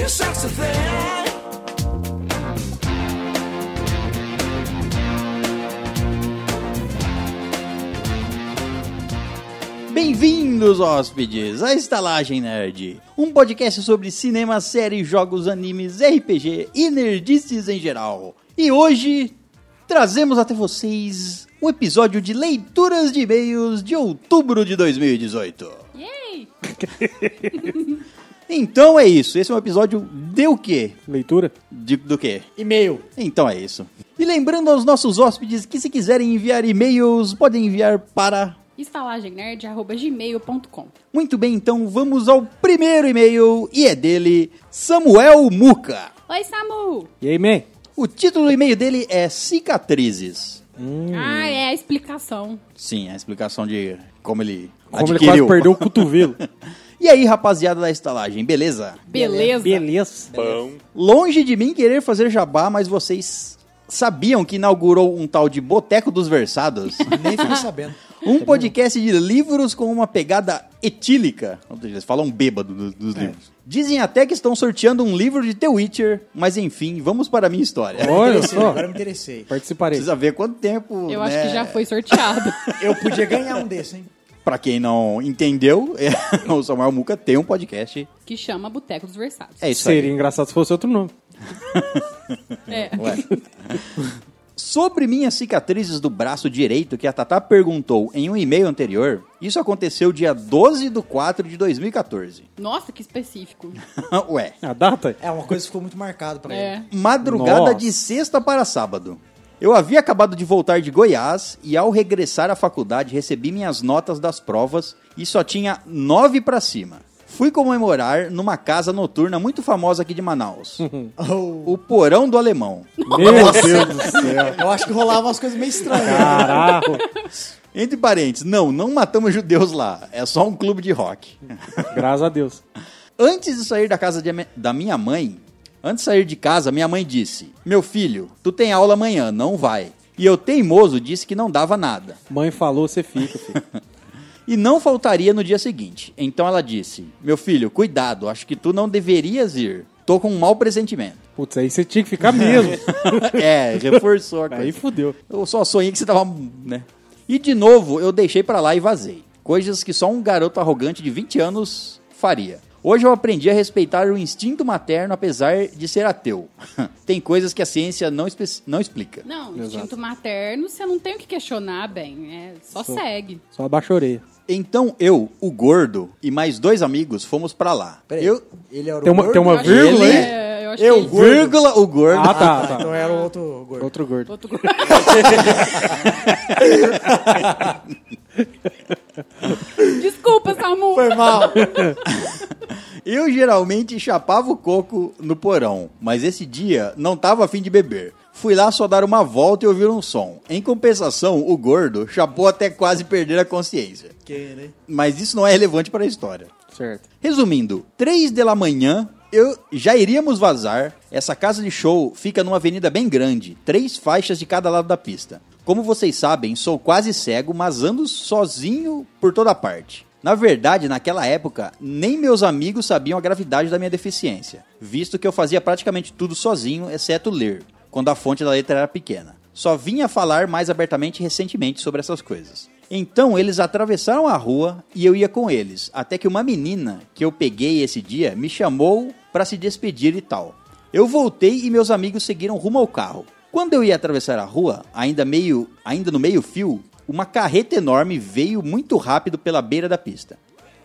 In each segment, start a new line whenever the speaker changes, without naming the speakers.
It's such a thing.
Bem-vindos, hóspedes, à Estalagem Nerd, um podcast sobre cinema, séries, jogos, animes, RPG e nerdices em geral. E hoje trazemos até vocês o episódio de leituras de e-mails de outubro de 2018.
Yay!
Então é isso, esse é um episódio de o quê?
Leitura?
De- do quê?
E-mail.
Então é isso. E lembrando aos nossos hóspedes que se quiserem enviar e-mails, podem enviar para
estalagemnerd.gmail.com
Muito bem, então vamos ao primeiro e-mail e é dele, Samuel Muca.
Oi, Samu!
E aí, man?
O título do e-mail dele é Cicatrizes.
Ah, é a explicação.
Sim, a explicação de como ele
Como ele
adquiriu.
quase perdeu o cotovelo.
E aí, rapaziada da estalagem, beleza?
Beleza.
Beleza.
Longe de mim querer fazer jabá, mas vocês sabiam que inaugurou um tal de Boteco dos Versados?
Nem fiquei sabendo.
Um podcast de livros com uma pegada etílica. Ou seja, Eles falam bêbado do- dos
É.
livros. Dizem até que estão sorteando um livro de The Witcher, mas enfim, vamos para a minha história.
Olha
Interessei,
só.
agora eu me interessei.
Participarei.
Precisa ver quanto tempo.
Eu
né?
acho que já foi sorteado.
Eu podia ganhar um desse, hein?
Pra quem não entendeu, é, o Samuel Muca tem um podcast.
que chama Boteco dos Versados.
É isso
Seria engraçado se fosse outro nome.
É.
aí. Ué. Sobre minhas cicatrizes do braço direito que a Tatá perguntou em um e-mail anterior, isso aconteceu dia 12 de 4 de 2014.
Nossa, que específico.
Ué.
A data?
É uma coisa que ficou muito marcada pra
É.
ele.
Madrugada
Nossa.
de sexta para sábado. Eu havia acabado de voltar de Goiás e ao regressar à faculdade recebi minhas notas das provas e só tinha nove para cima. Fui comemorar numa casa noturna muito famosa aqui de Manaus,
Oh,
o Porão do Alemão.
Meu Deus do céu.
eu acho que rolava umas coisas meio estranhas. né?
Ah, Caraca.
Entre parênteses, não, não matamos judeus lá, é só um clube de rock.
Graças a Deus.
Antes de sair da casa de- da minha mãe, antes de sair de casa, minha mãe disse: Meu filho, tu tem aula amanhã, não vai. E eu teimoso disse que não dava nada.
Mãe falou, você fica, filho.
E não faltaria no dia seguinte. Então ela disse: Meu filho, cuidado, acho que tu não deverias ir. Tô com um mau pressentimento.
Putz, aí você tinha que ficar mesmo.
é, reforçou a coisa.
Aí fudeu.
Eu só sonhei que você tava, né? E de novo, eu deixei pra lá e vazei. Coisas que só um garoto arrogante de 20 anos faria. Hoje eu aprendi a respeitar o instinto materno apesar de ser ateu. Tem coisas que a ciência não, espe- não explica.
Não,
Exato.
instinto materno, você não tem o que questionar bem. É, só
Sou.
segue.
Só abaixa a orelha.
Então eu, o gordo e mais dois amigos fomos pra lá.
Peraí,
eu,
ele era o
Tem uma-
gordo?
tem uma
Eu acho que
vírgula,
ele
hein?
é- Tá eu acho
eu,
que ele-
vírgula, o gordo.
Ah, tá,
Ah,
tá.
então era o outro gordo.
Outro gordo.
Outro... gru- Desculpa, Samu.
Foi mal.
Eu geralmente chapava o coco no porão, mas esse dia não tava afim de beber. Fui lá só dar uma volta e ouvir um som. Em compensação, o gordo chapou até quase perder a consciência.
Que, né?
Mas isso não é relevante para a história.
Certo.
Resumindo, 3 da manhã, eu já iríamos vazar. Essa casa de show fica numa avenida bem grande, três faixas de cada lado da pista. Como vocês sabem, sou quase cego, mas ando sozinho por toda parte. Na verdade, naquela época, nem meus amigos sabiam a gravidade da minha deficiência, visto que eu fazia praticamente tudo sozinho, exceto ler, quando a fonte da letra era pequena. Só vinha falar mais abertamente recentemente sobre essas coisas. Então eles atravessaram a rua e eu ia com eles, até que uma menina que eu peguei esse dia me chamou para se despedir e tal. Eu voltei e meus amigos seguiram rumo ao carro. Quando eu ia atravessar a rua, ainda meio, ainda no meio fio, uma carreta enorme veio muito rápido pela beira da pista.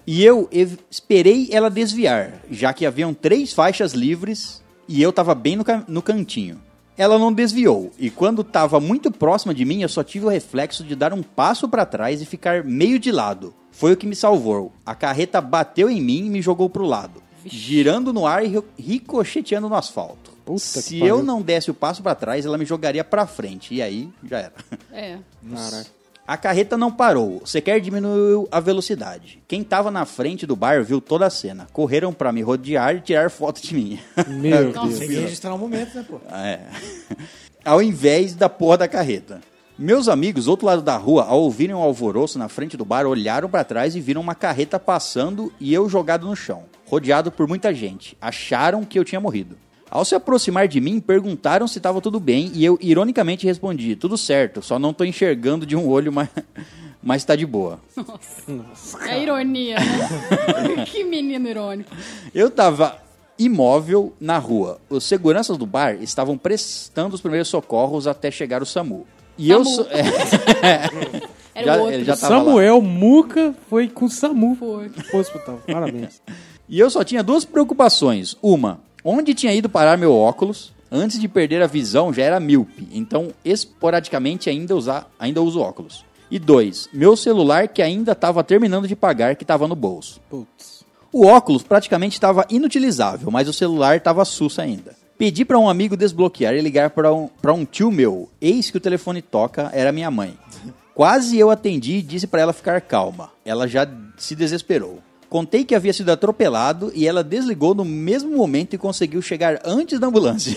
E eu ev- esperei ela desviar, já que haviam três faixas livres e eu tava bem no, ca- no cantinho. Ela não desviou, e quando tava muito próxima de mim, eu só tive o reflexo de dar um passo para trás e ficar meio de lado. Foi o que me salvou. A carreta bateu em mim e me jogou pro lado, girando no ar e ri- ricocheteando no asfalto.
Puta que
Se
pariu.
eu não desse o passo para trás, ela me jogaria pra frente, e aí já era.
É.
Caraca.
A carreta não parou, sequer diminuiu a velocidade. Quem tava na frente do bar viu toda a cena. Correram pra me rodear e tirar foto de mim.
Meu
Nossa.
Tem
Deus.
que registrar um momento, né, pô?
É. Ao invés da porra da carreta. Meus amigos, do outro lado da rua, ao um ouvirem o alvoroço na frente do bar, olharam pra trás e viram uma carreta passando e eu jogado no chão. rodeado por muita gente. Acharam que eu tinha morrido. Ao se aproximar de mim, perguntaram se estava tudo bem e eu ironicamente respondi: tudo certo, só não tô enxergando de um olho, mas, mas tá de boa.
É ironia, né? que menino irônico.
Eu tava imóvel na rua. Os seguranças do bar estavam prestando os primeiros socorros até chegar o SAMU. E eu.
Samu.
so- é,
Era
já-
o outro.
ele já tava lá.
Samuel Muca foi com o Samu
Foi.
pro hospital. Parabéns.
E eu só tinha duas preocupações. Uma, onde tinha ido parar meu óculos? Antes de perder a visão, já era míope, então esporadicamente ainda, usar, ainda uso óculos. E dois, meu celular que ainda estava terminando de pagar, que estava no bolso.
Putz.
O óculos praticamente estava inutilizável, mas o celular estava sus ainda. Pedi para um amigo desbloquear e ligar para um, pra um tio meu. Eis que o telefone toca, era minha mãe. Quase eu atendi e disse para ela ficar calma. Ela já se desesperou. Contei que havia sido atropelado e ela desligou no mesmo momento e conseguiu chegar antes da ambulância.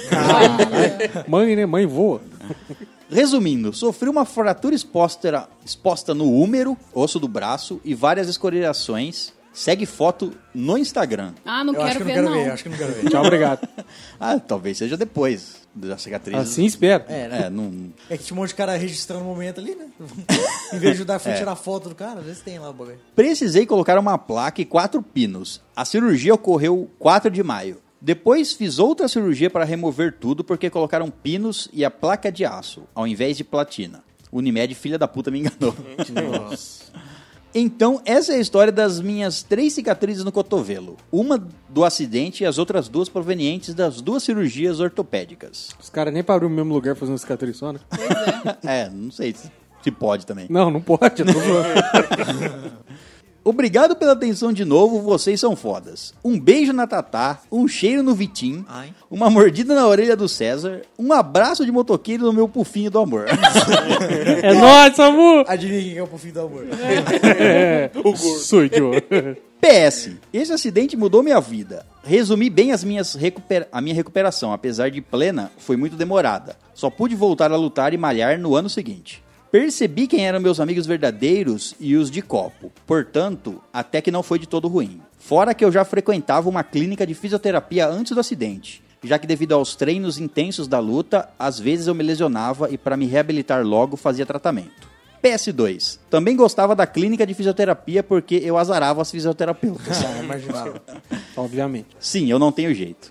Mãe, né? Mãe voa.
Resumindo, sofri uma fratura exposta, exposta no úmero, osso do braço e várias escoriações. Segue foto no Instagram.
Ah, não
Eu acho
quero
que não
ver,
quero
não.
ver, acho que não quero ver.
Tchau, obrigado.
Ah, talvez seja depois da cicatriz.
Assim espero.
É, é, não.
É que tinha um monte de cara registrando o momento ali, né? em vez de ajudar,
É.
foi tirar foto do cara, às vezes tem lá o bagulho.
Precisei colocar uma placa e quatro pinos. A cirurgia ocorreu 4 de maio. Depois fiz outra cirurgia para remover tudo porque colocaram pinos e a placa de aço, ao invés de platina. Unimed, filha da puta, me enganou. Então, essa é a história das minhas três cicatrizes no cotovelo. Uma do acidente e as outras duas provenientes das duas cirurgias ortopédicas.
Os caras nem pararam no mesmo lugar fazendo cicatriz só, né?
é, não sei se- se pode também.
Não, não pode. Eu tô zoando.
Obrigado pela atenção de novo, vocês são fodas. Um beijo na Tatá, um cheiro no Vitim,
Ai.
uma mordida na orelha do César, um abraço de motoqueiro no meu pufinho do amor.
é nóis, Samu!
Adivinha quem é o Pufinho do Amor.
É, sou idiota.
PS, esse acidente mudou minha vida. Resumi bem as minhas recuper- a minha recuperação, apesar de plena, foi muito demorada. Só pude voltar a lutar e malhar no ano seguinte. Percebi quem eram meus amigos verdadeiros e os de copo. Portanto, até que não foi de todo ruim. Fora que eu já frequentava uma clínica de fisioterapia antes do acidente, já que devido aos treinos intensos da luta, às vezes eu me lesionava e para me reabilitar logo fazia tratamento. PS2. Também gostava da clínica de fisioterapia porque eu azarava as fisioterapeutas.
Ah, imaginava.
Obviamente.
Sim, eu não tenho jeito.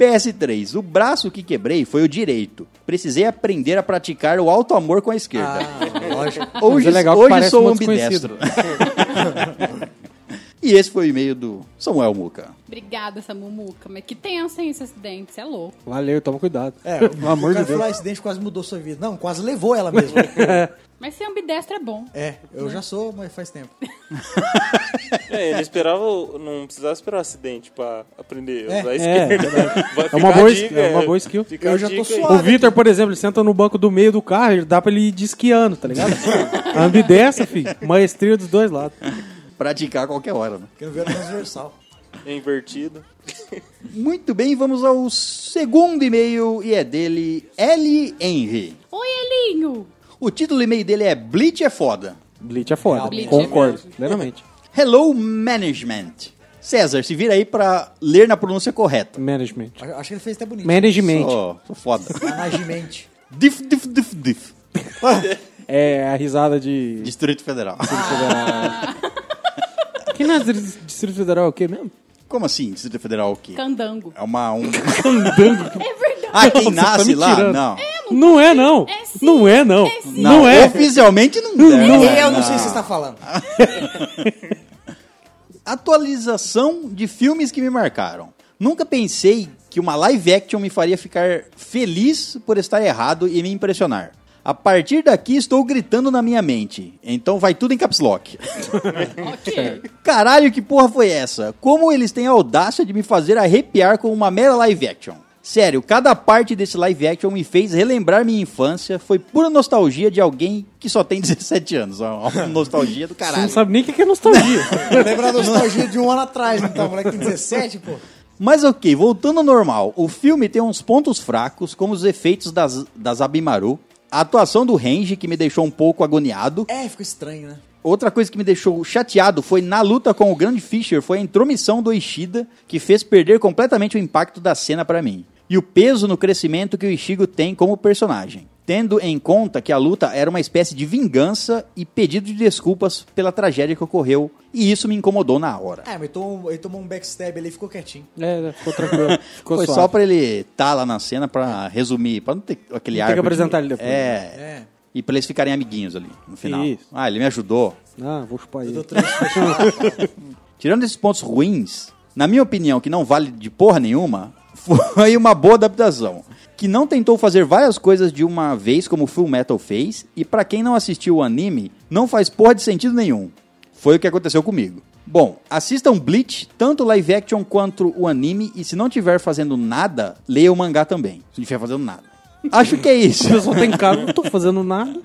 PS3. O braço que quebrei foi o direito. Precisei aprender a praticar o alto amor com a esquerda.
Ah, lógico.
Hoje,
Mas é legal que
hoje
parece
sou
um
ambidestro. e esse foi o e-mail do Samuel Muca.
Obrigada, essa mumuca. Mas que tenso, hein, esse acidente. Você é louco.
Valeu, toma cuidado.
É,
Pelo amor
o cara
de
foi lá,
Deus.
o acidente quase mudou sua vida. Não, quase levou ela mesmo.
Mas ser ambidestro é bom.
é, eu já sou, mas faz tempo.
É, ele esperava, o- não precisava esperar o acidente pra aprender a usar a
É,
esquerda. Vai
É uma
ficar a
boa
dica,
skill, é uma boa skill.
Fica
Eu
a
já tô
dica aí.
suave.
O Vitor, por exemplo, ele senta no banco do meio do carro e dá pra ele ir de esquiando, tá ligado? Ambidessa, filho. Maestria dos dois lados.
Praticar a qualquer hora, né?
Quero ver a transversal.
É invertido.
Muito bem, vamos ao segundo e-mail e é dele L. Henry.
Oi, Elinho!
O título do e-mail dele é Bleach é foda.
Bleach é foda.
Bleach é
Concordo,
mesmo.
plenamente.
Hello Management. César, se vira aí pra ler na pronúncia correta.
Management.
Acho acho que ele fez até bonito.
Management.
Sou, sou foda.
Managimente.
dif, dif, dif, dif. Ah,
É a risada de.
Distrito Federal.
Que na Distrito Federal é o quê mesmo?
Como assim, Distrito Federal o quê?
Candango.
É uma... Um...
É verdade.
Ah, quem
Você tá
nasce
me
lá?
tirando.
Não.
Não é, não.
É sim.
Não é, não.
É sim.
Não é.
Oficialmente não
Não
é.
eu não sei o que você está falando.
Atualização de filmes que me marcaram. Nunca pensei que uma live action me faria ficar feliz por estar errado e me impressionar. A partir daqui estou gritando na minha mente. Então vai tudo em caps lock.
É.
Ok.
Caralho, que porra foi essa? Como eles têm a audácia de me fazer arrepiar com uma mera live action? Sério, cada parte desse live action me fez relembrar minha infância. Foi pura nostalgia de alguém que só tem 17 anos. Ó, Uma nostalgia do
Você não
caralho.
sabe nem o que que é nostalgia.
Lembra a nostalgia de um ano atrás, então, moleque tem 17, pô.
Mas ok, voltando ao normal. O filme tem uns pontos fracos, como os efeitos das, das Abimaru. A atuação do Range, que me deixou um pouco agoniado.
É, ficou estranho, né?
Outra coisa que me deixou chateado foi na luta com o Grande Fischer foi a intromissão do Ishida que fez perder completamente o impacto da cena pra mim. E o peso no crescimento que o Ishigo tem como personagem. Tendo em conta que a luta era uma espécie de vingança e pedido de desculpas pela tragédia que ocorreu, e isso me incomodou na hora.
Ah, mas ele tomou, ele tomou um backstab ali e ficou quietinho.
É, ficou tranquilo. Ficou
Foi
suave.
só pra ele estar lá na cena pra resumir, pra não ter aquele
Tem
ar.
que apresentar ele depois. né?
É,
É.
E pra eles ficarem amiguinhos ali no final.
Isso.
Ah, ele me ajudou.
Ah, vou chupar
Eu
ele.
dou três.
Tirando esses pontos ruins, na minha opinião, que não vale de porra nenhuma, foi uma boa adaptação. Que não tentou fazer várias coisas de uma vez, como o Full Metal fez, e pra quem não assistiu o anime, não faz porra de sentido nenhum. Foi o que aconteceu comigo. Bom, assistam Bleach, tanto live action quanto o anime, e se não tiver fazendo nada, leia o mangá também. Se não estiver fazendo nada. Acho que é isso.
O pessoal tá em casa, não tô fazendo nada.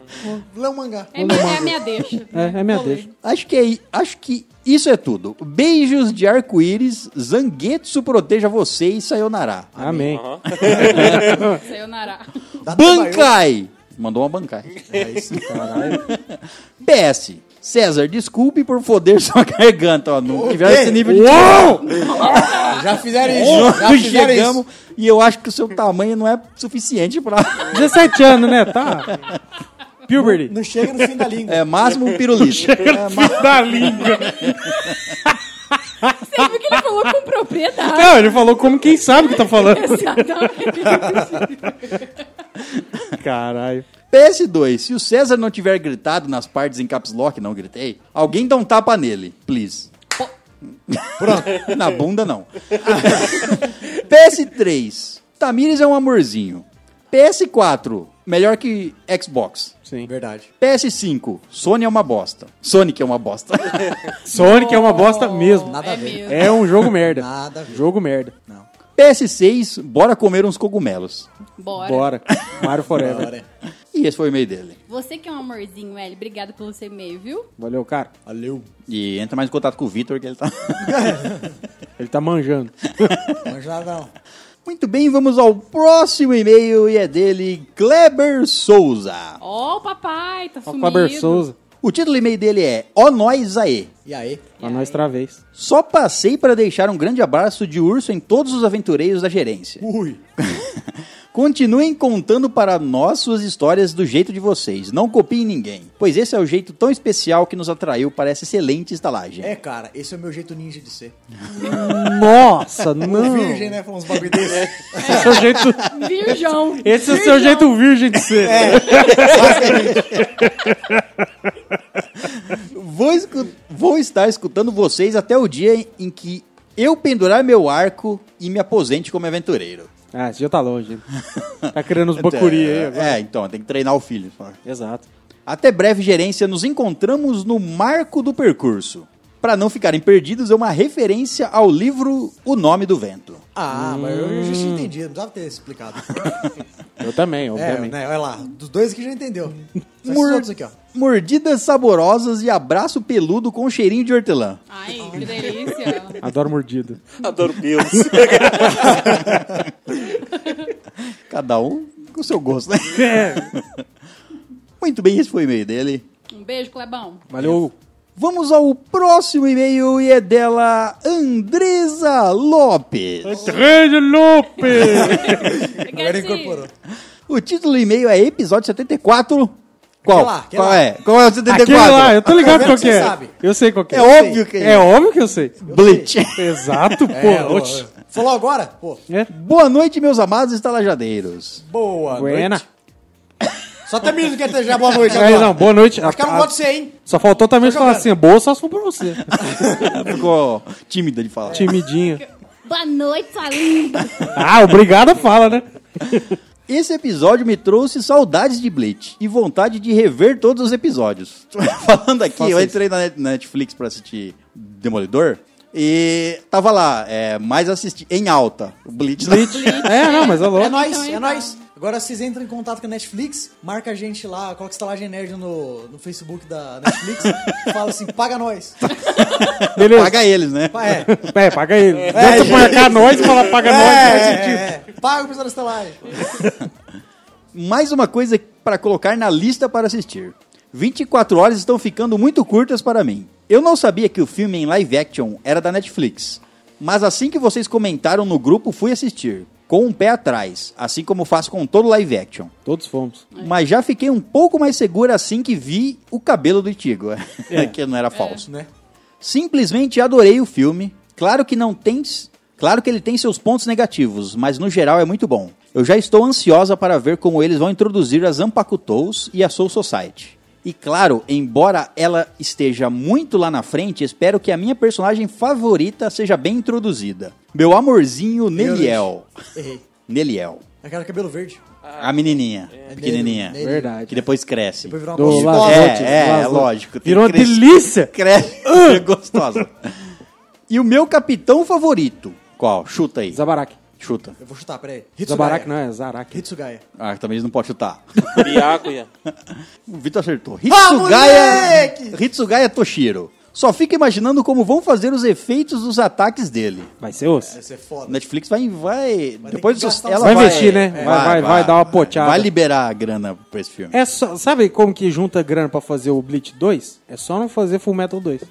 Lê um mangá.
É, minha, é a minha deixa.
É, é minha
Vou ler.
deixa.
Acho que, é, i- acho que isso é tudo. Beijos de arco-íris, Zanguetsu proteja você e Sayonara.
É Amém.
Aham.
Sayonara.
Dá É trabalho.
Bankai! Mandou uma Bankai.
Aí sim, caralho.
PS. César, desculpe por foder sua garganta. Ó, não tiveram
quê?
esse nível de...
Já fizeram
Não
isso. Já fizeram
chegamos.
isso.
E eu acho que o seu tamanho não é suficiente pra...
17 anos, né? Tá. Puberty.
Não chega no fim da língua.
É máximo um pirulito. É, ma-
Da língua.
Você viu que ele falou com propriedade.
Não, ele falou como quem sabe o que tá falando.
Exatamente.
Caralho.
PS2. Se o César não tiver gritado nas partes em caps lock, não gritei, alguém dá um tapa nele, please. Pronto. Na bunda, não. PS3. Tamires é um amorzinho. PS4. Melhor que Xbox.
Sim.
Verdade.
PS5. Sony é uma bosta. Sonic é uma bosta.
Sonic é uma bosta mesmo.
Nada a
É
ver.
mesmo.
É um jogo merda.
Nada a ver.
Jogo merda.
PS6. Bora comer uns cogumelos.
Bora.
Bora. Mario Forever.
Agora. é.
E esse foi o e-mail dele.
Você que é um amorzinho, Hélio, obrigado pelo seu e-mail, viu?
Valeu, cara.
Valeu.
E entra mais em contato com o Vitor, que ele tá.
Ele tá manjando.
Manja nada não.
Muito bem, vamos ao próximo e-mail e é dele, Kleber Souza.
Ó, o papai, tá
Ó,
sumido.
Kleber Souza.
O título do e-mail dele é Ó Nós Aê.
E aí?
Pra nós travês.
Só passei para deixar um grande abraço de urso em todos os aventureiros da gerência.
Ui.
Continuem contando para nós suas histórias do jeito de vocês. Não copiem ninguém, pois esse é o jeito tão especial que nos atraiu para essa excelente estalagem.
É, cara, esse é o meu jeito ninja de ser.
Nossa, não.
Virgem, né? Foi uns bagulho desse.
Esse é o seu jeito,
Virgão.
esse é o
Virgão.
seu jeito virgem É. de ser.
Vou, escu- vou estar escutando vocês até o dia em que eu pendurar meu arco e me aposente como aventureiro.
Ah, esse já tá longe. né? Tá criando uns bacuri aí agora.
É, então, tem que treinar o filho. só.
Exato.
Até breve, gerência. Nos encontramos no marco do percurso. Para não ficarem perdidos, é uma referência ao livro O Nome do Vento.
Ah, mas eu já tinha entendido. Não precisava ter explicado.
Eu também,
É,
obviamente.
né? Olha lá. Dos dois aqui já entendeu. Só esses
Mor-
outros aqui, ó.
Mordidas saborosas e abraço peludo com cheirinho de hortelã.
Ai, que delícia.
Adoro mordido.
Adoro pelos.
Cada um com seu gosto, né?
É.
Muito bem, esse foi o e-mail dele.
Um beijo, Clebão.
Valeu.
Vamos ao próximo e-mail e é dela Andresa Lopes.
Três Lopes!
Agora incorporou.
O título do e-mail é Episódio 74. Qual?
lá, aquele
Qual
lá.
é? Qual é o 74?
Aquele lá, eu tô ligado
Tá
qual
vendo
que
que
é.
você sabe?
Eu sei qual que é.
É óbvio que é.
É óbvio que eu sei.
Bleach.
Exato,
É,
pô.
ó,
Oxi.
Falou agora? Pô,
É.
Boa noite, meus amados estalajadeiros.
boa
Buena.
noite. Só termina que até já boa noite
É,
agora.
não, boa noite.
Acho que eu não
Ah,
gosto de você, hein?
Só faltou também
Tô
falar
jogando.
assim, boa só se for pra você.
Ficou tímida de falar.
Timidinho.
Boa noite, sua linda.
Ah, obrigada fala, né?
Esse episódio me trouxe saudades de Bleach e vontade de rever todos os episódios. Falando aqui,
Faça
eu
isso.
entrei na Net- na Netflix pra assistir Demolidor e tava lá, é, mais assisti em alta, o Bleach. tá- Bleach.
É, não, mas é
É
louco.
nóis,
então,
é
então.
nóis. Agora vocês entram em contato com a Netflix, marca a gente lá, coloca estalagem nerd no, no Facebook da Netflix, fala assim, paga nós.
Tá. Beleza.
Paga eles, né?
Pa- É,
É, paga ele. Deixa tu marcar nós e falar paga nós, Né? não faz
é,
sentido.
é, é. paga o pessoal
É
da estalagem.
Mais uma coisa pra colocar na lista para assistir. 24 horas estão ficando muito curtas para mim. Eu não sabia que o filme em live action era da Netflix, mas assim que vocês comentaram no grupo, fui assistir, com um pé atrás, assim como faço com todo live action.
Todos fomos.
Mas já fiquei um pouco mais segura assim que vi o cabelo do Tigo, que não era falso.
né?
Simplesmente adorei o filme. Claro que não tem. Claro que ele tem seus pontos negativos, mas no geral é muito bom. Eu já estou ansiosa para ver como eles vão introduzir as Ampacutous e a Soul Society. E claro, embora ela esteja muito lá na frente, espero que a minha personagem favorita seja bem introduzida. Meu amorzinho Neliel.
Errei.
Neliel.
Aquela cabelo verde.
A menininha,
É,
pequenininha.
Nele-
Verdade.
Que depois cresce.
Depois virou uma
Do
bosta.
Lazar.
É, é,
Lazo-
é lógico. tem
Virou Ah! uma
que cres-
delícia!
Cresce, é gostosa. E o meu capitão favorito. Qual? Chuta aí.
Zabarak.
Chuta.
Eu vou chutar, peraí.
Zabarak não, é Zarak.
Hitsugaya.
Ah, também não pode chutar.
Byakuya.
O Vitor acertou. Hitsugaya, Hitsugaya Toshiro. Só fica imaginando como vão fazer os efeitos dos ataques dele.
Vai ser osso.
Essa é foda.
Né?
Netflix vai. vai,
ter
depois
que
dos-
gastar um
ela
Vai investir, né?
é,
Vai- vai- vai dar uma poteada.
Vai liberar a grana pra esse filme.
É só, sabe como que junta grana pra fazer o Bleach 2? É só não fazer Full Metal 2.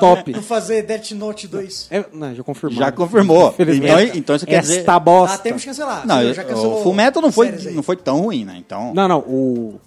Top.
Vou fazer Death Note 2.
É, não, já confirmou.
Já confirmou.
Infelizmente.
Então- então isso quer
Esta
dizer-
Ah,
bosta.
temos que cancelar.
Não,
Você
eu- o Fullmetal não foi,
séries aí.
não foi tão ruim, né? Então.
Não, não. O,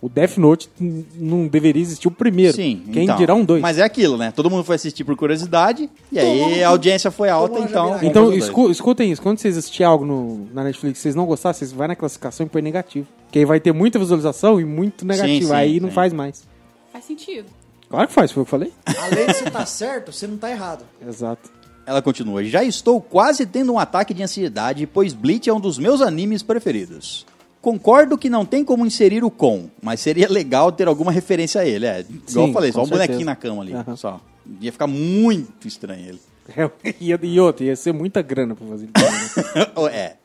o Death Note n- não deveria existir o primeiro.
Sim,
Quem
então.
dirá um dois.
Mas é aquilo, né? Todo mundo foi assistir por curiosidade e aí a audiência foi alta,
Tomou na
então.
jabiraca.
vamos
Então,
fazer os
escu- escutem isso. Quando vocês assistirem algo no, na Netflix e vocês não gostarem, vocês vai na classificação e põe negativo. Porque aí vai ter muita visualização e muito negativo.
sim,
aí não
sim.
faz mais.
Faz sentido.
Claro que faz, foi o que eu falei.
Além de você tá certo, você não tá errado.
Exato.
dois. Ela continua: Já estou quase tendo um ataque de ansiedade, pois Bleach é um dos meus animes preferidos. Concordo que não tem como inserir o com, mas seria legal ter alguma referência a ele. É, igual
Sim,
eu falei,
com
só um
certeza.
bonequinho na cama ali.
Aham.
Só. Ia ficar muito estranho ele.
É, e, e outra, ia ser muita grana pra fazer.
é.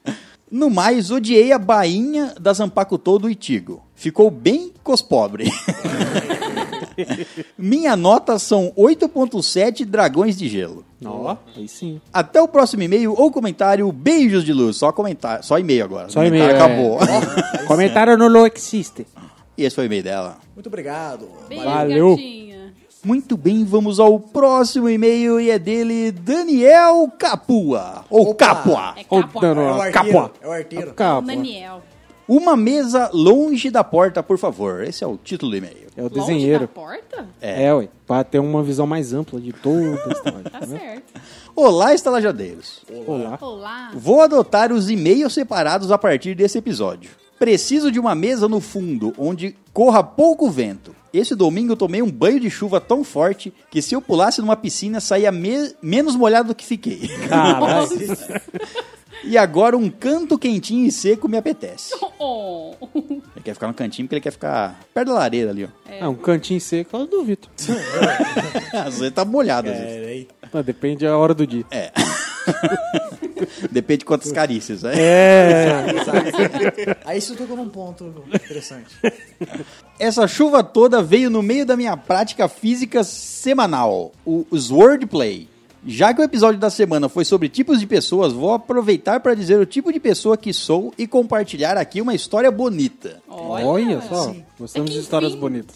No mais, odiei a bainha da Zampacutou do Itigo. Ficou bem cospobre. Minha nota são 8.7 dragões de gelo.
Ó, aí sim.
Até o próximo e-mail ou comentário. Beijos de luz. Só comentário, só e-mail agora.
Só
Comentário
e-mail, é.
Acabou.
Comentário no Low Existe.
e esse foi o e-mail dela.
Muito obrigado.
Beijo,
Valeu.
gatinha.
Muito bem, vamos ao próximo e-mail e é dele Daniel Capua. Ou
Opa.
Capua.
É
Ou
capa.
dando
Ah,
É o
uma
arteiro.
capua.
É o arteiro.
Capua.
Daniel.
Uma mesa longe da porta, por favor. Esse é o título do e-mail.
É o
Longe
desenheiro.
da porta? Tá
É.
É, ué. Pra ter uma visão mais ampla de toda a história.
Tá
né?
certo.
Olá, estalajadeiros.
Olá.
Olá.
Vou adotar os e-mails separados a partir desse episódio. Preciso de uma mesa no fundo, onde corra pouco vento. Esse domingo eu tomei um banho de chuva tão forte que se eu pulasse numa piscina saía me- menos molhado do que fiquei.
Caralho.
e agora um canto quentinho e seco me apetece.
Oh.
Ele quer ficar no cantinho porque ele quer ficar perto da lareira ali, ó.
É um cantinho seco, eu duvido.
Às vezes tá molhado. às vezes.
Peraí.
Mas depende da hora do dia.
É. Depende de quantas carícias, né?
É.
Aí isso tocou num ponto interessante.
Essa chuva toda veio no meio da minha prática física semanal, o Swordplay. Já que o episódio da semana foi sobre tipos de pessoas, vou aproveitar para dizer o tipo de pessoa que sou e compartilhar aqui uma história bonita.
Olha.
Olha só.
Sim.
Gostamos
É que
de histórias
enfim.
bonitas.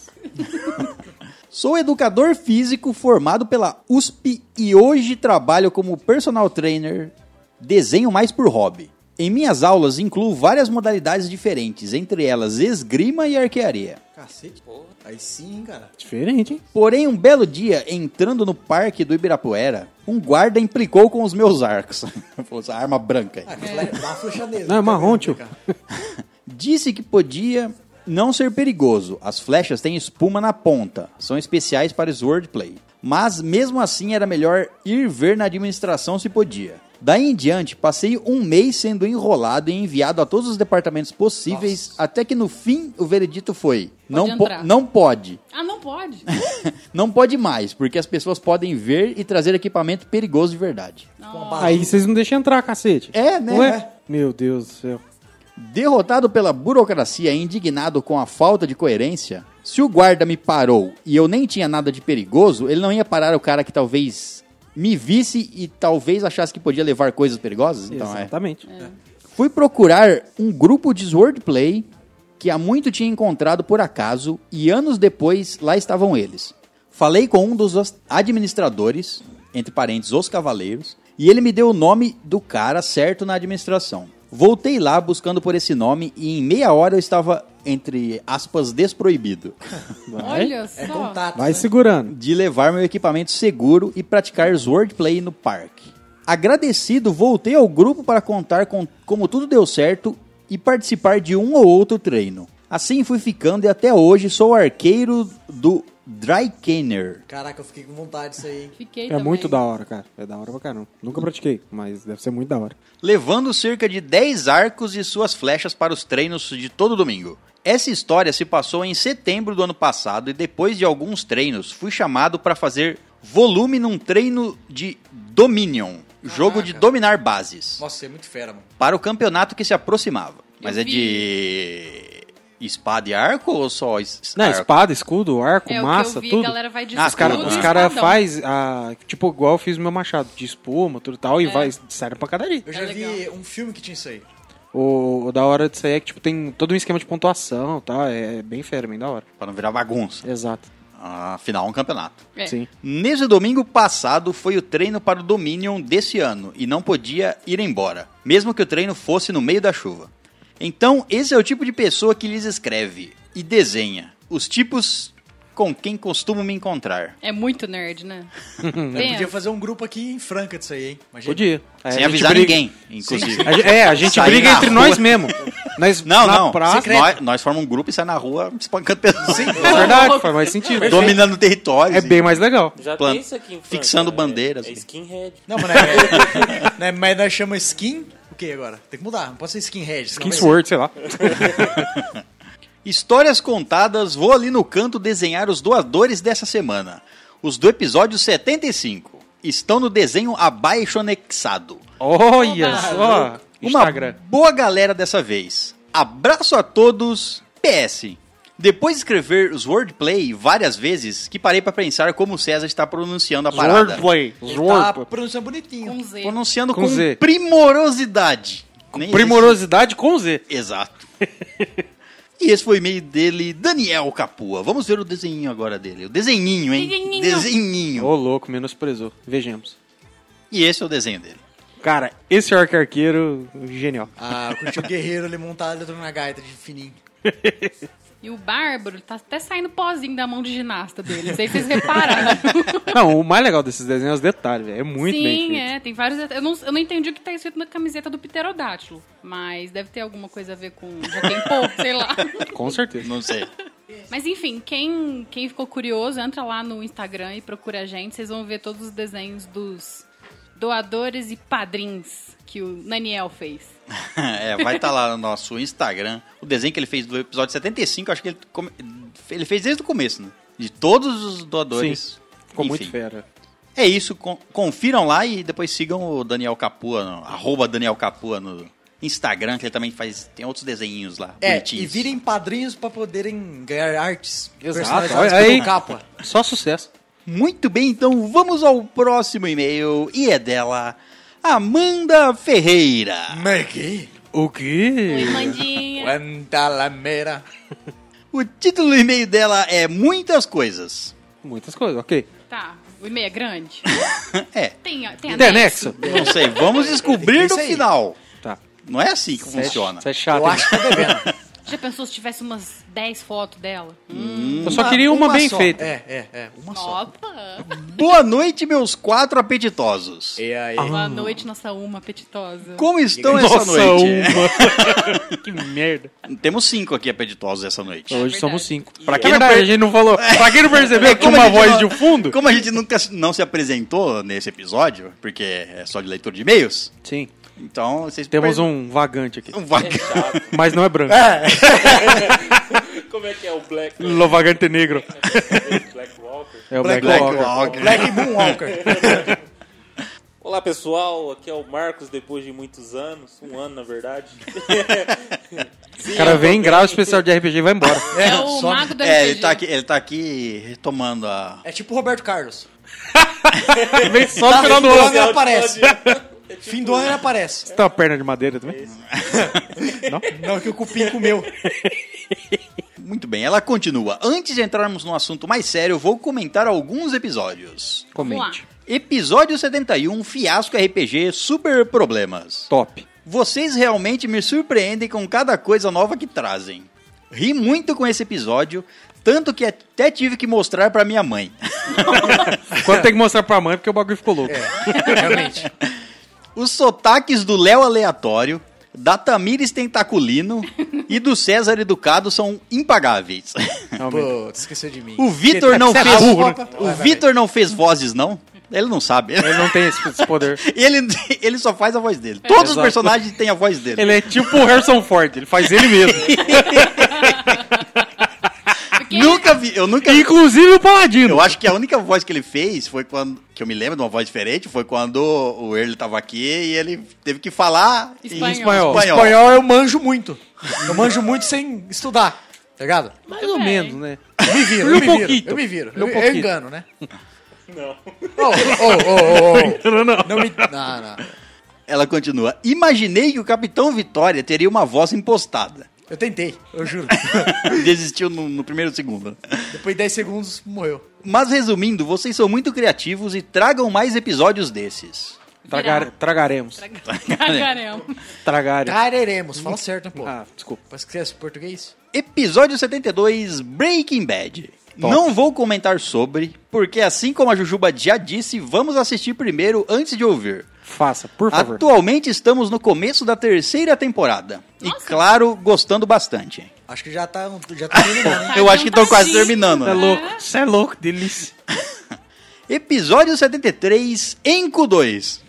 Sou educador físico formado pela USP e hoje trabalho como personal trainer, desenho mais por hobby. Em minhas aulas incluo várias modalidades diferentes, entre elas esgrima e arquearia.
Cacete, pô. Aí sim, cara.
Diferente, hein?
Porém, um belo dia, entrando no parque do Ibirapuera, um guarda implicou com os meus arcos. Falou, essa arma branca.
Ah,
aí.
aquela é uma flecha nele.
Não, é
né,
marrom, tio.
Disse que podia não ser perigoso. As flechas têm espuma na ponta. São especiais para swordplay. Mas, mesmo assim, era melhor ir ver na administração se podia. Daí em diante, passei um mês sendo enrolado e enviado a todos os departamentos possíveis, até que no fim o veredito foi: não, po-
entrar."
não pode.
Ah, não pode.
Não pode mais, porque as pessoas podem ver e trazer equipamento perigoso de verdade.
Aí vocês não deixam entrar, cacete.
É, né?
Ué? Meu Deus do céu.
Derrotado pela burocracia e indignado com a falta de coerência, se o guarda me parou e eu nem tinha nada de perigoso, ele não ia parar o cara que talvez me visse e talvez achasse que podia levar coisas perigosas? Então é.
Exatamente.
Fui procurar um grupo de swordplay que há muito tinha encontrado por acaso e anos depois lá estavam eles. Falei com um dos os- administradores, entre parênteses, os cavaleiros, e ele me deu o nome do cara certo na administração. Voltei lá buscando por esse nome e em meia hora eu estava, entre aspas, desproibido
Olha só.
É contato.
Vai
né?
segurando.
de levar meu equipamento seguro e praticar swordplay no parque. Agradecido, voltei ao grupo para contar com como tudo deu certo e participar de um ou outro treino. Assim fui ficando e até hoje sou arqueiro do Drykener.
Caraca, eu fiquei com vontade disso aí.
Fiquei
É
também.
muito da hora, cara. É da hora pra caramba. Nunca pratiquei, mas deve ser muito da hora.
levando cerca de 10 arcos e suas flechas para os treinos de todo domingo. Essa história se passou em setembro do ano passado e depois de alguns treinos fui chamado para fazer volume num treino de Dominion, jogo de dominar bases,
Nossa, você é muito fera, mano.
para o campeonato que se aproximava. Mas
Eu
é de espada e arco ou só es-
Não,
arco?
espada, escudo, arco,
É,
massa,
o que eu vi,
tudo.
a galera vai de
Ah,
Os caras
escudo
os
e
cara
espadão.
faz a- tipo igual eu fiz o meu machado, de espuma, tudo e tal,
É.
e vai, sai pra pancadaria.
Eu já vi
legal.
um filme que tinha isso aí.
O, o da hora disso aí é que tipo, tem todo um esquema de pontuação, tá? É, bem fera, bem da hora.
Para não virar bagunça.
Exato.
Ah, Afinal, é um campeonato.
É.
Sim.
Nesse domingo passado foi o treino para o Dominion desse ano e não podia ir embora, mesmo que o treino fosse no meio da chuva. Então, esse é o tipo de pessoa que lhes escreve e desenha. Os tipos com quem costumo me encontrar.
É muito nerd, né?
É,
Eu podia
Pensa.
fazer um grupo aqui em Franca disso aí, hein? Imagina.
Podia.
sem
Aí É, a gente
avisar
briga-
ninguém, inclusive.
A ge- é, a gente
Sair
briga
na
entre
rua.
nós mesmo. Nós,
Não,
na
não.
praça-
Nós, nós formamos um grupo e sai na rua espancando pessoas.
É verdade, faz mais sentido.
dominando o território.
É bem mais legal.
Já
Plan-
tem isso aqui em Franca,
fixando
é-
bandeiras.
É skinhead.
Não, mas, é, né, mas nós chama skin. O que agora? Tem que mudar. Não pode ser skinhead. senão
Skin
vai-
Sword, sei lá.
Histórias contadas, vou ali no canto desenhar os doadores dessa semana. Os do episódio 75 estão no desenho abaixo anexado.
Olha
Oba.
só.
Uma
Instagram.
boa galera dessa vez. Abraço a todos. PS. Depois de escrever os wordplay várias vezes, que parei pra pensar como o César está pronunciando a parada.
Swordplay.
Ele tá
Sword.
pronunciando
Com
um
bonitinho.
Z.
Pronunciando com,
Com Z.
primorosidade. Nem
Primorosidade com Z.
existe. Exato. e esse foi o e-mail dele, Daniel Capua. Vamos ver o desenho agora dele. O desenhinho, hein?
Desenhinho.
Desenhinho.
Ô, louco, menosprezou. Vejamos.
E esse é o desenho dele.
Cara, esse Orc Arqueiro, genial.
Ah, eu curti o guerreiro ali montado dentro na gaita de fininho.
E o Bárbaro tá até saindo pozinho da mão de ginasta dele. Não sei se vocês repararam.
Não, o mais legal desses desenhos é os detalhes, velho. É muito
Sim,
bem feito.
é. Tem vários. Eu não, eu não entendi o que tá escrito na camiseta do pterodátilo. Mas deve ter alguma coisa a ver com. Já tem pouco, sei lá.
Com certeza.
Não sei.
Mas enfim, quem, quem ficou curioso, entra lá no Instagram e procura a gente. Vocês vão ver todos os desenhos dos doadores e padrinhos que o Daniel fez.
é, vai estar lá no nosso Instagram. O desenho que ele fez do episódio 75, acho que ele, come- ele fez desde o começo, né? De todos os doadores.
Ficou
Enfim,
muito fera.
É isso, con- confiram lá e depois sigam o Daniel Capua, no, arroba Daniel Capua no Instagram, que ele também faz, tem outros desenhinhos lá,
É,
bonitinhos.
e virem padrinhos pra poderem ganhar artes
Exato.
personalizadas
Olha aí.
pelo capa.
Só sucesso.
Muito bem, então vamos ao próximo e-mail, e é dela, Amanda Ferreira.
Maggie,
O quê?
Oi, Mandinha.
Guantalamera.
O título do e-mail dela é Muitas Coisas.
Muitas coisas, ok.
Tá, o e-mail é grande?
É,
Tem, tem
Tem anexo?
não sei, vamos descobrir
Isso
no
aí.
final.
Tá.
Não é assim que funciona.
Isso é chato.
Eu
hein?
acho que tá devendo.
Já pensou se tivesse umas 10 fotos dela?
Eu só queria uma, bem
só.
feita.
É, é, é. Uma só.
Opa!
Boa noite, meus quatro apetitosos.
E aí?
Boa noite, nossa uma apetitosa.
Como estão essa
Nossa,
É,
um-
noite?
uma. que merda.
Temos cinco aqui apetitosos essa noite.
Hoje
verdade.
somos cinco.
Pra
Pra
quem
quem
não
verdade,
per- É,
a gente não falou. Pra quem não percebeu que É, uma
a gente
voz
não-
de fundo.
Como a gente nunca se- não se apresentou nesse episódio, porque é só de leitura de e-mails,
Sim.
então vocês
Temos um vagante aqui.
um vaca-
Mas não é branco.
Como é que é o Black,
Lo vagante negro.
Black Walker?
É o
Black
Black,
Black
Walker.
Walker.
Black Moonwalker.
Olá pessoal, aqui é o Marcos depois de muitos anos, um ano na verdade. é Sim,
O cara
eu tô
vem,
bem.
grava o especial de RPG e vai embora.
É o
só-
mago da RPG.
É, ele tá, aqui, ele tá aqui retomando a...
É tipo o Roberto Carlos.
Ele vem só no
Tá,
final do
tá
ano.
Ele aparece.
É tipo-
Fim do ano ele aparece.
Você tem uma perna de madeira também? Não?
Não, que o cupim comeu.
Muito bem, ela continua. Antes de entrarmos num assunto mais sério, vou comentar alguns episódios.
Comente.
Vamos
Episódio 71, Fiasco RPG Super Problemas.
Top.
Vocês realmente me surpreendem com cada coisa nova que trazem. Ri muito com esse episódio, tanto que até tive que mostrar pra minha mãe.
Quando tem que mostrar pra mãe, porque o bagulho ficou louco.
Realmente.
Os sotaques do Léo Aleatório, da Tamires Tentaculino e do César Educado são impagáveis.
Realmente.
Pô, esqueceu de mim.
O Vitor não
Você é
fez.
burro,
né?
O Vitor não fez vozes, não? Ele não sabe.
Ele não tem esse, esse poder.
Ele, ele só faz a voz dele. Todos os
Exato.
personagens têm a voz dele.
Ele é tipo o Harrison Ford, ele faz ele mesmo.
Porque
Nunca vi, eu nunca vi.
Inclusive o Paladino.
Eu acho que a única voz que ele fez foi quando. Que eu me lembro de uma voz diferente, foi quando o Earl tava aqui e ele teve que falar
Espanhol.
em
Espanhol.
espanhol.
Espanhol eu manjo muito. Eu manjo muito sem estudar. Tá ligado?
Mais
Tudo
ou
bem.
menos, né?
Eu me
Um
viro, eu me viro.
pouquinho.
Eu me viro.
Um
Eu, eu
pouquinho.
engano, né? Oh,
Não.
Ô, ô, ô, ô, ô.
Não, não.
oh, Não me. Não, não.
Ela continua. Imaginei que o Capitão Vitória teria uma voz impostada.
Eu tentei, eu juro.
Desistiu no, no primeiro segundo.
Depois de 10 segundos, morreu.
Mas resumindo, vocês são muito criativos e tragam mais episódios desses.
Tragar- tragaremos. né?
Cagarão.
Tragaremos.
Trareremos. Fala certo, né, pô?
Ah, desculpa.
Mas esquece o português?
Episódio 72, Breaking Bad.
Top.
Não vou comentar sobre, porque assim como a Jujuba já disse, vamos assistir primeiro antes de ouvir.
Faça, por favor.
Atualmente estamos no começo da terceira temporada. E claro, gostando bastante.
Acho que já tá, já tá terminando, hein?
Eu acho que estão
então tá
quase
chique.
terminando.
Você é
né?
louco. Você é louco, delícia.
Episódio 73, Enco 2.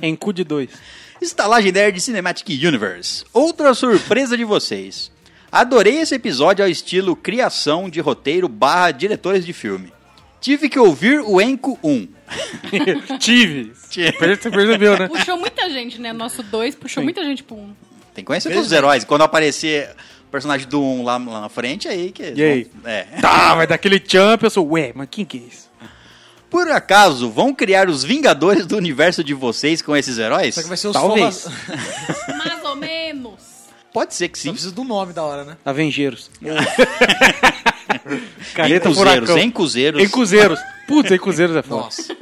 Em cu de dois.
Estalagem Nerd Cinematic Universe. Outra surpresa de vocês. Adorei esse episódio ao estilo criação de roteiro barra diretores de filme. Tive que ouvir o Enco 1.
Tive.
Tive.
Você percebeu, né?
Puxou muita gente, né? Nosso dois puxou muita gente pro um.
Tem que conhecer todos os heróis. Quando aparecer o personagem do 1 lá, lá na frente, aí que...
E aí?
É.
Tá, vai daquele jump, eu sou, ué, mas quem que é isso?
Por acaso, vão criar os Vingadores do universo de vocês com esses heróis?
Só que vai ser os
Talvez.
formas-
Mais ou menos.
Pode ser que
Só
sim.
precisa do nome da hora, né?
Avengeiros. É. Careta
Encuzeiros,
furacão.
Encuzeiros.
Encuzeiros. Putz, Encuzeiros é foda.
Nossa.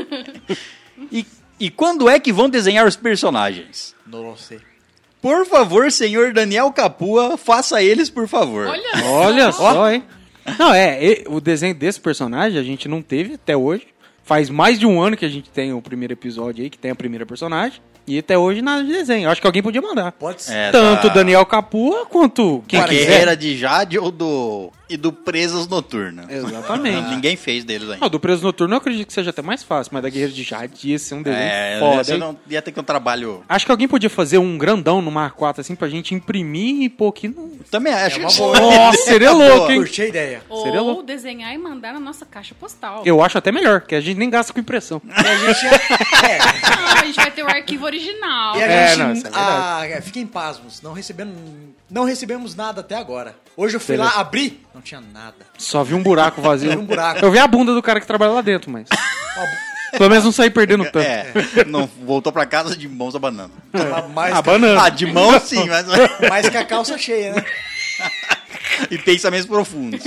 E, e quando é que vão desenhar os personagens?
não sei.
Por favor, senhor Daniel Capua, faça eles, por favor.
Olha,
Olha só, hein? Não, é, e- o desenho desse personagem a gente não teve até hoje. Faz mais de um ano que a gente tem o primeiro episódio aí, que tem a primeira personagem. E até hoje nada de desenho. Eu Acho que alguém podia mandar.
Pode ser.
É,
Tanto
da-
Daniel Capua quanto quem
da
quiser.
Guerreira de Jade ou do. e do Presas Noturnas.
É, Exatamente.
Ninguém fez deles ainda.
Não, do Preso Noturno eu acredito que seja até mais fácil, mas da Guerreiro de Jade ia ser um desenho
É,
foda.
você
hein?
não ia ter que um trabalho.
Acho que alguém podia fazer um grandão no Mark 4 assim pra gente imprimir e pôr aqui no.
Também acho
É uma
que
boa.
Nossa, seria É. louco, hein?
Curti a ideia.
Ou
Seria louco.
desenhar e mandar na nossa caixa postal.
Eu acho até melhor, que a gente nem gasta com impressão.
E a gente. É,
Não, Ah, a gente vai ter o arquivo original.
e a
É,
gente
não, isso é
ah, é, fiquem pasmos. Não recebemos, não recebemos nada até agora. Hoje eu fui
Beleza.
lá, abri, não tinha nada.
Só vi um buraco vazio.
Vi um buraco.
Eu vi a bunda do cara que trabalha lá dentro, mas. Pelo menos não saí perdendo tanto.
É, não voltou pra casa de mãos abanando.
Tava Tá mais,
A
Ah,
banana.
de mão sim, mas.
mais que a calça cheia, né?
e pensamentos profundos.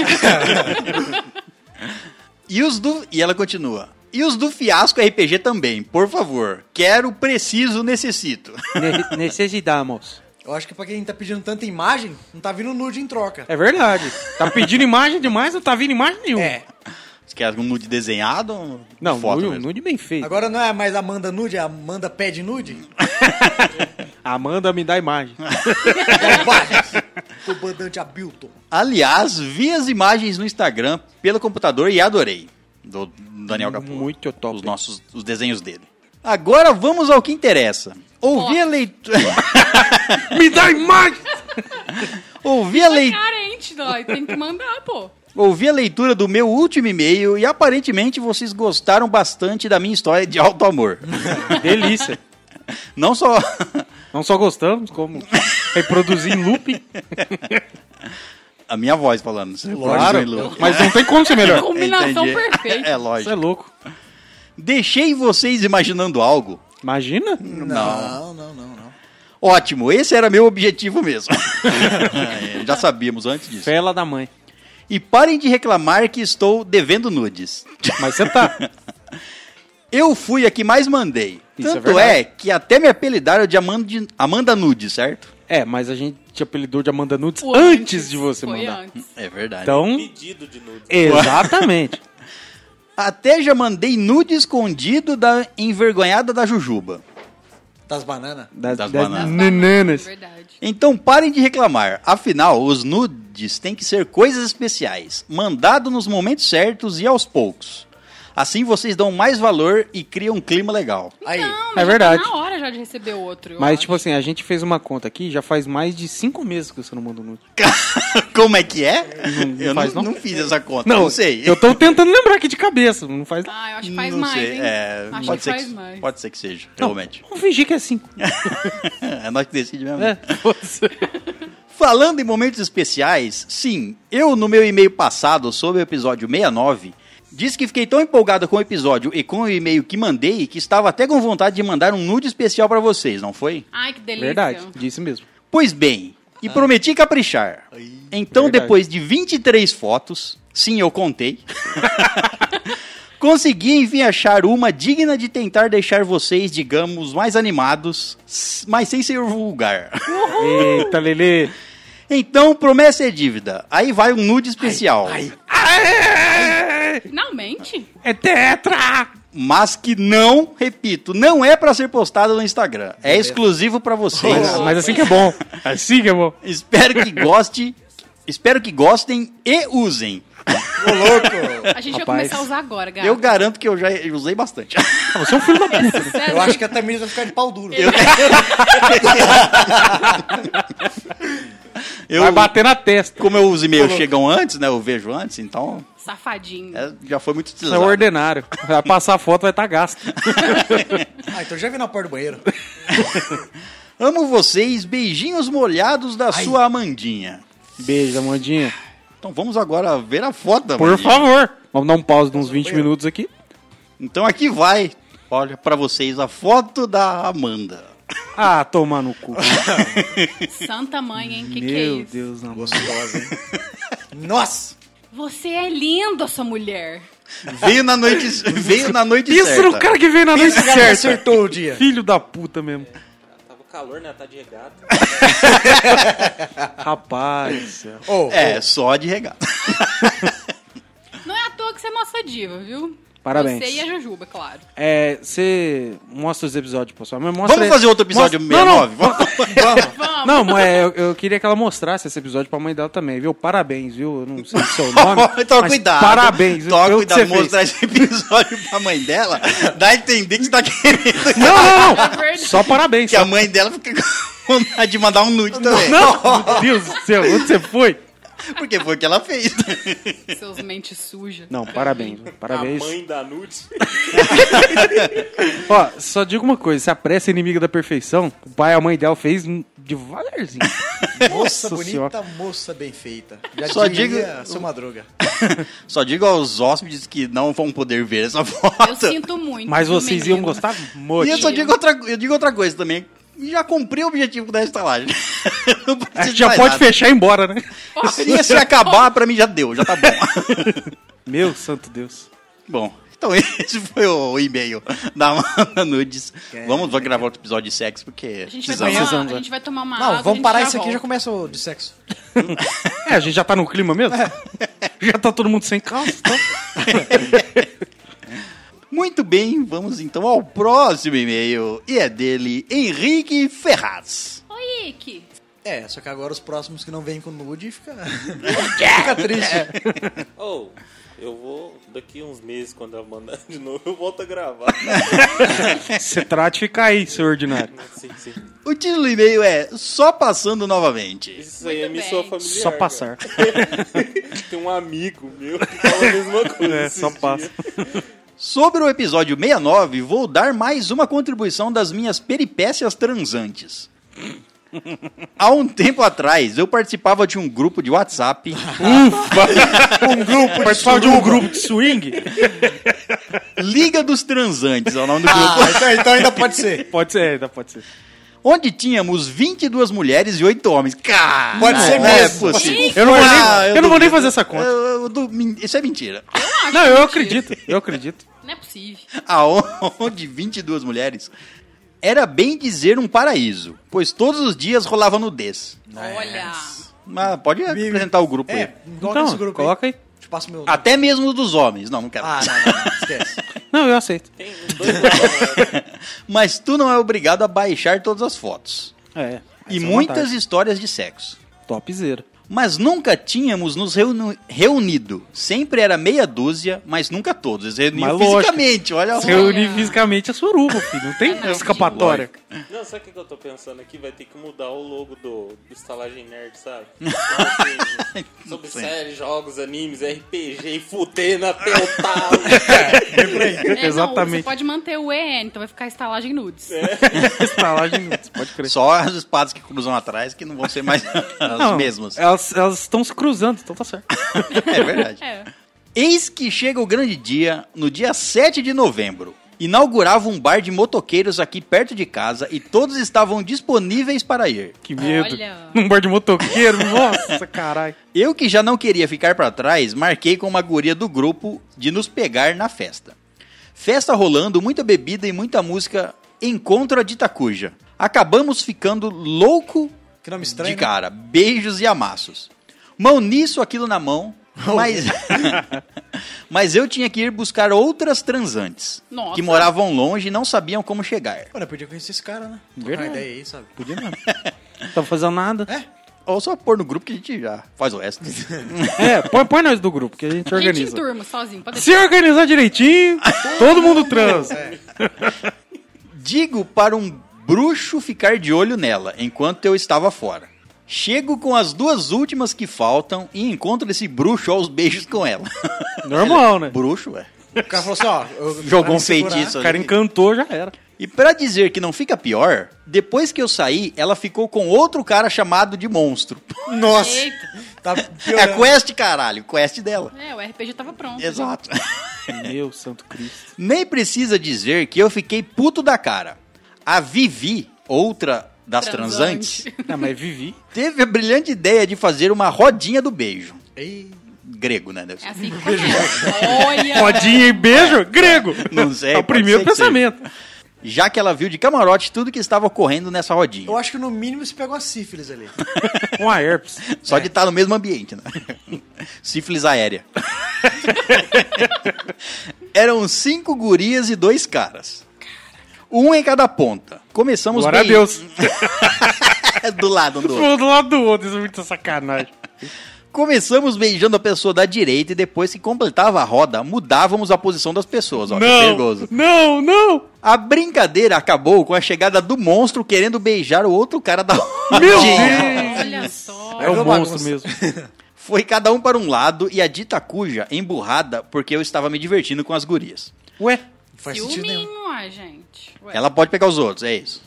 e os do. E ela continua. E os do fiasco RPG também, por favor. Quero, preciso, necessito.
Ne- Necessitamos.
Eu acho que pra quem tá pedindo tanta imagem, não tá vindo nude em troca.
É verdade. Tá pedindo imagem demais, não tá vindo imagem nenhuma.
É.
Você quer um nude desenhado? ou
Não,
foto
nude,
mesmo?
nude bem feito.
Agora não é mais Amanda nude, é Amanda pede nude?
Amanda me dá imagem.
Selvagens. Comandante Abilton.
Aliás, vi as imagens no Instagram pelo computador e adorei. Do Daniel Capô.
Muito top.
Os nossos os desenhos dele. Agora vamos ao que interessa. Ouvi a leitura.
me dá imagem!
Ouvi a
Tá
leitura.
carente, dói. Tem que mandar, pô.
Ouvi a leitura do meu último e-mail e aparentemente vocês gostaram bastante da minha história de alto amor.
Delícia.
Não só
Não só gostamos, como reproduzir em loop.
a minha voz falando, você pode dizer, Lu.
Mas não tem como ser melhor.
Combinação
Entendi.
perfeita.
É
Você é
lógico.
louco.
Deixei vocês imaginando algo.
Imagina?
Não, não, não, não.
Ótimo, esse era meu objetivo mesmo. É, Já sabíamos antes disso.
Fela da mãe.
E parem de reclamar que estou devendo nudes.
Mas você tá.
Eu fui a que mais mandei.
Isso é
Tanto
verdade.
é, que até me apelidaram de Amanda, de Amanda Nude, certo?
É, mas a gente te apelidou de Amanda Nudes
O
antes de você
foi
mandar.
antes.
É verdade.
Então,
Pedido de nudes.
exatamente.
Até já mandei nude escondido da envergonhada da Jujuba.
Das bananas.
Das,
Das
das,
bananas.
nenanas.
É Verdade.
Então parem de reclamar. Afinal, os nudes têm que ser coisas especiais, mandado nos momentos certos e aos poucos. Assim vocês dão mais valor e criam um clima legal.
Aí.
Não, mas já
É
tá
verdade.
na hora já de receber o outro. eu
Mas,
acho.
tipo assim, a gente fez uma conta aqui, já faz mais de cinco meses que você não manda um nude.
Como é que é? eu
faz,
não,
não?
não fiz essa conta, não, sei.
Eu tô tentando lembrar aqui de cabeça, não faz nada.
Ah, eu acho que faz
não
mais,
sei.
hein?
É,
acho
pode,
que
ser
faz
que,
mais.
pode ser que seja, realmente.
Vamos fingir que é cinco.
é nós que decidimos mesmo.
É.
Falando em momentos especiais, sim, eu no meu e-mail passado sobre o episódio 69, disse que fiquei tão empolgado com o episódio e com o e-mail que mandei que estava até com vontade de mandar um nude especial pra vocês, não foi?
Ai, que delícia.
Verdade, disse mesmo.
Pois bem, e prometi caprichar. Então,
Verdade.
depois de 23 fotos, sim, eu contei, consegui enfim achar uma digna de tentar deixar vocês, digamos, mais animados, s- mas sem ser vulgar.
Eita, Lele.
Então, promessa é dívida. Aí vai um nude especial.
Finalmente.
É tetra!
Mas que não, repito, não é pra ser postado no Instagram. É exclusivo pra vocês.
Mas assim que é bom. Assim que é bom.
Espero que goste. Espero que gostem e usem.
Ô, louco!
A gente vai
Rapaz.
começar a usar agora, gato.
Eu garanto que eu já usei bastante.
Você é um filho da puta.
Eu acho que a Tamires vai ficar de pau duro. Eu...
Eu,
Vai bater na testa.
como eu uso e-mail chegam antes, né? Eu vejo antes, então
Safadinho.
é, já foi muito
Isso é
utilizado.
ordinário. Vai passar a foto, vai estar gasto.
Ah, então já vi na porta do banheiro.
Amo vocês, beijinhos molhados da sua Amandinha.
Beijo, Amandinha.
Então vamos agora ver a foto da
Por
Amandinha.
favor. Vamos dar um pause de uns 20 minutos aqui.
Então aqui vai. Olha pra vocês a foto da Amanda.
Ah, tomar no cu.
Santa mãe, hein? Que que é
Meu
isso?
Deus, não.
Gostosa, hein? Nossa!
Você é linda, sua mulher.
Veio na noite, veio na noite
Isso
certa.
no cara que veio na noite
Esse cara
certa.
acertou o dia.
Filho da puta mesmo.
Tava calor, né? Tá de regata.
Rapaz. do céu.
Ô,
É, só de regata.
Não é à toa que você é nossa diva, viu?
Parabéns.
Você e a Jujuba, claro.
É, você mostra os episódios pra sua mãe? Mostra
Vamos fazer outro episódio
mostra...
69?
Não, não.
Vamos.
Vamos.
Não, mas é, eu, eu queria que ela mostrasse esse episódio pra mãe dela também, viu? Parabéns, viu? Eu não sei o seu nome.
Então
mas
cuidado.
Parabéns, viu,
Toma
pelo que
cuidado,
você fez.
mostrar esse episódio pra mãe dela, dá a entender que você tá querendo
Não, não,
É
não.
verdade.
Só parabéns.
que a mãe dela fica com vontade de mandar um nude também.
Não, meu Deus do céu, onde você foi?
Porque foi o que ela fez.
Seus mentes sujas.
Não, parabéns, viu? parabéns.
A mãe da nude.
Ó, só digo uma coisa, se a pressa é inimiga da perfeição, o pai e a mãe dela fez um de valerzinho. Nossa
Moça bonita,
Senhora.
moça bem feita. Já
Só
Só diria
digo-
seu Madruga.
Só digo aos hóspedes que não vão poder ver essa
Eu
foto.
sinto muito.
Mas
viu,
vocês iam
menino?
gostar muito.
E eu só digo outra, eu digo outra coisa também. Já cumpri o objetivo da estalagem. Não
A
preciso
gente já
mais
pode
nada.
fechar e ir embora, né?
Se, se acabar, pra mim já deu, já tá bom.
Meu santo Deus.
Bom, então esse foi o e-mail da Amanda Nudes. Vamos, vamos gravar outro episódio de sexo, porque
A gente,
precisamos.
vai tomar,
Precisamos,
a
é.
gente vai tomar uma água.
Não,
Ah, a
vamos
gente
parar isso aqui e
volta.
já começa o de sexo.
É, a gente já tá no clima mesmo? Já tá todo mundo sem calça? então.
Muito bem, vamos então ao próximo e-mail. E é dele, Henrique Ferraz.
Oi, Ike.
É, só que agora os próximos que não vêm com nude fica, fica triste.
Ou, Oh, eu vou, daqui uns meses, quando eu mandar de novo, eu volto a gravar.
Você trate de ficar aí, seu ordinário.
sim, sim.
O título do e-mail é Só Passando Novamente.
Isso aí é
Muito
missão
bem.
familiar.
Só
cara.
passar.
Tem um amigo meu que fala a mesma coisa.
É,
esses
só
dias.
passa.
Sobre o episódio 69, vou dar mais uma contribuição das minhas peripécias transantes. Há um tempo atrás, eu participava de um grupo de WhatsApp
Um grupo, participava de um grupo de swing?
Liga dos Transantes, é o nome do grupo.
Ah.
Ah, então, então ainda pode ser.
Pode ser, ainda pode ser.
onde tínhamos 22 mulheres e 8 homens. Cara,
Pode ser
não é
mesmo.
possível.
Eu não vou nem,
Ah,
eu não vou nem
duvido.
fazer essa conta.
Eu- eu duvi- Isso é mentira.
Ah,
Não,
é
eu acredito, eu acredito.
Não é possível.
aonde 22 mulheres era bem dizer um paraíso, pois todos os dias rolava nudez.
Olha.
Mas pode apresentar o grupo
É,
aí.
coloca
então,
esse grupo
coloca aí.
aí. Te passo meu...
Até mesmo dos homens. Não, não quero.
Ah, não, não, esquece.
Não, eu aceito.
Tem dois lados, né?
Mas tu não é obrigado a baixar todas as fotos.
É.
e
essa é a
muitas
vantagem.
histórias de sexo.
Topzera.
Mas nunca tínhamos nos reuni- reunido. Sempre era meia dúzia, mas nunca todos. Eles reuniam
Mas lógico.
fisicamente, olha
Se
só.
reunir fisicamente é suruba, filho. Não tem escapatória.
Não, sabe o que que eu tô pensando aqui? Vai ter que mudar o logo do, do Estalagem Nerd, sabe? Então, assim, sobre
Sim.
séries, jogos, animes, RPG, e fudendo até o talo.
É, não, você
Exatamente.
pode manter o EN, então vai ficar estalagem nudes.
Estalagem nudes, pode crer.
Só as espadas que cruzam atrás que não vão ser mais as
Não, é
mesmas.
Elas elas estão se cruzando, então tá certo.
É verdade.
É.
Eis que chega o grande dia, no dia 7 de novembro. Inaugurava um bar de motoqueiros aqui perto de casa e todos estavam disponíveis para ir.
Que medo.
Olha.
Num bar de motoqueiro, nossa, caralho.
Eu que já não queria ficar para trás, marquei com uma guria do grupo de nos pegar na festa. Festa rolando, muita bebida e muita música. Encontro a dita cuja. Acabamos ficando louco
Que nome
de
estranho. né?
cara, beijos e amassos. Mão nisso, aquilo na mão, mas mas eu tinha que ir buscar outras transantes
Nossa.
que moravam longe e não sabiam como chegar.
Mano, eu podia conhecer esse cara, né?
Verdade.
Uma ideia aí, sabe?
Podia não. Tava fazendo nada.
É? Ou só pôr no grupo que a gente já faz o resto.
É, põe, põe nós do grupo, que a gente
Gente,
organiza.
durma sozinho. Pode
Se
deixar.
organizar direitinho, todo mundo transa.
É. Digo para um bruxo ficar de olho nela enquanto eu estava fora. Chego com as duas últimas que faltam e encontro esse bruxo aos beijos com ela.
Normal, né?
bruxo, é.
O cara falou assim, ó... eu-
Jogou
pra
um
me segurar,
feitiço.
O cara encantou, já era.
E pra dizer que não fica pior, depois que eu saí, ela ficou com outro cara chamado de monstro.
Nossa.
Eita.
Tá
É a
piorando.
quest, caralho, quest dela.
É, o RPG tava pronto.
Exato.
Meu santo Cristo.
Nem precisa dizer que eu fiquei puto da cara. A Vivi, outra das transantes,
Transante.
Ah, mas Vivi.
teve a brilhante ideia de fazer uma rodinha do beijo.
Ei,
Grego, né? Deve ser.
É assim que começa. Olha.
Rodinha e beijo? Grego!
É. Não sei,
É o
pode
primeiro
ser que seja.
pensamento.
Já que ela viu de camarote tudo que estava ocorrendo nessa rodinha.
Eu acho que no mínimo você pegou a sífilis ali.
Uma Um herpes.
Só
é.
de estar no mesmo ambiente, né? Sífilis aérea. Eram cinco gurias e dois caras. Um em cada ponta. Começamos
Glória a
bem-
Deus.
do lado um do outro.
Um do lado do outro, isso é muita sacanagem.
Começamos beijando a pessoa da direita e depois que completava a roda, mudávamos a posição das pessoas. Ó, que perigoso.
Não, não, não!
A brincadeira acabou com a chegada do monstro querendo beijar o outro cara da rodinha.
Meu
Olha só.
É um
uma
monstro
bagunça.
mesmo.
Foi cada um para um lado e a dita cuja emburrada porque eu estava me divertindo com as gurias.
Ué,
Não faz sentido nenhum.
Ciúminho, ah, gente. Ué.
Ela pode pegar os outros, é isso.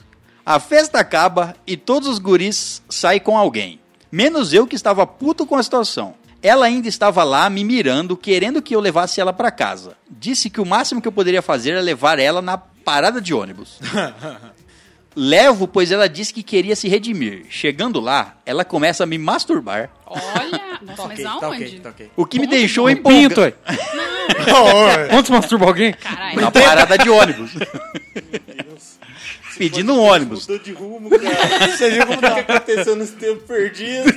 A festa acaba e todos os guris saem com alguém. Menos eu que estava puto com a situação. Ela ainda estava lá me mirando, querendo que eu levasse ela para casa. Disse que o máximo que eu poderia fazer era levar ela na parada de ônibus. Levo, pois ela disse que queria se redimir. Chegando lá, ela começa a me masturbar,
Olha. Nossa, mas
tá
aonde?
ok, tá ok.
o que me
Onde?
deixou
um pinto,
empolgado
ué. Quanto masturba alguém?
Caralho.
na parada de ônibus. Pedindo um ônibus.
Mudou de rumo, cara.
Você viu como
O que
tá?
aconteceu nesse tempo perdido?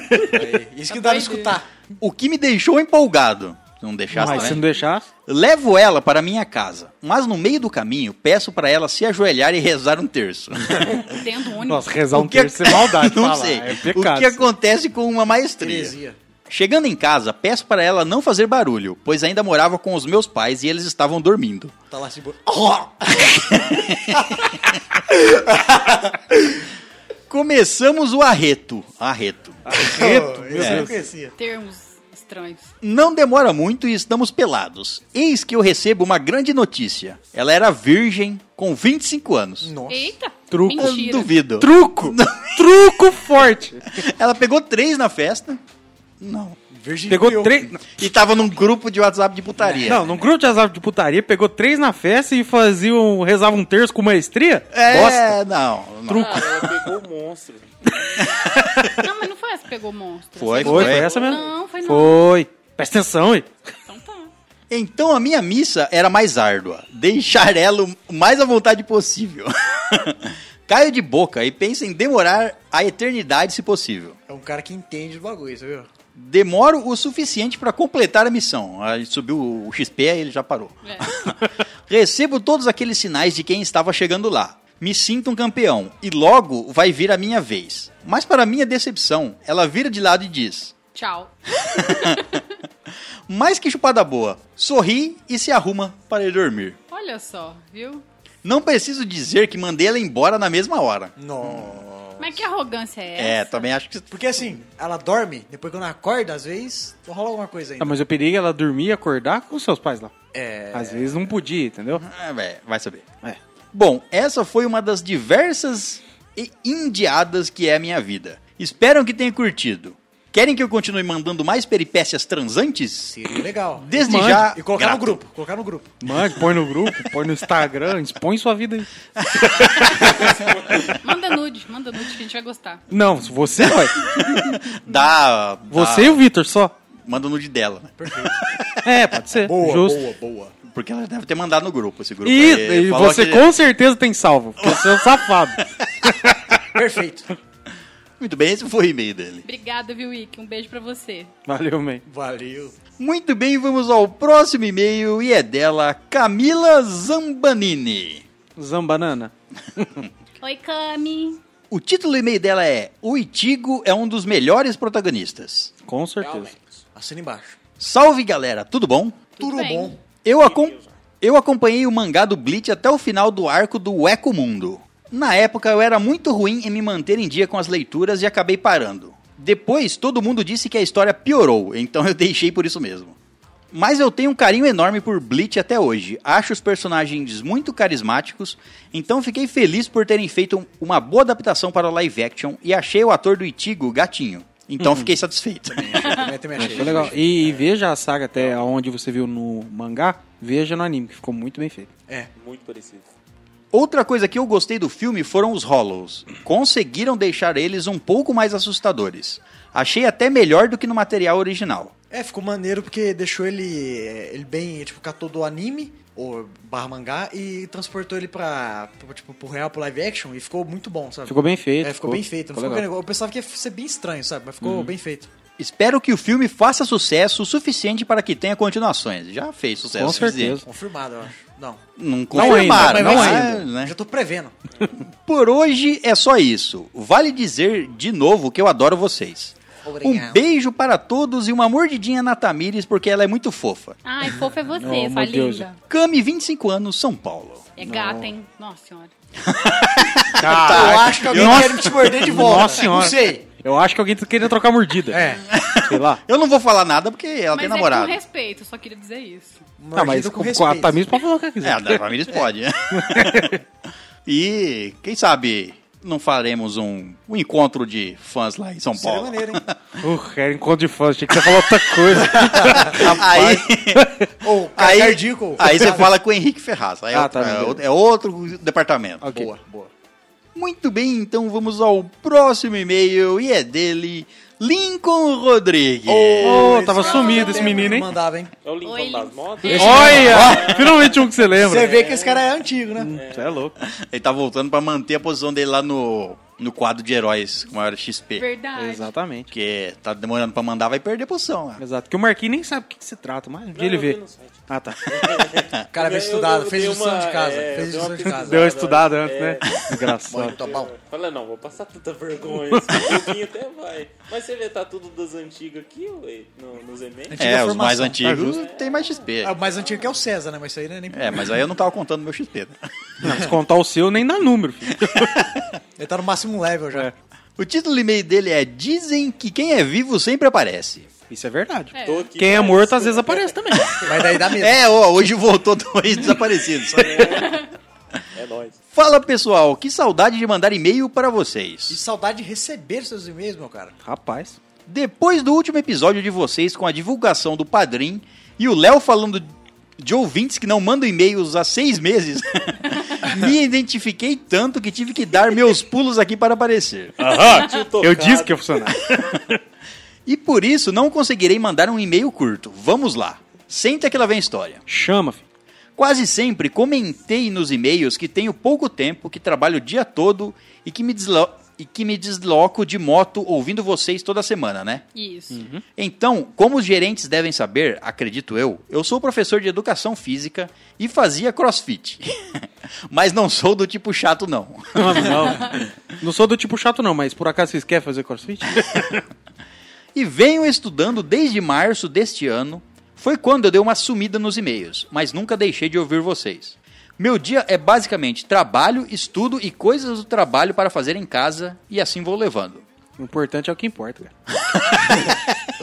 Isso que dá pra
doido.
escutar.
O que me deixou empolgado. Se Não deixasse
Mas
também.
né?
se não deixar,
Levo ela para minha casa, mas no meio do caminho peço para ela se ajoelhar e rezar um terço.
Dentro do ônibus.
nossa, rezar um
que-
terço é maldade.
Não
falar.
sei.
É
o
pecado.
que acontece com uma maestria.
Heresia.
Chegando em casa, peço para ela não fazer barulho, pois ainda morava com os meus pais e eles estavam dormindo.
Tá lá assim... bo-
Começamos o arreto. Arreto.
Reto, eu não conhecia.
Termos estranhos.
Não demora muito e estamos pelados. Eis que eu recebo uma grande notícia. Ela era virgem com 25 anos.
Nossa.
Eita.
Truco.
Eu
Mentira.
duvido.
Truco! Truco forte!
Ela pegou três na festa. Não.
Virgínia
Pegou
Pio.
três.
E tava num grupo de WhatsApp de putaria.
Não, num grupo de azar de putaria, pegou três na festa e fazia um, rezava um terço com maestria?
É,
Bosta.
não. não.
Cara, ela pegou o monstro.
Não, mas não foi essa que pegou o monstro.
Foi,
Foi,
foi.
foi essa mesmo?
Não, foi não.
Foi. Presta atenção, hein?
Então tá.
Então a minha missa era mais árdua. Deixar ela o mais à vontade possível. Caio de boca e pensa em demorar a eternidade se possível.
É um cara que entende do bagulho, você viu?
Demoro o suficiente para completar a missão. Aí subiu o XP, aí ele já parou.
É.
Recebo todos aqueles sinais de quem estava chegando lá. Me sinto um campeão e logo vai vir a minha vez. Mas para minha decepção, ela vira de lado e diz:
Tchau.
"Mais que chupada boa". Sorri e se arruma para ir dormir.
Olha só, viu?
Não preciso dizer que mandei ela embora na mesma hora.
Não.
Mas que arrogância é
É,
essa?
também acho que
Porque assim, ela dorme, depois quando acorda, às vezes, rola alguma coisa ainda.
Ah, mas eu perigo ela dormir e acordar com seus pais lá.
É.
Às vezes não podia, entendeu?
Ah, vé, vai saber.
É.
Bom, essa foi uma das diversas e indiadas que é a minha vida. Espero que tenha curtido. Querem que eu continue mandando mais peripécias transantes?
Seria legal.
Desde
Mande.
já.
E colocar
grato.
no grupo, colocar no grupo.
Mande, põe no grupo, põe no Instagram, expõe sua vida aí.
Manda nude, manda nude que a gente vai gostar.
Não, você vai.
Dá. dá-
Você e o Vitor só.
Manda o nude dela, né?
Perfeito.
É, pode ser.
Boa,
Justo.
boa, É, boa.
Porque ela deve ter mandado no grupo esse grupo.
E,
aí.
e
Falou
você
que-
com certeza tem salvo, porque você é um safado.
Perfeito.
Muito bem, esse foi o e-mail dele.
Obrigada, viu, Ick? Um beijo pra você.
Valeu, man.
Valeu.
Muito bem, vamos ao próximo e-mail e é dela, Camila Zambanini.
Zambanana.
Oi, Cami.
O título do e-mail dela é O Itigo é um dos melhores protagonistas.
Com certeza.
Realmente.
Assina embaixo.
Salve galera, tudo bom?
Tudo,
bem.
bom.
Eu, acom- eu acompanhei o mangá do Bleach até o final do arco do Eco Mundo. Na época eu era muito ruim em me manter em dia com as leituras e acabei parando. Depois todo mundo disse que a história piorou, então eu deixei por isso mesmo. Mas eu tenho um carinho enorme por Bleach até hoje. Acho os personagens muito carismáticos, então fiquei feliz por terem feito um- uma boa adaptação para o live action e achei o ator do Itigo gatinho. Então fiquei satisfeito.
Também, também achei.
Foi legal. E, e veja a saga até onde você viu no mangá, veja no anime, que ficou muito bem feito.
É.
Muito parecido.
Outra coisa que eu gostei do filme foram os Hollows. Conseguiram deixar eles um pouco mais assustadores. Achei até melhor do que no material original.
É, ficou maneiro porque deixou ele, é, ele bem, tipo, catou do anime, ou barra mangá, e transportou ele pra, pro- tipo, pro real, pro live action, e ficou muito bom, sabe?
Ficou bem feito.
É, ficou bem feito. Não
ficou
ficou
legal. Uhum.
aquele- eu pensava que ia ser bem estranho, sabe? Mas ficou bem feito.
Espero que o filme faça sucesso o suficiente para que tenha continuações. Já fez sucesso.
Com
o suficiente.
certeza.
Confirmado, eu acho. Não.
Não confirmaram,
ainda, mas
não
vai
é, né?
Já tô prevendo.
Por hoje é só isso. Vale dizer de novo que eu adoro vocês. Um
Obrigado.
beijo para todos e uma mordidinha na Tamires porque ela é muito fofa.
Ai, fofa é você,
Oh,
sua
meu Deus.
linda.
Cami, 25 anos, São Paulo.
É gata, hein? Nossa senhora.
Ah, eu acho que alguém
Nossa.
quer me te morder de volta.
Nossa senhora.
Não sei.
Eu acho que alguém tá querendo trocar mordida.
É.
Sei lá.
Eu não vou falar nada porque ela
mas
tem
é
namorado.
com respeito, eu só queria dizer isso.
Tá, mas
Mordida
com,
com
com a
respeito.
Tamiris pode falar o que
É,
quiser.
a da família pode, né? e quem sabe não faremos um, um encontro de fãs lá em São
Seria
Paulo.
maneiro, hein?
Uh, era encontro de fãs, tinha que você falar outra coisa.
Aí,
Ou cara
aí,
cardíaco.
aí você fala com o Henrique Ferraz. Aí é
Ah,
outro-
tá,
é,
beleza.
outro, é outro departamento.
Ok.
Boa, boa.
Muito bem, então vamos ao próximo e-mail e é dele, Lincoln Rodrigues.
Ô,
Esse
tava
cara
sumido
fazia
esse
tempo que
menino,
não
hein?
Mandava, hein?
É o Lincoln
Oi,
das
Lincoln.
modas?
Beijo.
Olha! Finalmente um que você lembra.
Você vê que esse cara é antigo, né?
Você é louco.
Ele tá voltando pra manter a posição dele lá no, no quadro de heróis com maior XP.
Verdade.
Exatamente.
Porque tá demorando pra mandar, vai perder posição. Né?
Exato. Que o Marquinhos nem sabe o que, que se trata, mas um dia ele
eu vi
vê.
no site.
Ah, tá.
O cara bem
Eu- eu-
estudado,
eu
fez
dei
lição
uma-
de casa.
é, eu
fez
dei uma
lição de casa.
Deu uma estudada antes, né?
Mano,
Desgraçado.
tá bom.
Fala, não, vou passar tanta vergonha. Esse pouquinho até vai. Mas você vê, tá tudo das antigas aqui, ué, no, nos e-mails.
Antiga
É, os
formação.
mais
Tá
antigos
justo. Tá
tem mais XP.
Ah, o mais antigo que é o César, né? Mas isso aí não é nem.
É, mas aí eu não tava contando meu XP. né?
Não, se contar o seu, nem dá número, filho.
Ele tá no máximo level já.
É.
O título do e-mail dele é Dizem que quem é vivo sempre aparece.
Isso é verdade.
É.
Tô aqui
Quem é
pra
morto
isso.
às vezes aparece também.
Mas daí dá medo.
É, ó, hoje voltou dois desaparecidos.
É nóis.
Fala pessoal, que saudade de mandar e-mail para
E
vocês.
saudade de receber seus e-mails, meu cara.
Rapaz.
Depois do último episódio de vocês com a divulgação do Padrim e o Léo falando de ouvintes que não mandam e-mails há seis meses, me identifiquei tanto que tive que dar meus pulos aqui para aparecer.
Aham,
Eu disse que é ia funcionar.
E por isso não conseguirei mandar um e-mail curto. Vamos lá. Senta que lá vem história.
Chama, filho.
Quase sempre comentei nos e-mails que tenho pouco tempo, que trabalho o dia todo e que me deslo- e que me desloco de moto ouvindo vocês toda semana, né?
Isso.
Então, como os gerentes devem saber, acredito eu, eu sou professor de educação física e fazia crossfit. Mas não sou do tipo chato, não.
Não, não. Não sou do tipo chato, não, mas por acaso vocês querem fazer crossfit?
E venho estudando desde março deste ano. Foi quando eu dei uma sumida nos e-mails, mas nunca deixei de ouvir vocês. Meu dia é basicamente trabalho, estudo e coisas do trabalho para fazer em casa, e assim vou levando.
O importante é o que importa, cara.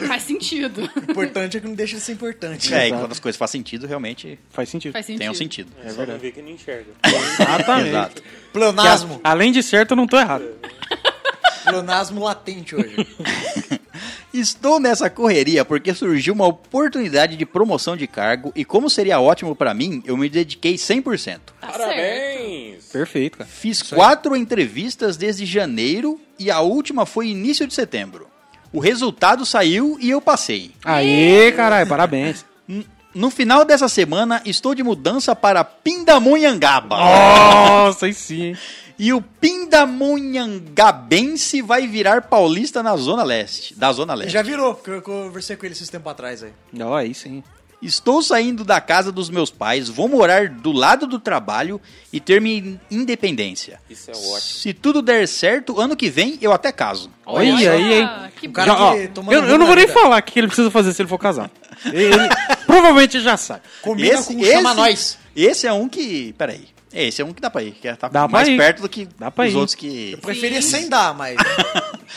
Faz sentido.
O importante é que não deixa de ser importante.
É, e quando as coisas fazem sentido, realmente
Faz sentido.
Faz sentido.
tem um sentido.
É Só não vê que não enxerga.
Tá
Exatamente.
Exato.
Que a-
Pleonasmo.
além de certo, eu não tô errado.
Pleonasmo latente hoje.
Estou nessa correria porque surgiu uma oportunidade de promoção de cargo e como seria ótimo para mim, eu me dediquei 100%.
Tá certo.
Parabéns!
Perfeito, cara.
Fiz quatro entrevistas desde janeiro e a última foi início de setembro. O resultado saiu e eu passei.
Aê, caralho, parabéns.
N- No final dessa semana, estou de mudança para Pindamonhangaba.
Nossa, aí sim. hein?
E o Pindamonhangabense vai virar paulista na Zona Leste. Da Zona Leste.
Já virou, porque eu conversei com ele esses tempos atrás aí.
Ó, aí sim.
Estou saindo da casa dos meus pais, vou morar do lado do trabalho e ter minha independência.
Isso é ótimo.
Se tudo der certo, ano que vem eu até caso.
Olha, aí, hein?
Que
O
bom.
cara
Já, ó,
que tomando
eu, eu
rumo
não
na
vou nem
vida.
falar o que ele precisa fazer se ele for casar. Ele, provavelmente já sabe.
Combina com o Chama Nós.
Esse é um que. Peraí. Esse é um que dá pra ir. Que tá
Dá pra
mais
ir.
perto do que
Dá pra
os
ir.
outros que.
Preferia sem dar, mas.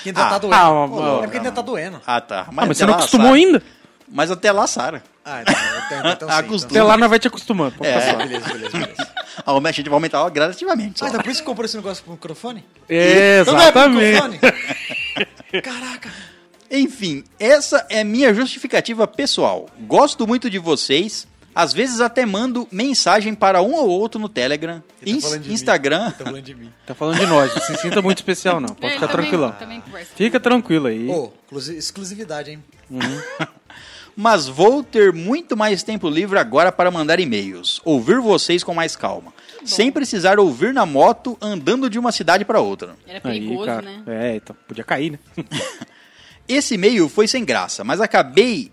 Que ainda
Ah,
tá doendo.
ah,
Pô,
mano.
é porque ainda tá doendo.
Ah, tá.
Ah, mas
até
você não
lá,
acostumou
Sara.
ainda?
Mas até lá, Sara.
Ah, então, então, então, sim,
Acostumou.
Até lá nós vai te acostumando. pode
É.
então.
passar.
Beleza, beleza, beleza.
A a gente vai aumentar gradativamente. só.
Ah, então por isso que comprou esse negócio pro microfone?
Exatamente.
Tá
Então não é pro microfone? Caraca.
Enfim, essa é minha justificativa pessoal. Gosto muito de vocês. Às vezes até mando mensagem para um ou outro no Telegram,
Ele tá
Ins-
falando de mim.
Instagram.
Tá falando de mim.
Tá falando de nós, não se sinta muito especial não.
É,
Pode ficar
também-
tranquilão.
Também conversa.
Fica tranquilo aí.
Pô, exclusi- exclusividade, hein?
Mas vou ter muito mais tempo livre agora para mandar e-mails, ouvir vocês com mais calma, sem precisar ouvir na moto andando de uma cidade para outra.
Era
Aí,
É perigoso,
cara.
né?
É, então, podia cair, né?
Esse e-mail foi sem graça, mas acabei,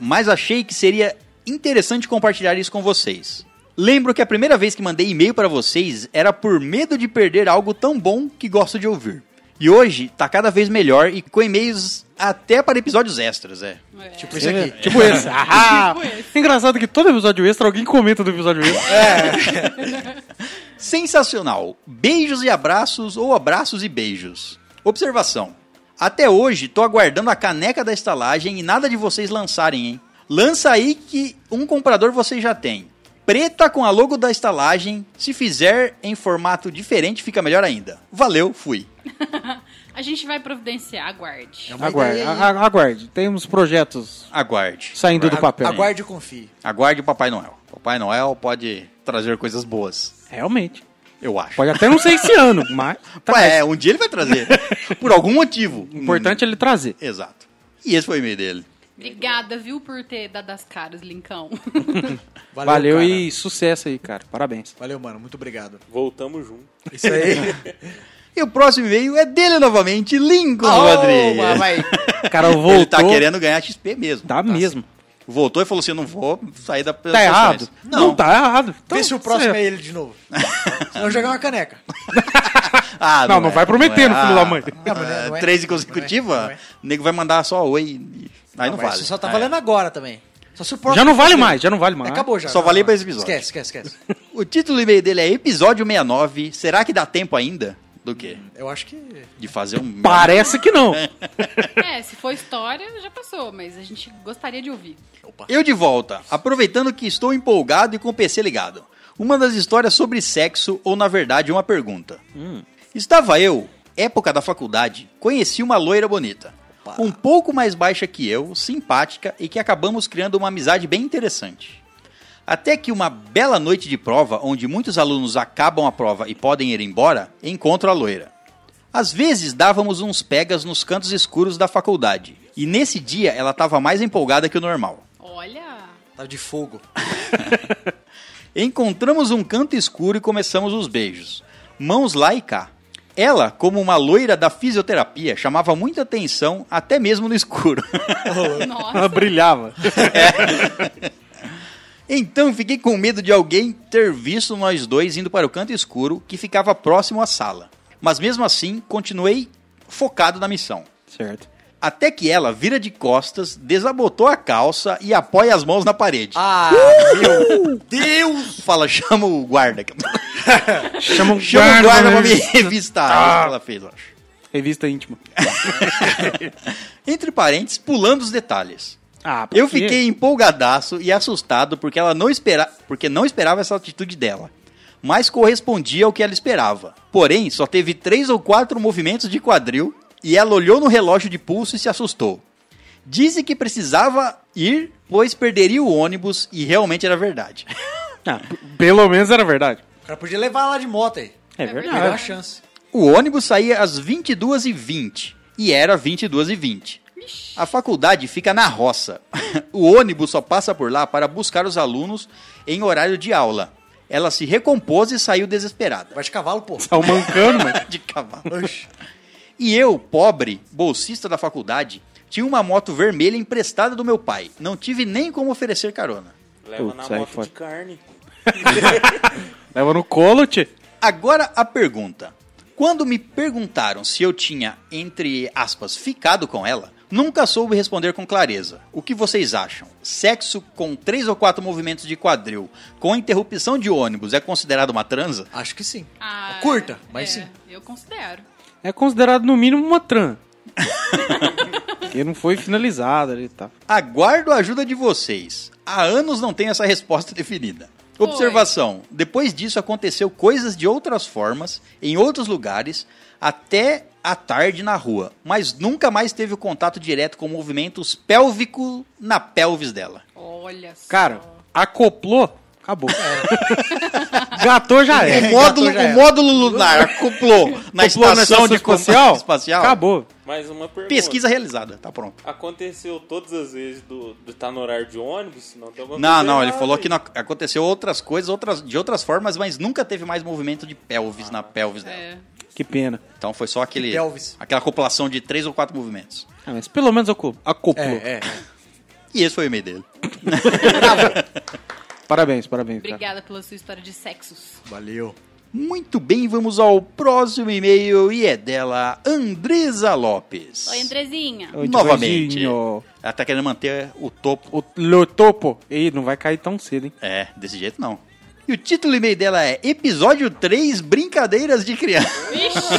mas achei que seria interessante compartilhar isso com vocês. Lembro que a primeira vez que mandei e-mail para vocês era por medo de perder algo tão bom que gosto de ouvir. E hoje tá cada vez melhor e com e-mails até para episódios extras, é.
É.
Tipo isso aqui.
Tipo esse. Ah,
Tipo esse.
Engraçado que todo episódio extra alguém comenta do episódio extra.
Sensacional. Beijos e abraços ou abraços e beijos. Observação. Até hoje tô aguardando a caneca da estalagem e nada de vocês lançarem, hein? Lança aí que um comprador vocês já tem. Preta com a logo da estalagem. Se fizer em formato diferente, fica melhor ainda. Valeu, fui.
A gente vai providenciar, aguarde.
É uma
Aguarde,
ideia aí.
a- a- aguarde. Temos projetos
Aguarde.
saindo do papel.
Aguarde e confie.
Aguarde o Papai Noel. Papai Noel pode trazer coisas boas,
Realmente.
eu acho.
Pode até não ser esse ano, mas tá
Ué, é, um dia ele vai trazer. Por algum motivo.
importante ele trazer.
Exato. E esse foi o e-mail dele.
Obrigada, viu, por ter dado as caras, Lincão.
Valeu,
cara.
e sucesso aí, cara. Parabéns.
Valeu, mano. Muito obrigado.
Voltamos junto.
Isso aí.
E o próximo e-mail é dele novamente, Lincoln Rodrigues.
Oba, vai.
O cara voltou.
Ele tá querendo ganhar XP mesmo.
Tá mesmo.
Voltou e falou assim: eu não vou sair da
Tá errado. Não. tá errado. Então,
Vê se o próximo
você-
é ele de novo. Senão eu jogar uma caneca.
Ah,
Não, não vai prometer no
é.
filho da mãe.
Ah, mas não é- não é.
Três em
Não
consecutiva,
é.
o nego vai mandar só oi. e- Aí não
mas
vale.
Isso só tá
É.
valendo agora também. Só se o próximo
Já
É,
não vale mais, Ah. já não vale mais.
Acabou já.
Só
Não,
valia
não.
pra esse episódio.
Esquece, esquece, esquece.
O título do e-mail dele é Episódio 69. Será que dá tempo ainda? Do quê?
Eu acho que...
De fazer um.
Parece que não.
é, se for história, já passou, mas a gente gostaria de ouvir.
Opa.
Eu de volta, aproveitando que estou empolgado e com o PC ligado. Uma das histórias sobre sexo, ou na verdade, uma pergunta. Estava eu, época da faculdade, conheci uma loira bonita.
Opa.
um pouco mais baixa que eu, simpática e que acabamos criando uma amizade bem interessante. Até que uma bela noite de prova, onde muitos alunos acabam a prova e podem ir embora, encontro a loira. Às vezes dávamos uns pegas nos cantos escuros da faculdade, e nesse dia ela estava mais empolgada que o normal.
Olha.
Tava tá de fogo.
Encontramos um canto escuro e começamos os beijos. Mãos lá e cá. Ela, como uma loira da fisioterapia, chamava muita atenção, até mesmo no escuro.
Ela
Nossa.
brilhava.
Então fiquei com medo de alguém ter visto nós dois indo para o canto escuro que ficava próximo à sala. Mas mesmo assim, continuei focado na missão.
Certo.
Até que ela vira de costas, desabotou a calça e apoia as mãos na parede.
Ah, meu Deus!
Fala, chama o guarda.
Chama um
Chama o guarda pra me
revista.
revistar. É isso que ela fez, eu acho.
Revista íntima.
Entre parênteses, pulando os detalhes.
Ah, por
Eu
quê?
fiquei empolgadaço e assustado porque ela não espera... porque não esperava essa atitude dela. Mas correspondia ao que ela esperava. Porém, só teve três ou quatro movimentos de quadril e ela olhou no relógio de pulso e se assustou. Disse que precisava ir, pois perderia o ônibus e realmente era verdade.
Ah, p- pelo menos era verdade.
O cara podia levar lá de moto aí.
É,
É
verdade.
Melhor
verdade.
chance.
O ônibus saía às 22h20 e era 22h20. A faculdade fica na roça. O ônibus só passa por lá para buscar os alunos em horário de aula. Ela se recompôs e saiu desesperada.
Vai de cavalo, pô.
Tá mancando, mano.
De cavalo.
Oxi.
E eu, pobre, bolsista da faculdade, tinha uma moto vermelha emprestada do meu pai. Não tive nem como oferecer carona.
Leva
Putz,
na
aí
moto
foi.
de carne.
Leva no colo, tio.
Agora a pergunta. Quando me perguntaram se eu tinha, entre aspas, ficado com ela, nunca soube responder com clareza. O que vocês acham? Sexo com três ou quatro movimentos de quadril, com interrupção de ônibus, é considerado uma transa?
Acho que sim.
Ah,
Curta, mas
é,
sim.
Eu considero.
É considerado no mínimo uma tran. Porque não foi finalizada ali, tá?
Aguardo a ajuda de vocês. Há anos não tenho essa resposta definida.
Foi.
Observação: depois disso aconteceu coisas de outras formas, em outros lugares, até à tarde na rua, mas nunca mais teve o contato direto com movimentos pélvico na pelvis dela.
Olha só.
Cara, acoplou, acabou. Gatou
O
já é.
módulo,
já
o
era.
módulo lunar acoplou na estação de combate espacial.
Acabou.
Mais uma pergunta.
Pesquisa realizada, tá pronto. Aconteceu
todas as vezes do, do tá no horário de ônibus? Não, tem alguma
Não,
coisa
não, ele
errada
falou
aí.
que não- aconteceu outras coisas, outras de outras formas, mas nunca teve mais movimento de pelvis na pelvis dela.
É.
Que pena.
Então foi só aquele,
Que pelvis.
aquela acoplação de três ou quatro movimentos.
Ah, mas pelo menos aco- acoplou.
É, é.
E esse foi o e-mail dele.
Parabéns, parabéns. cara.
Obrigada pela sua história de sexos.
Valeu.
Muito bem, vamos ao próximo e-mail e é dela, Andresa Lopes.
Oi, Andrezinha.
Oi,
Novamente.
Jorginho.
Ela tá querendo manter o topo
O Lotopo. Ei, não vai cair tão cedo, hein?
É, desse jeito não. E o título do e-mail dela é Episódio 3 Brincadeiras de Criança.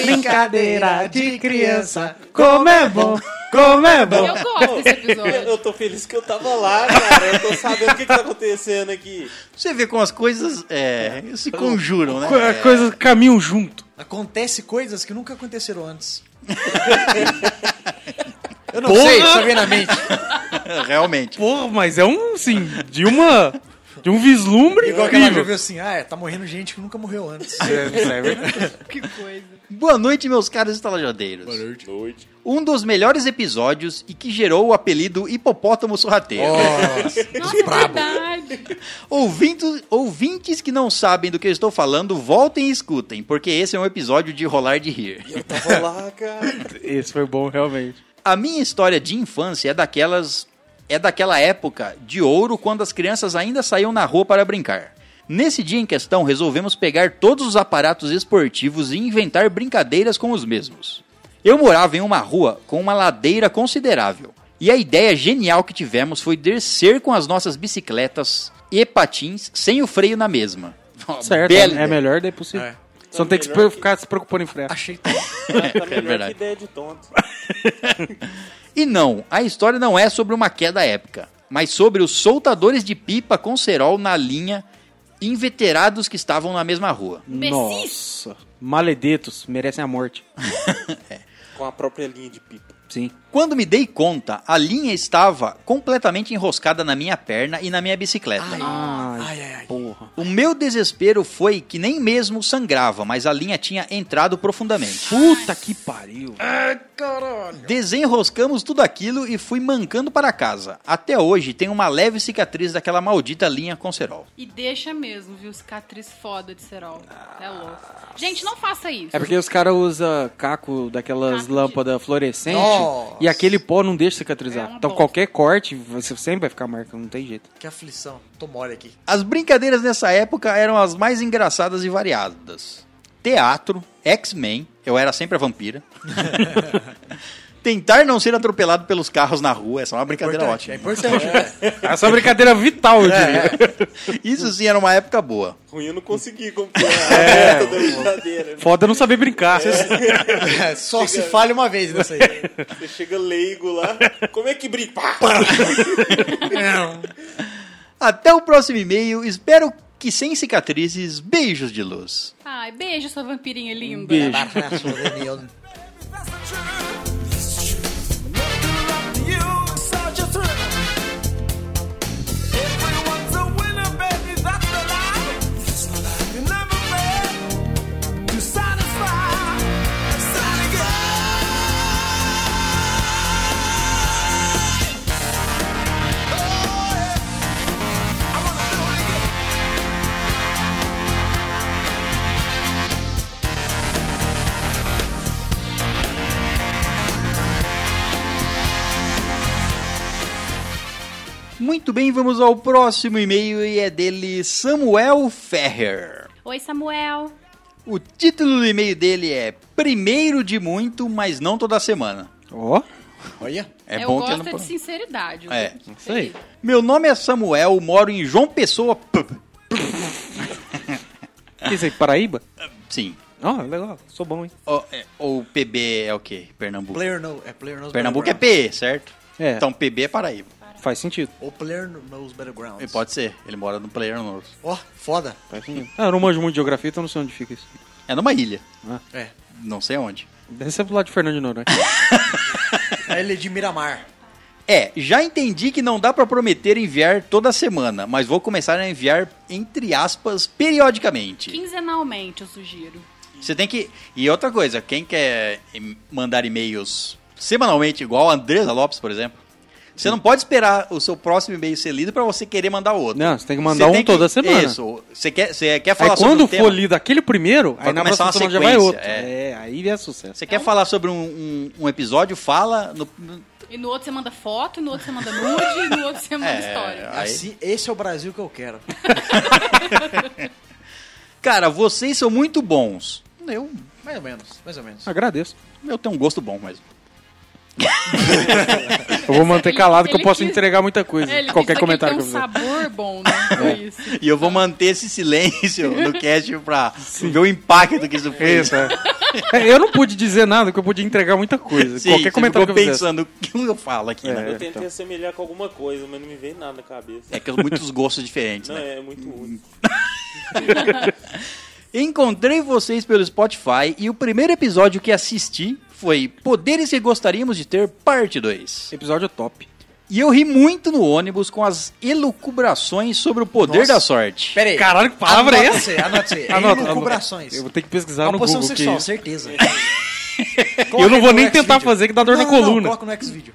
Brincadeira de criança. Como é bom, como é bom.
Eu gosto desse
Eu,
episódio.
eu tô feliz que eu tava lá, cara. Eu tô sabendo o que, que tá acontecendo aqui.
Você vê como as coisas é, se conjuram, né?
Co- é, Coisas caminham junto.
Acontece coisas que nunca aconteceram antes. Eu não sei,
Porra!
só vem na mente.
É, Realmente.
Porra, mas é um, assim, de uma... De um vislumbre
Igual que ela já
incrível.
viu assim, ah, tá morrendo gente que nunca morreu antes.
É. né?
que coisa.
Boa noite, meus caros estalajadeiros.
Noite.
Um dos melhores episódios e que gerou o apelido Hipopótamo Sorrateiro.
Nossa.
Nossa, é verdade.
Ouvindo- ouvintes que não sabem do que eu estou falando, voltem e escutem, porque esse é um episódio de rolar de rir.
Eu tava lá, cara.
Esse foi bom, realmente.
A minha história de infância é daquelas é daquela época de ouro quando as crianças ainda saíam na rua para brincar. Nesse dia em questão, resolvemos pegar todos os aparatos esportivos e inventar brincadeiras com os mesmos. Eu morava em uma rua com uma ladeira considerável, e a ideia genial que tivemos foi descer com as nossas bicicletas e patins sem o freio na mesma.
Certo,
Bela
é
ideia.
melhor daí possível.
É.
Você não tem que se pre- ficar se preocupando em frear.
Achei
Tá
É
melhor
verdade.
que ideia de tonto.
E não, a história não é sobre uma queda épica, mas sobre os soltadores de pipa com cerol na linha, inveterados que estavam na mesma rua.
Nossa. Maledetos merecem a morte.
com a própria linha de pipa.
Sim.
Quando me dei conta, a linha estava completamente enroscada na minha perna e na minha bicicleta.
Ai,
Ai, ai, ai.
porra.
O meu desespero foi que nem mesmo sangrava, mas a linha tinha entrado profundamente.
Puta que pariu.
Desenroscamos tudo aquilo e fui mancando para casa. Até hoje tem uma leve cicatriz daquela maldita linha com cerol.
E deixa mesmo, viu? Cicatriz foda de cerol. É louco. Gente, não faça isso.
Ah. É porque os caras usam caco daquelas
Caco de-
lâmpadas fluorescentes
Nossa.
e aquele pó não deixa
É
cicatrizar.
uma
então
bosta.
qualquer corte, você sempre vai ficar marca, não tem jeito.
Que aflição. Tô mole aqui.
As brincadeiras nessa época eram as mais engraçadas e variadas. Teatro, X-Men, eu era sempre a vampira. Tentar não ser atropelado pelos carros na rua, essa é uma brincadeira
Importante,
ótima.
É importante. né?
Essa é uma brincadeira vital, eu
É.
diria.
Isso sim era uma época boa.
Ruim eu não consegui comprar
É.
a meta da brincadeira. né?
Foda não saber brincar.
É, Só se falha uma vez nessa aí.
Você chega leigo lá, como é que brinca? Pá!
Até o próximo e-mail, espero que sem cicatrizes, beijos de luz.
Ai, beijo, sua vampirinha linda.
beijo.
Abraço, Daniel.
That's the truth. It's true. Nothing up to you, such a thrill. Everyone's a winner, baby. That's the lie. You never fail to satisfy. Satisfy.
Muito bem, vamos ao próximo e-mail e é dele Samuel Ferrer.
Oi, Samuel.
O título do e-mail dele é Primeiro de muito, mas não toda semana.
Ó,
Olha.
É
eu
bom que
gosto
ele
de
não...
sinceridade.
É,
não
isso aí.
Meu nome é Samuel, moro em João Pessoa. p-
O que isso aí, Paraíba?
Sim.
Ó, legal. Sou bom, hein?
Ou, é, ou PB é o quê? Pernambuco.
Player no. É Player Knows
Pernambuco é
Battlegrounds.
P, certo?
É.
Então PB é Paraíba.
Faz sentido.
Ou Player Knows Battlegrounds.
Pode ser, ele mora no Player North.
Ó, foda.
Faz sentido. Ah, eu não manjo muito de geografia, então não sei onde fica isso.
É numa ilha,
É.
não sei onde.
Deve ser pro lado de Fernando de Noronha.
A ilha de Miramar.
É, já entendi que não dá pra prometer enviar toda semana, mas vou começar a enviar, entre aspas, periodicamente.
Quinzenalmente, eu sugiro.
Você tem que. E outra coisa, quem quer em- mandar e-mails semanalmente, igual a Andresa Lopes, por exemplo, você não pode esperar o seu próximo e-mail ser lido pra você querer mandar outro.
Não, você tem que mandar um toda semana.
Isso. Você quer, você quer falar
Aí
sobre
quando
um tema?
for lido aquele primeiro, aí
Vai
na
começar
próxima
uma
semana já vai outro.
sequência,
É, aí é sucesso.
Você quer falar sobre um, um- um episódio, fala. No, no-
E no outro você manda foto, e no outro você manda nude, e no outro você manda
É,
história.
Aí.
Assim, esse é o Brasil que eu quero.
Cara, vocês são muito bons. Eu,
Mais ou menos, mais ou menos.
Agradeço.
eu tenho um gosto bom mesmo.
Eu vou manter
Ele-
calado que eu
ele
posso
quis- É,
entregar muita é, coisa.
Ele
qualquer
quis
comentário que eu É.
aquele ter um
fizer.
sabor bom, né? Foi isso.
E eu vou
Ah.
manter esse silêncio no cast pra ver o impacto que isso fez.
Isso, é. É, Eu não pude dizer nada, porque eu podia entregar muita coisa.
Sim,
qualquer
você
comentário que
ficou
eu fizesse.
pensando o que eu falo aqui,
É.
né?
Eu tentei
então.
assemelhar com alguma coisa, mas não me veio nada na cabeça.
É que eu muitos gostos diferentes,
Não,
né?
é muito único.
Encontrei vocês pelo Spotify e o primeiro episódio que assisti foi Poderes que Gostaríamos de Ter, parte 2.
Episódio top.
E eu ri muito no ônibus com as elucubrações sobre o poder
Nossa.
da sorte.
Pera aí.
Caralho, que palavra é
anota
essa?
Você, anota você.
Anota, anota.
Elucubrações.
Eu vou ter que pesquisar
É uma
no
posição
Google. que
sexual,
isso-
certeza.
Eu não
Coloca
vou
no
nem tentar
Xvideo.
fazer, que dá dor
Não,
na
não, não,
coluna.
Coloca no X-Video.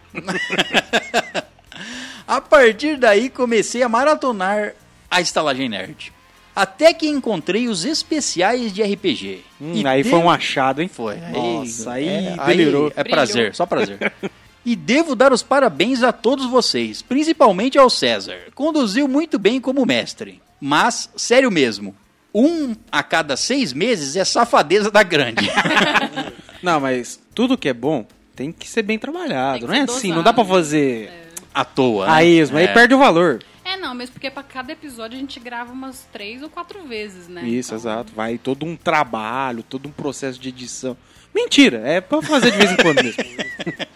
A partir daí comecei a maratonar a Estalagem Nerd. Até que encontrei os especiais de RPG.
Hum, aí foi um achado, hein?
Foi. Aí-
Nossa, aí
é,
delirou.
é prazer, só prazer. E devo dar os parabéns a todos vocês, principalmente ao César. Conduziu muito bem como mestre. Mas, sério mesmo, um a cada seis meses é safadeza da grande.
Não, mas tudo que é bom tem que ser bem
Tem
trabalhado.
que
Não é
ser dosado.
assim,
né?
não dá pra fazer
à toa. né?
a esmo. Aí
É.
perde o valor.
É, não, mesmo porque pra cada episódio a gente grava umas três ou quatro vezes, né?
Isso,
Então,
exato. Vai todo um trabalho, todo um processo de edição. Mentira, é pra fazer de vez em quando mesmo.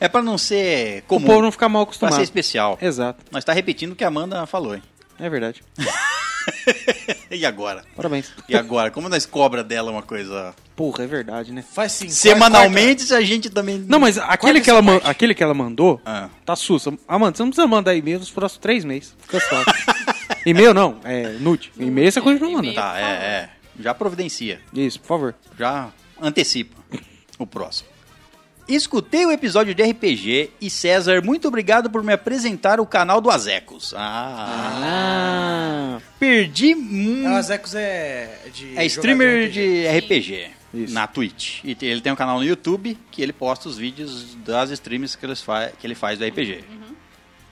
É pra não ser
o
comum,
povo não É. ficar mal
pra
acostumado.
ser especial.
Exato,
Nós tá repetindo o que a Amanda falou, hein?
é verdade.
e agora?
Parabéns.
E agora? Como nós cobra dela uma coisa?
Porra, é verdade, né?
Faz sim.
Semanalmente a gente também.
Não, mas aquele
essa
que, ela man-
parte.
aquele que ela mandou,
Ah.
tá sussa. Amanda, você não precisa mandar e-mail nos próximos três meses. Fica suave. e-mail não, é nude. E-mail você continua
E-mail.
mandando.
Tá, é, é. Já providencia.
Isso, por favor.
Já antecipa o próximo. Escutei o episódio de RPG e César, muito obrigado por me apresentar o canal do Azecos. Ah,
Ah.
perdi
Quarta-
muito.
um.
Ah, O Azecos é de.
É streamer
jogador
de RPG.
Isso.
Na Twitch. E te- ele tem um canal no YouTube que ele posta os vídeos das streams que, eles fa- que ele faz do RPG.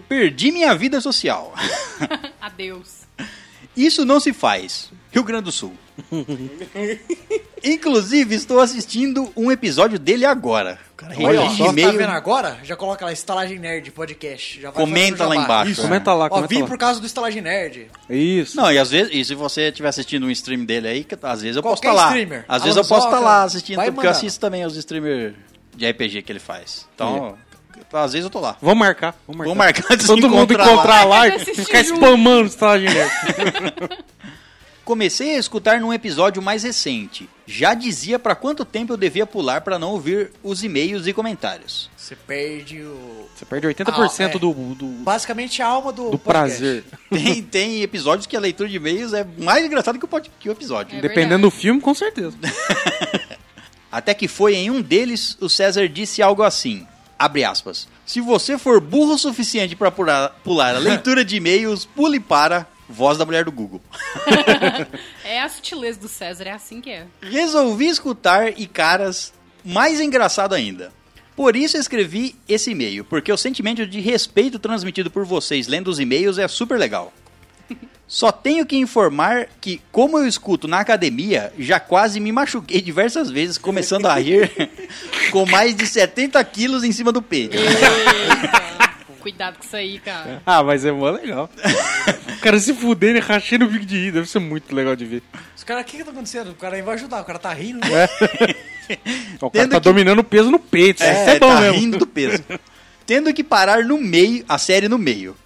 Perdi minha vida social.
Adeus.
Isso não se faz. Rio Grande do Sul. Inclusive, estou assistindo um episódio dele agora. Cara,
Olha,
ele-
ó, só.
e-mail-
tá vendo agora? Já coloca lá, Estalagem Nerd Podcast. Já vai
Comenta
fazer o
lá
jabá.
embaixo. né?
Isso.
Comenta lá,
Ó,
comenta
vim
lá.
por causa do Estalagem Nerd.
Isso.
Não, e às vezes, e se você estiver assistindo um stream dele aí, que às vezes eu
Qualquer
posso estar lá.
streamer. Ah,
Às vezes eu
Alan
posso estar
Zoca,
lá assistindo,
vai
porque eu
mandando.
assisto também os streamers de RPG que ele faz. Então, às vezes eu tô lá.
Vamos marcar, vamos marcar.
Vamos marcar de se
Todo mundo
encontrar
encontrar lá,
Vai
e
assistir
ficar
junto.
spamando estalagem nerd.
Comecei a escutar num episódio mais recente. Já dizia pra quanto tempo eu devia pular pra não ouvir os e-mails e comentários.
Você perde o.
Você perde 80%
Ah, é.
do, do,
Basicamente a alma do.
do
podcast.
prazer.
É
Tem, tem episódios que a leitura de e-mails é mais engraçada que o, pod- que o episódio.
É
Dependendo do filme, com certeza.
Até que foi em um deles, o César disse algo assim, abre aspas, se você for burro o suficiente pra pular, pular a leitura de e-mails, pule para voz da mulher do Google.
É a sutileza do César, é assim que é.
Resolvi escutar e, caras, mais engraçado ainda. Por isso eu escrevi esse e-mail, porque o sentimento de respeito transmitido por vocês lendo os e-mails é super legal. Só tenho que informar que, como eu escuto na academia, já quase me machuquei diversas vezes, começando a rir com mais de 70 quilos em cima do peito.
Eita. Cuidado com isso aí, cara.
Ah, mas é mó legal. o cara se né? fudendo e rachando o bico de rir. Deve ser muito legal de ver.
Os caras, o que que tá acontecendo? O cara aí vai ajudar, o cara tá rindo.
É. Ó, O cara
Tendo
tá
que-
dominando o peso no peito. isso é bom
tá
mesmo.
rindo do peso. Tendo que parar no meio, a série no meio.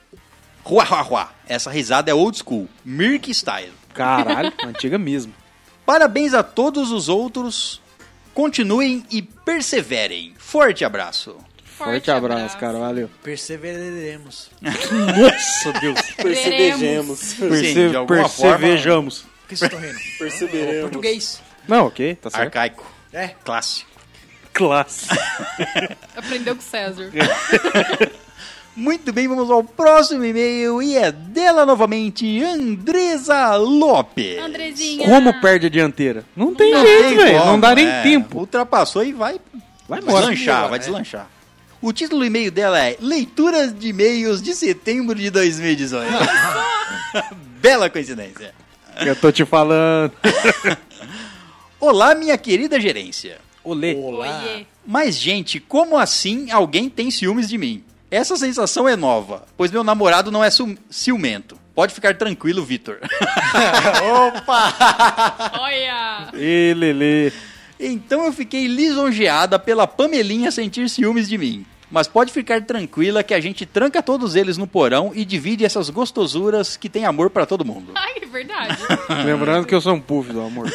Rua, rua, rua. Essa risada é old school, Mirk style.
Caralho, antiga mesmo.
Parabéns a todos os outros. Continuem e perseverem. Forte abraço.
Forte, abraço, cara. Valeu.
Perseveraremos.
Nossa, Deus.
Percebejemos.
Sim, de
Perce...
alguma
Persevejamos.
Por que vocês estão rindo?
Perseveremos.
É Português.
Não, ok, tá certo.
Arcaico.
É.
Clássico.
Classe.
Aprendeu com o César.
Muito bem, vamos ao próximo e-mail e é dela novamente, Andresa Lopes.
Andrezinha.
Como perde a dianteira? Não tem
Não tem
jeito, velho.
como,
Não dá nem
é.
tempo.
Ultrapassou e vai,
Vai embora.
deslanchar, vai
É.
deslanchar. O título do e-mail dela é Leituras de e-mails de setembro de 2018. Bela coincidência.
Eu tô te falando.
Olá, minha querida gerência.
Olê.
Olá.
Oiê.
Mas, gente, como assim alguém tem ciúmes de mim? Essa sensação é nova, pois meu namorado não é cium- ciumento. Pode ficar tranquilo, Vitor.
Olha.
Ê, Lelê.
então eu fiquei lisonjeada pela Pamelinha sentir ciúmes de mim. Mas pode ficar tranquila que a gente tranca todos eles no porão e divide essas gostosuras que tem amor pra todo mundo.
Ai, é verdade.
Lembrando que eu sou um puff do amor.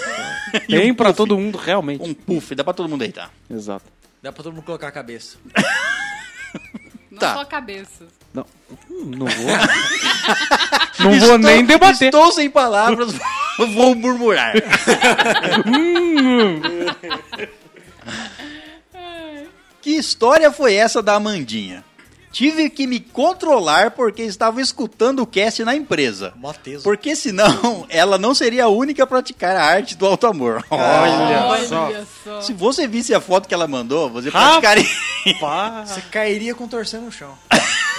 Tem pra todo mundo, realmente.
Um puff, dá pra todo mundo deitar.
Exato.
Dá pra todo mundo colocar a cabeça.
Não
Tá.
só a cabeça.
Não, Hum, não vou. não vou nem debater.
Estou sem palavras, vou murmurar. que história foi essa da Amandinha? Tive que me controlar porque estava escutando o cast na empresa.
Mó teso.
Porque senão ela não seria a única a praticar a arte do alto amor.
Olha
Olha só.
Se você visse a foto que ela mandou, você
Rapaz.
praticaria.
Pá.
Você cairia contorcendo no chão.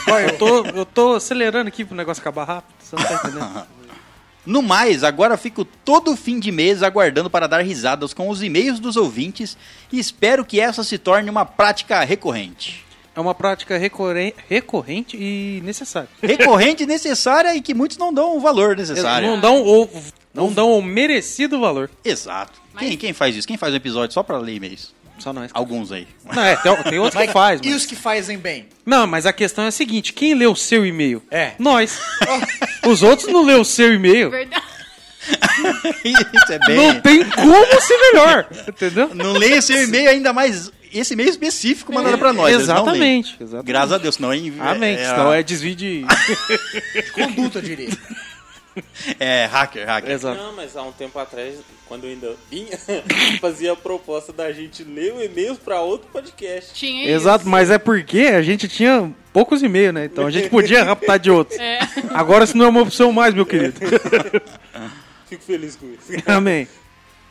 Eu tô, eu tô acelerando aqui pro negócio acabar rápido. Você não tá entendendo.
No mais, agora fico todo fim de mês aguardando para dar risadas com os e-mails dos ouvintes e espero que essa se torne uma prática recorrente.
É uma prática recorren- recorrente e necessária.
Recorrente necessária e que muitos não dão o valor necessário.
Não dão o, não dão o merecido valor.
Exato.
Mas-
Quem, quem faz isso? Quem faz um episódio só para ler e-mails?
Só nós.
Alguns aí.
Não, é, tem, tem outros que faz,
E
mas...
os que fazem bem?
Não, mas a questão é a seguinte, quem leu o seu e-mail?
É.
Nós. Os outros não leu o seu e-mail.
É Verdade.
Isso é bem.
Não tem como ser melhor, entendeu?
Não leia seu e-mail ainda mais. Esse e-mail específico mandado pra nós. eles não leem.
Exatamente, exatamente.
Graças a Deus, senão é.
Amém, que
é,
senão é desvio de...
Conduta, eu diria.
é hacker, hacker.
Exato.
Não, mas há um tempo atrás, quando eu ainda vinha, fazia a proposta da gente ler o e-mail pra outro podcast.
Tinha isso.
Exato, mas é porque a gente tinha poucos e-mails, né? Então a gente podia raptar de outros.
É.
Agora isso não é uma opção mais, meu querido.
Fico feliz com isso.
Amém.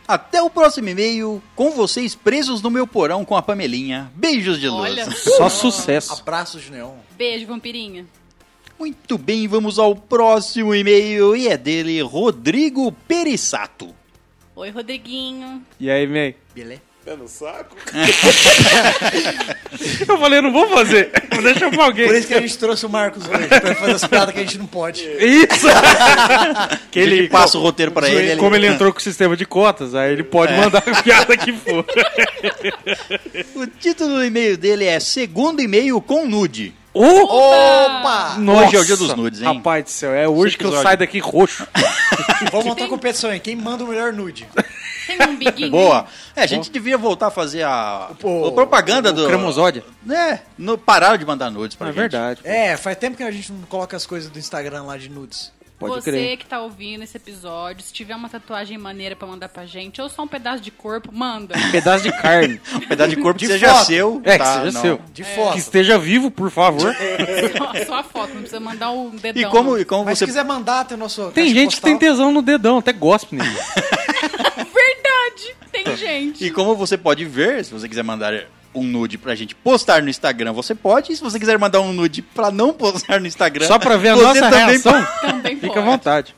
Até o próximo e-mail, com vocês presos no meu porão com a Pamelinha. Beijos de luz.
Olha,
Só sucesso.
Abraços de neon.
beijo, vampirinha.
Muito bem, vamos ao próximo e-mail e é dele, Rodrigo Perissato.
Oi, Rodriguinho.
E aí, May?
Beleza?
Pé Tá no saco?
Eu falei, não vou fazer. Vou deixar pra alguém.
Por isso que a gente trouxe o Marcos hoje, pra fazer as piadas que a gente não
É.
pode.
Isso! que
Ele
ele,
passa o roteiro pra ele.
como ele É. entrou com o sistema de cotas, aí ele pode mandar a piada que for.
O título do e-mail dele é Segundo e-mail com nude.
Oh,
Opa!
nossa!
Hoje é o dia dos nudes, hein?
Rapaz do céu, é hoje que eu
episódio.
saio daqui roxo.
Vamos montar uma competição, hein? Quem manda o melhor nude?
Tem um biguinho?
Boa. É, a gente devia voltar a fazer a,
O-
a propaganda do...
Cremosódia.
É, no, pararam de mandar nudes pra
É
gente.
verdade.
É, faz tempo que a gente não coloca as coisas do Instagram lá de nudes.
Pode
Você
crer.
que tá ouvindo esse episódio, se tiver uma tatuagem maneira pra mandar pra gente, ou só um pedaço de corpo, manda.
Pedaço de carne.
Um pedaço de corpo que
De
seja
foto.
seu.
É,
tá?
que seja
Não.
seu.
De foto.
Que esteja vivo, por favor.
Só, só a foto, não precisa mandar um
E
dedão.
como,
não.
e como
Mas
você...
se quiser mandar, tem o nosso.
Tem
caixa
gente que tem
postal.
tesão no dedão, até gospe nele.
Verdade, tem gente.
E como você pode ver, se você quiser mandar um nude pra gente postar no Instagram, você pode. E se você quiser mandar um nude pra não postar no Instagram...
Só pra ver a
você
nossa
também
reação,
Também
fica à
pode.
vontade.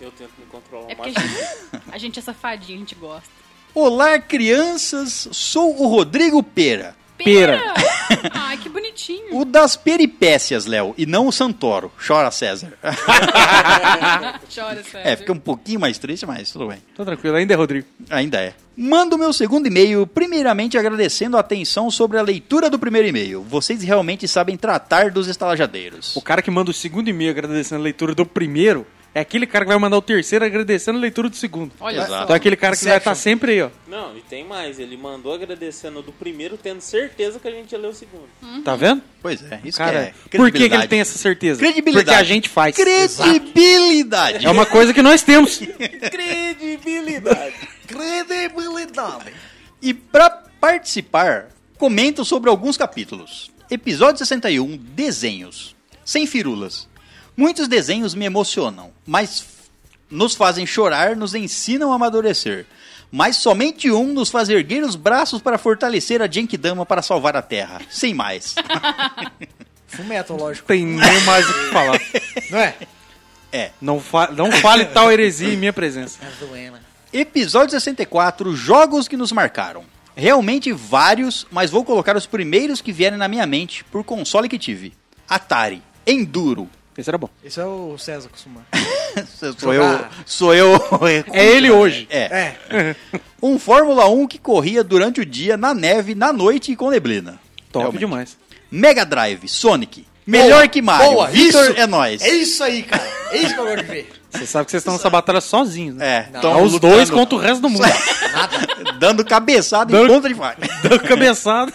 Eu tento me controlar
É
o
porque a
máximo.
gente, a gente é safadinho, a gente gosta.
Olá, crianças! Sou o Rodrigo Pera,
Pera.
Ai, que bonitinho.
o das peripécias, Léo, e não o Santoro. Chora, César.
Chora, sério.
É, fica um pouquinho mais triste, mas tudo bem.
Tô tranquilo, ainda é Rodrigo.
Ainda é. Mando meu segundo e-mail, primeiramente agradecendo a atenção sobre a leitura do primeiro e-mail. Vocês realmente sabem tratar dos estalajadeiros.
O cara que manda o segundo e-mail agradecendo a leitura do primeiro é aquele cara que vai mandar o terceiro agradecendo a leitura do segundo.
Olha
Exato.
Então é aquele cara que vai
Inception.
estar sempre aí, ó.
Não, e tem mais. Ele mandou agradecendo do primeiro, tendo certeza que a gente ia ler o segundo.
Tá vendo?
Pois é, isso
Cara,
que é.
por que, que ele
Uhum. credibilidade.
tem essa certeza?
Credibilidade.
Porque a gente faz.
Credibilidade.
É uma coisa que nós temos.
Credibilidade.
Credibilidade.
E pra participar, comento sobre alguns capítulos. Episódio 61, desenhos. Sem firulas. Muitos desenhos me emocionam, mas f- nos fazem chorar, nos ensinam a amadurecer. Mas somente um nos faz erguer os braços para fortalecer a Genkidama para salvar a Terra. Sem mais.
Fumeto, é, lógico.
Tem nem mais o que falar.
Não é?
Não, fa- não fale tal heresia em minha presença.
É doendo.
Episódio 64, jogos que nos marcaram. Realmente vários, mas vou colocar os primeiros que vierem na minha mente por console que tive. Atari, Enduro.
Esse era bom.
Esse é o César costuma.
Sou eu,
Jogar.
sou eu.
É ele hoje.
É.
É.
Um Fórmula 1 que corria durante o dia, na neve, na noite e com neblina.
Top
Realmente.
demais.
Mega Drive, Sonic. Melhor
Boa,
que Mario.
boa,
Victor
isso.
é nós.
É isso aí, cara. É isso que eu gosto de ver.
Você sabe que vocês estão nessa batalha sozinhos, né?
É,
Não.
tão
Tá os
lutando-
dois contra o resto do mundo.
Dando cabeçada em
Dando-
ponta de faca.
Dando cabeçada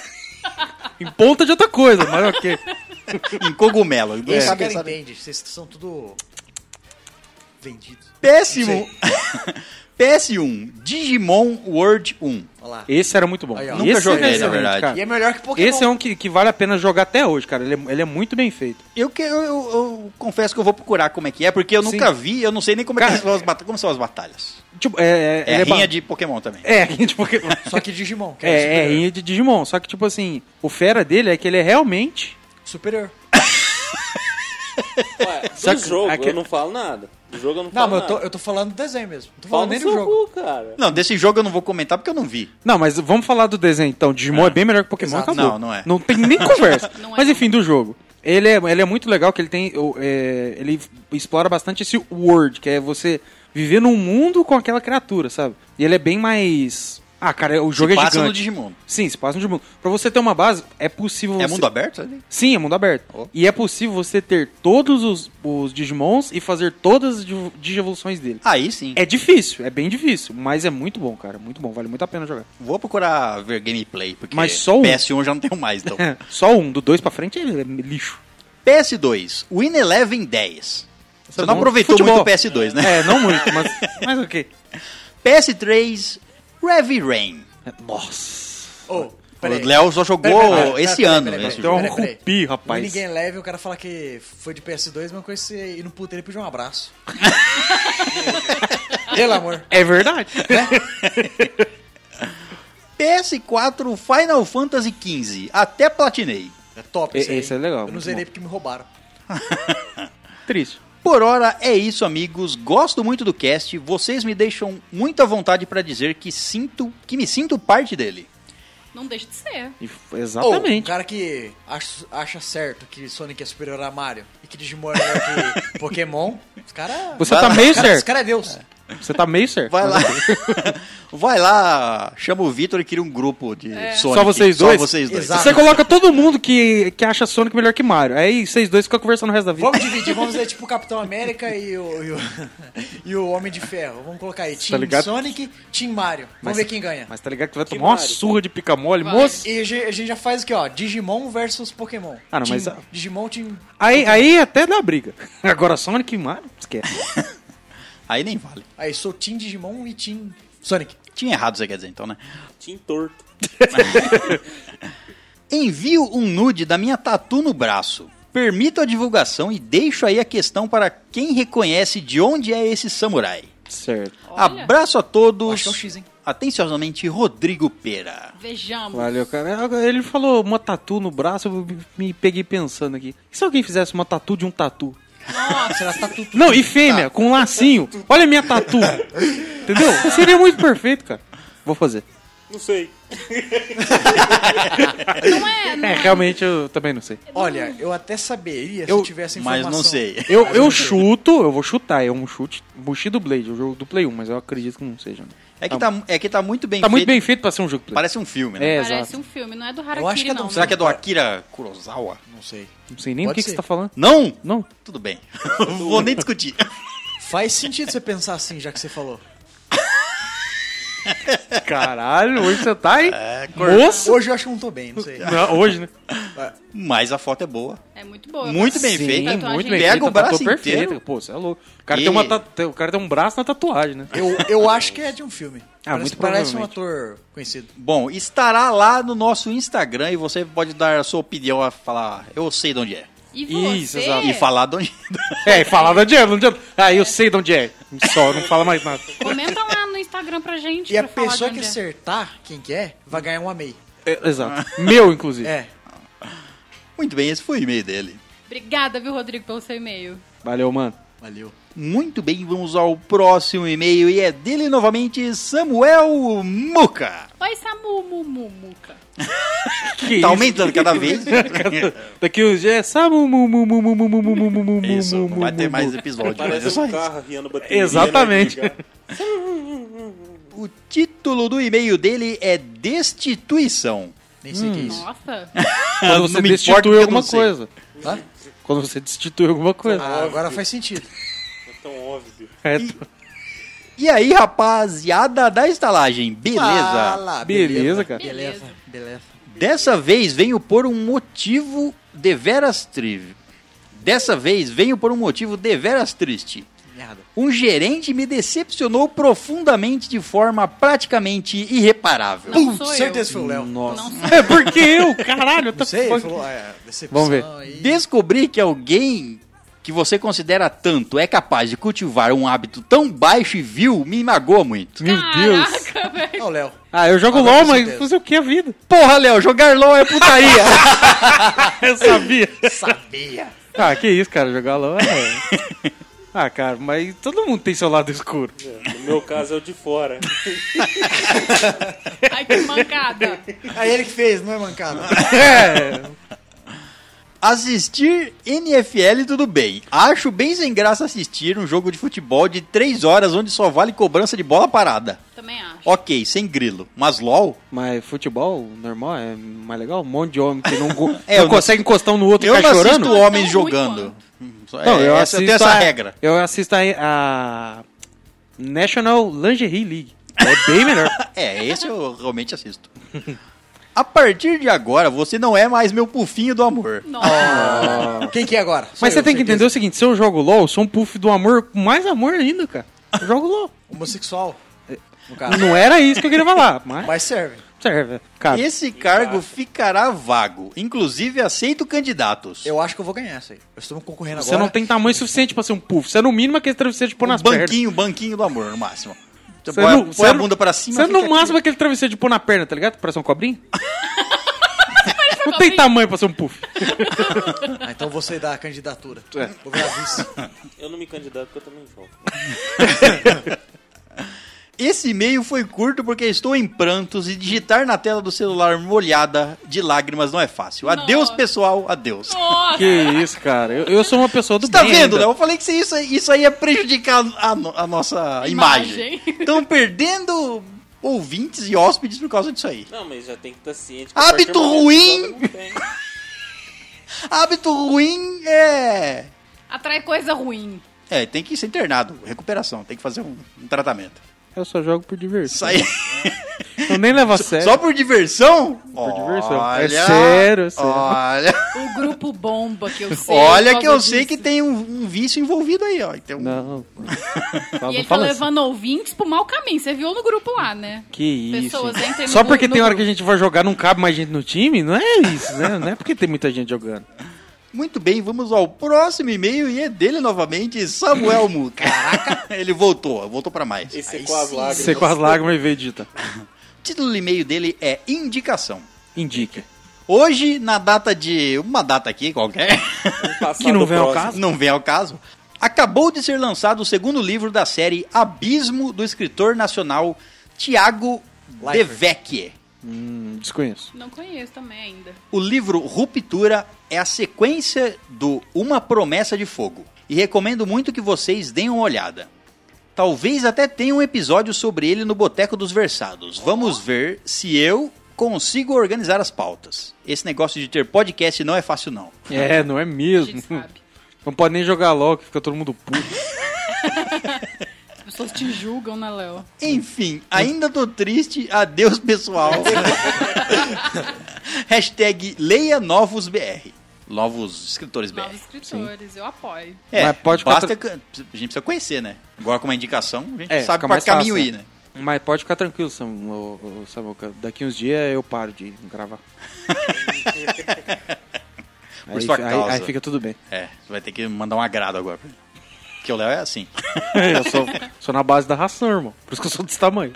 em ponta de outra coisa, mas ok.
em cogumelo.
Esse
Dando
cara
cabeçada.
entende. Vocês são tudo. vendidos.
Péssimo. PS1, Digimon World 1.
Olha lá.
Esse era muito bom.
Aí, ó.
Esse
Nunca
era
joguei, na
excelente,
verdade.
cara.
E é melhor que Pokémon.
Esse é um que, que vale a pena jogar até hoje, cara. Ele é, ele é muito bem feito.
Eu, que- eu- eu- eu confesso que eu vou procurar como é que é, porque eu
Sim.
nunca vi, eu não sei nem como, é que
Cara,
são, as bata- como são as batalhas.
Tipo, é,
É,
ele ba-
rinha de Pokémon também.
É, rinha de Pokémon.
Só que Digimon, que
É, é
superior.
rinha de Digimon. Só que, tipo assim, o fera dele é que ele é realmente.
superior.
Ué, do
Só que-
jogo
aquele-
eu não falo nada. Do jogo eu não
Não,
falo
mas eu
nada.
tô, eu tô falando do desenho mesmo. Não tô
Fala
falando
no
nem do
seu
jogo.
cu, cara.
Não, desse jogo eu não vou comentar porque eu não vi.
Não, mas vamos falar do desenho então. Digimon é, bem melhor que Pokémon,
Exato.
acabou.
Ah. Não, não é.
Não tem nem conversa.
Não é,
mas
não.
enfim, do jogo. Ele é, ele é muito legal que ele tem. o- é, ele explora bastante esse world, que é você viver num mundo com aquela criatura, sabe? E ele é bem mais Ah, cara, o jogo é
passa no
gigante.
Digimon.
Sim, se passa no Digimon. Pra você ter uma base, é possível
É
você-
mundo aberto? sabe?
Sim, é mundo aberto.
Oh.
E é possível você ter todos os, os Digimons e fazer todas as div- digievoluções dele.
Aí sim.
É difícil, é bem difícil, mas é muito bom, cara. Muito bom, vale muito a pena jogar.
Vou procurar ver gameplay, porque
Mas só um.
PS1 já não tenho mais, então.
Só um, do dois pra frente é lixo.
PS2, Win Eleven 10. Você não
Tá Bom,
aproveitou
futebol.
muito o PS2, né?
É, não muito, mas, mas ok.
PS3, Heavy Rain.
Nossa.
Ô,
O Léo só jogou
Peraí, peraí, peraí,
esse
peraí,
ano.
peraí,
esse
peraí,
Então
jogo.
é um
peraí, peraí.
rupi, rapaz.
Ninguém é leve, o cara fala que foi de PS2, mas coisa você ir no puteiro e pedir um abraço. Pelo amor.
É verdade.
PS4, Final Fantasy XV. Até platinei.
É top
E-
esse aí.
esse é legal,
Eu não
muito bom.
zerei porque me roubaram.
Triste.
Por hora é isso, amigos. Gosto muito do cast. Vocês me deixam muita vontade pra dizer que sinto, que me sinto parte dele.
Não deixa de ser.
E f-
Ou, o
exatamente.
cara que acha, acha certo que Sonic é superior a Mario e que Digimon é melhor que Pokémon, os caras...
Você tá meio
Esse
certo.
cara é Deus.
Você tá meio certo.
Vai lá. Vai lá, chama o Vitor e cria um grupo de Sonic.
Só vocês dois?
Só vocês dois.
Exato.
Você coloca todo mundo que, que acha Sonic melhor que Mario. Aí vocês dois ficam conversando o resto da vida.
Vamos dividir, vamos fazer tipo o Capitão América e o, e o, e o Homem de Ferro. Vamos colocar aí Team
Tá ligado?
Sonic, Team Mario. Vamos
Mas-
ver quem ganha.
Mas tá ligado que vai tomar uma
Mario?
surra de pica-mole,
Vai.
moço?
E a gente, a gente já faz aqui, ó, Digimon versus Pokémon.
Ah, não,
Team-
mas a-
Digimon, Team...
Aí, aí até dá briga. Agora Sonic e Mario, esquece.
Aí nem vale.
Aí, sou Team Digimon e Team Sonic.
Tinha errado, você quer dizer, então, né?
Tim torto.
Envio um nude da minha tatu no braço. Permito a divulgação e deixo aí a questão para quem reconhece de onde é esse samurai.
certo.
Olha.
Abraço a
Acho
todos.
que é o X, hein?
Atenciosamente, Rodrigo Pera.
Vejamos.
Valeu, cara. Ele falou uma tatu no braço, eu me peguei pensando aqui. E se alguém fizesse uma tatu de um tatu?
Será que tá tudo...
Não, e fêmea, com um lacinho. Olha a minha tatu. Entendeu? Seria muito perfeito, cara. Vou fazer.
Não sei.
Não é, não
É,
é.
realmente eu também não sei.
Olha, eu até saberia se
Eu-
eu tivesse
Mas
informação.
não sei.
Eu, eu chuto, eu vou chutar, é um chute. Bushi do Blade, o jogo do Play 1, mas eu acredito que não seja. né?
É que tá, é que tá muito bem
Tá muito
feito.
bem feito pra ser um jogo Play.
Parece um filme, né?
É,
Parece
exato.
um filme, não é do
Eu acho
Harakiri,
que é do-
não.
Será que é do Akira Kurosawa?
Não sei.
Não sei nem o
Pode
que, que
ser.
você tá falando.
Não?
Não.
Tudo bem. Vou nem discutir.
Faz sentido você pensar assim, já que você falou.
Caralho, hoje você tá, hein?
É, cor-
Moço!
Hoje eu acho que não tô bem, não sei.
Não, hoje, né?
Mas a foto é boa.
É muito boa.
Muito bem
Sim,
feito.
tatuagem.
muito bem
Pega
feito,
o braço
tatuou perfeito.
inteiro.
Pô, você é louco. O cara,
E-
tem uma tatu- o cara tem um braço na tatuagem, né?
Eu, eu acho que é de um filme.
Ah,
parece,
muito
parece um
provavelmente.
ator conhecido.
Bom, estará lá no nosso Instagram e você pode dar a sua opinião a falar, eu sei de onde é.
E você?
Isso, exato.
E falar de onde.
É, e falar de onde é, não adianta. Ah, eu sei de onde é. Só, não fala mais nada.
Comenta lá no Instagram pra gente.
E a
pra falar
pessoa
de
que
onde é.
acertar quem que é, vai ganhar um amei.
É, exato. Meu, inclusive.
É.
Muito bem, esse foi o e-mail dele.
Obrigada, viu, Rodrigo, pelo seu e-mail.
Valeu, mano.
Valeu.
Muito bem, vamos ao próximo e-mail e é dele novamente, Samuel Muca.
Oi, Samu, mu, mu, muca.
Que
Tá aumentando cada vez.
Daqui uns dias é Samu mu mu mu mu mu mu mu mu mu mu mu
É Isso,
mu
não vai
mu,
ter né,
mu,
mais
mu.
episódio. mas é
Parece
só
um
isso.
carro arriando bateria.
Exatamente.
na hora de ligar.
O título do e-mail dele é Destituição.
Nem sei o
Hum.
que é isso.
Nossa.
Quando você
Não me importa que
destitui
eu
alguma
não sei.
coisa.
Hã?
Quando você destitui alguma coisa.
tá? Ah, agora faz sentido.
É tão óbvio.
É,
E aí, rapaziada da estalagem, beleza?
Fala,
Beleza, cara.
Ah Beleza.
Beleza.
Beleza.
Dessa vez venho por um motivo deveras triste. Dessa vez venho por um motivo deveras triste.
Merda.
Um gerente me decepcionou profundamente de forma praticamente irreparável.
Não sou
certeza
eu.
foi o Léo.
Nossa.
Não
É porque eu, caralho, tá
Não sei, ele falou,
foda.
ah, é, decepção
Vamos ver.
aí.
Descobrir que alguém que você considera tanto é capaz de cultivar um hábito tão baixo e vil me magoa muito.
Meu Deus.
Caraca, velho.
Ó, É o Léo.
Ah, eu jogo
Ah, vai,
LOL,
com
mas
certeza.
fazer o que a vida?
Porra, Léo, jogar LOL é putaria.
Eu sabia.
Sabia.
Ah, que isso, cara, jogar LOL é... Ah, cara, mas todo mundo tem seu lado escuro.
No meu caso é o de fora.
Ai, que mancada.
Aí ele que fez, não é mancada?
É,
Assistir NFL tudo bem. Acho bem sem graça assistir um jogo de futebol de 3 horas onde só vale cobrança de bola parada.
também acho.
Ok, sem grilo. Mas LOL,
Mas futebol normal é mais legal? Um monte de homem que não, go-
É, eu
não
não-
consegue encostar um no outro
eu
e
não
ficar chorando.
assisto homens
Tão ruim
jogando.
quanto.
Hum, só-
Não,
é,
eu
essa, eu tenho
assisto
essa
a-
regra.
Eu assisto a, a National Lingerie League. É bem melhor.
É, esse eu realmente assisto. A partir de agora, você não é mais meu pufinho do amor.
Nossa,
Quem que é agora? Sou
Ah. Mas
eu,
você tem que
certeza.
entender o seguinte, se eu jogo LOL, eu sou um puff do amor, com mais amor ainda, cara. Eu jogo LOL.
Homossexual. No caso.
Não era isso que eu queria falar, mas
Mas serve.
serve. Cara,
Esse cargo ficará vago. Inclusive, aceito candidatos.
Eu acho que eu vou ganhar isso aí. Eu estou concorrendo
você
agora.
não tem tamanho suficiente pra ser um puff. Você é no mínimo aquele travesseiro de pôr nas pernas.
Um banquinho, banquinho do amor, no máximo. Você
Você
põe,
não-
põe
você
a
não-
bunda pra cima.
Você é
fica
no
aqui.
máximo aquele travesseiro de pôr na perna, tá ligado? Que Parece um cobrinho. não tem
cobrinha.
tamanho pra ser um puff.
Ah, então você dá a candidatura.
É.
Vou virar vice.
Eu não me candidato porque eu também jogo.
Esse e-mail foi curto porque estou em prantos e digitar na tela do celular molhada de lágrimas não é fácil. Adeus,
Nossa.
pessoal. Adeus.
Que isso, cara. Eu, eu sou uma pessoa do
Você tá
bem
vendo,
ainda.
Léo? Eu falei que se isso, aí- isso aí ia prejudicar a, no- a nossa imagem.
Imagem.
Estão perdendo ouvintes e hóspedes por causa disso aí.
Não, mas já tem que estar ciente. que
Hábito
a partir do momento
ruim!
que joga, não tem.
Hábito ruim é.
atrai coisa ruim.
É, tem que ser internado, recuperação, tem que fazer um, um tratamento.
Eu só jogo por
Isso
diversão.
aí.
Eu nem levo a sério.
Só por diversão? Por
É. diversão. É sério, é sério.
Olha,
O grupo bomba que eu sei.
olha
por
que eu
causa
sei
disso.
que tem um, um vício envolvido aí, ó. Tem um-
Não.
E
não
ele tá
fala assim.
levando ouvintes pro mau caminho. Você viu no grupo lá, né?
Que isso.
Pessoas
hein?
entrem no
Só
grupo-
porque
no
tem hora que
grupo.
a gente vai jogar, não cabe mais gente no time? Não é isso, né? Não é porque tem muita gente jogando.
Muito bem, vamos ao próximo e-mail e é dele novamente, Samuel Mu. Caraca, ele voltou, voltou pra mais.
E secou as lágrimas.
Você com as lágrimas e vê digita.
Título do e-mail dele é Indicação.
Indica.
Hoje, na data de. Uma data aqui qualquer.
Vamos passar
Que não
do
vem ao
próximo.
caso.
Não vem ao caso. Acabou de ser lançado o segundo livro da série Abismo do escritor nacional Tiago De
Leifert.
Vecchie.
Hum, desconheço.
Não conheço também ainda.
O livro Ruptura é a sequência do Uma Promessa de Fogo e recomendo muito que vocês deem uma olhada. Talvez até tenha um episódio sobre ele no Boteco dos Versados. Vamos ver se eu consigo organizar as pautas. Esse negócio de ter podcast não é fácil não.
É, não é
A
mesmo.
gente sabe.
Não pode nem jogar LOL, que fica todo mundo puto.
As pessoas te julgam, né, Léo?
Enfim, ainda tô triste. Adeus, pessoal. Hashtag leia novos BR. Novos escritores BR.
Novos escritores, eu apoio.
É,
Mas pode ficar
basta que- a gente precisa conhecer, né? Agora com uma indicação, a gente
É,
sabe
fica
para
mais
caminho
fácil,
ir, né?
Mas pode ficar tranquilo, Sam, ô- ô, Samuca. Daqui uns dias eu paro de gravar.
Por sua
fi-
causa.
Aí, fica tudo bem.
É, você vai ter que mandar um agrado agora. pra ele. Porque o Léo é assim.
Eu sou, sou na base da ração, irmão. Por isso que eu sou desse tamanho.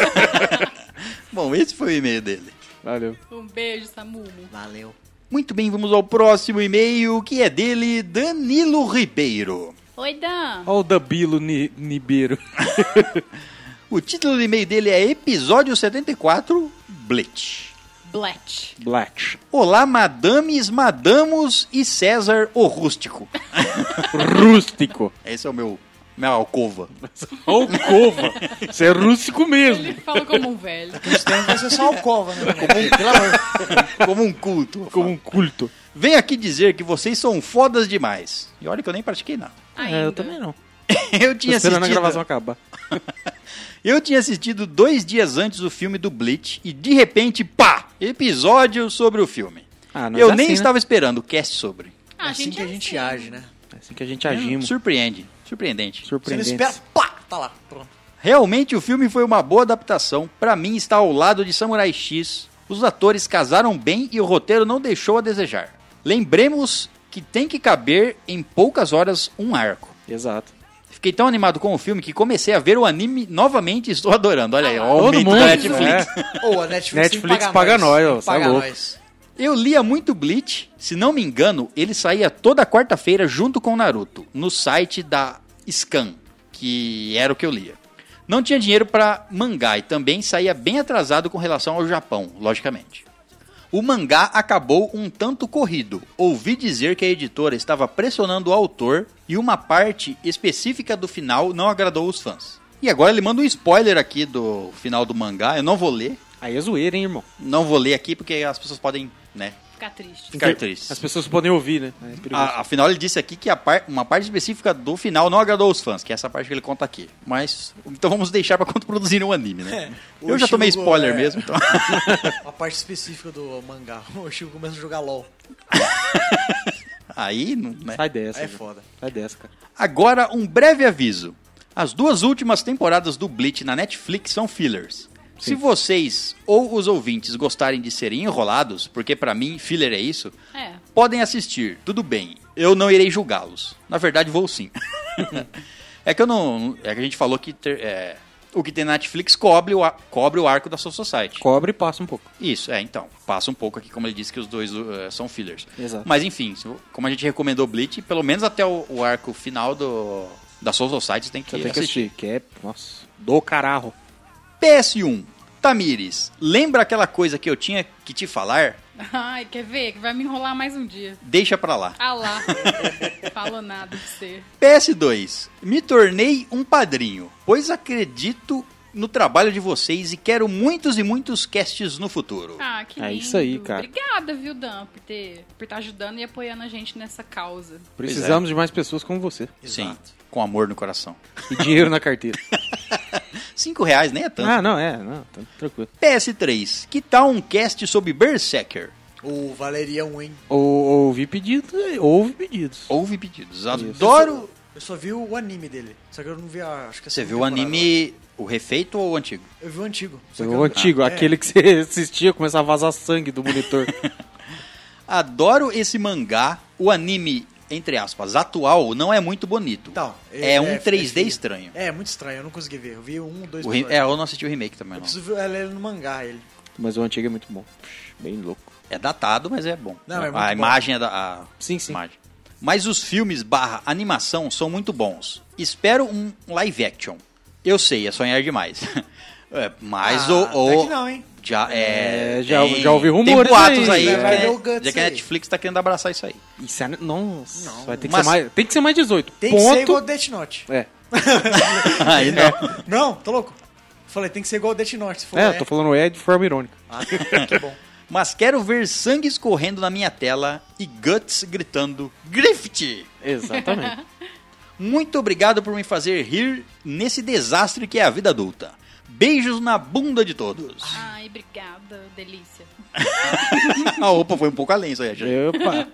Bom, esse foi o e-mail dele.
Valeu.
Um beijo, Samumo.
Valeu.
Muito bem, vamos ao próximo e-mail, que é dele, Danilo Ribeiro.
Oi, Dan.
Olha o Dabilo Ni- Nibiru.
O título do e-mail dele é Episódio 74, Blitz.
Blet.
Black.
Olá, madames, madamos e César o Rústico.
Rústico.
Esse é o meu, minha alcova.
Alcova. Você é rústico mesmo.
Ele fala como um velho.
Vai ser só alcova, né?
um-
Pelo amor.
Como um culto.
Como um culto.
Venho aqui dizer que vocês são fodas demais. E olha que eu nem pratiquei nada.
Ainda.
É, eu também não.
Eu
Tô
tinha assistido,
esperando a gravação acabar.
eu tinha assistido dois dias antes o filme do Bleach e de repente, pá, episódio sobre o filme.
Ah, nós
eu
é
nem
assim, né?
estava esperando o cast sobre. Hum,
Ah,
É assim que a gente age, né?
É assim que a gente agimos.
Surpreende, surpreendente.
Você não
Surpreendente.
espera, pá, tá lá, pronto.
Realmente o filme foi uma boa adaptação. Pra mim está ao lado de Samurai X. Os atores casaram bem e o roteiro não deixou a desejar. Lembremos que tem que caber em poucas horas um arco.
Exato.
Fiquei tão animado com o filme que comecei a ver o anime novamente e estou adorando. Olha aí, ó, o
Ah, Todo
aumento
mundo.
da Netflix.
É.
Ou a Netflix, tem que
Netflix
pagar
paga nós,
tem
ó,
que
cê é
pagar
louco.
nós.
Eu lia muito Bleach, se não me engano, ele saía toda quarta-feira junto com Naruto, no site da Scan, que era o que eu lia. Não tinha dinheiro pra mangá e também saía bem atrasado com relação ao Japão, logicamente. O mangá acabou um tanto corrido. Ouvi dizer que a editora estava pressionando o autor e uma parte específica do final não agradou os fãs. E agora ele manda um spoiler aqui do final do mangá. Eu não vou ler.
Aí é zoeira, hein, irmão?
Não vou ler aqui porque as pessoas podem, né,
Ficar triste.
ficar
As
tristes.
pessoas podem ouvir, né? É perigoso.
A- afinal, ele disse aqui que a par- uma parte específica do final não agradou os fãs, que é essa parte que ele conta aqui. Mas, então vamos deixar pra quando produzir um anime, né?
É,
Eu
o
já tomei
Shugo,
spoiler
é.
mesmo, então...
A parte específica do mangá. O Chico começa a jogar LOL.
Aí, não- né?
Sai dessa.
Aí é
velho.
foda.
Sai dessa, cara.
Agora, um breve aviso. As duas últimas temporadas do Bleach na Netflix são fillers. Se vocês ou os ouvintes gostarem de serem enrolados, porque pra mim filler é isso,
É.
podem assistir, tudo bem. Eu não irei julgá-los. Na verdade, vou sim. é que eu não. É que a gente falou que ter- é, o que tem na Netflix cobre o, ar- cobre o arco da Soul Society.
Cobre e passa um pouco.
Isso, é, então. Passa um pouco aqui, como ele disse, que os dois eh, são fillers.
Exato.
Mas enfim, se- como a gente recomendou Bleach, pelo menos até o, o arco final do, da Soul Society você tem que,
Você tem que
assistir.
assistir, que é, nossa, do caralho.
PS1. Tamires, lembra aquela coisa que eu tinha que te falar?
Ai, quer ver? Que vai me enrolar mais um dia.
Deixa pra lá.
Ah lá. Falou nada pra você.
PS2. Me tornei um padrinho, pois acredito no trabalho de vocês e quero muitos e muitos casts no futuro.
Ah, que lindo.
É isso aí, cara.
Obrigada, viu, Dan, por ter, por estar ajudando e apoiando a gente nessa causa.
é. Precisamos de mais pessoas como você.
Sim, com amor no coração.
E dinheiro na carteira.
Cinco reais nem é tanto.
ah, não, é, não, tá tranquilo.
PS3, que tal um cast sobre Berserker?
O Valerião, hein?
Ou, ouvi pedidos, houve pedidos.
Houve pedidos. Adoro.
Eu só vi o anime dele. Só que eu não vi a. Acho que a
Você
segunda
viu o
temporada.
anime, o refeito ou o antigo?
Eu vi o antigo. Só que eu
o
não-
antigo,
é,
aquele que você assistia, começava a vazar sangue do monitor.
Adoro esse mangá. O anime, entre aspas, atual não é muito bonito.
Então,
é, um 3D
feio.
estranho.
É, muito estranho, eu não consegui ver. Eu vi um, dois,
O re- É,
episódios.
eu não assisti o remake também,
Eu
não.
preciso ver ela ele no mangá, ele.
Mas o antigo é muito bom. Puxa, Bem louco.
É datado, mas é bom.
Não, é muito
a
bom.
imagem é da. A
Sim, sim.
imagem. Mas os filmes barra animação são muito bons. Espero um live action. Eu sei, é sonhar demais. É, mas
Ah,
o.
até
o-
que não, hein?
Já, é,
É, já-
tem-
já ouvi rumores
Tem boatos
aí,
aí.
né?
já
Vai
que-
ver o Guts
já que a
aí.
Netflix tá querendo abraçar isso aí.
Isso é, nossa, vai ter que
mas-
ser mais, tem que ser mais 18.
Tem
ponto.
que ser igual Death Note.
É,
aí não.
Não, tô louco. Falei, tem que ser igual Death Note. Você falou,
é, eu tô falando é de forma irônica.
Ah, que bom.
Mas quero ver sangue escorrendo na minha tela e Guts gritando Grift!
Exatamente.
Muito obrigado por me fazer rir nesse desastre que é a vida adulta. Beijos na bunda de todos.
Ai, obrigada, delícia.
A opa foi um pouco além, isso aí. gente.
Opa.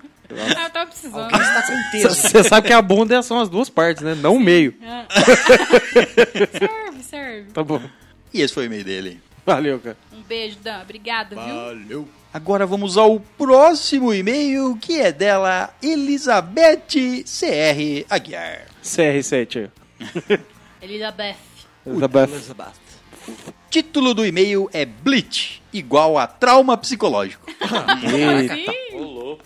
Ah, eu tava precisando.
Alguém está com peso.
Você sabe que a bunda são as duas partes, né? Não o meio.
Ah. serve, serve.
Tá bom.
E esse foi o e-mail dele.
Valeu, cara.
Um beijo, Dan. Obrigada, viu?
Agora vamos ao próximo e-mail, que é dela, Elizabeth CR Aguiar.
CR7 aí.
Elizabeth.
Da Beth.
Título do e-mail é Bleach, igual a trauma psicológico.
Eita,
Ih,
Ô, louco.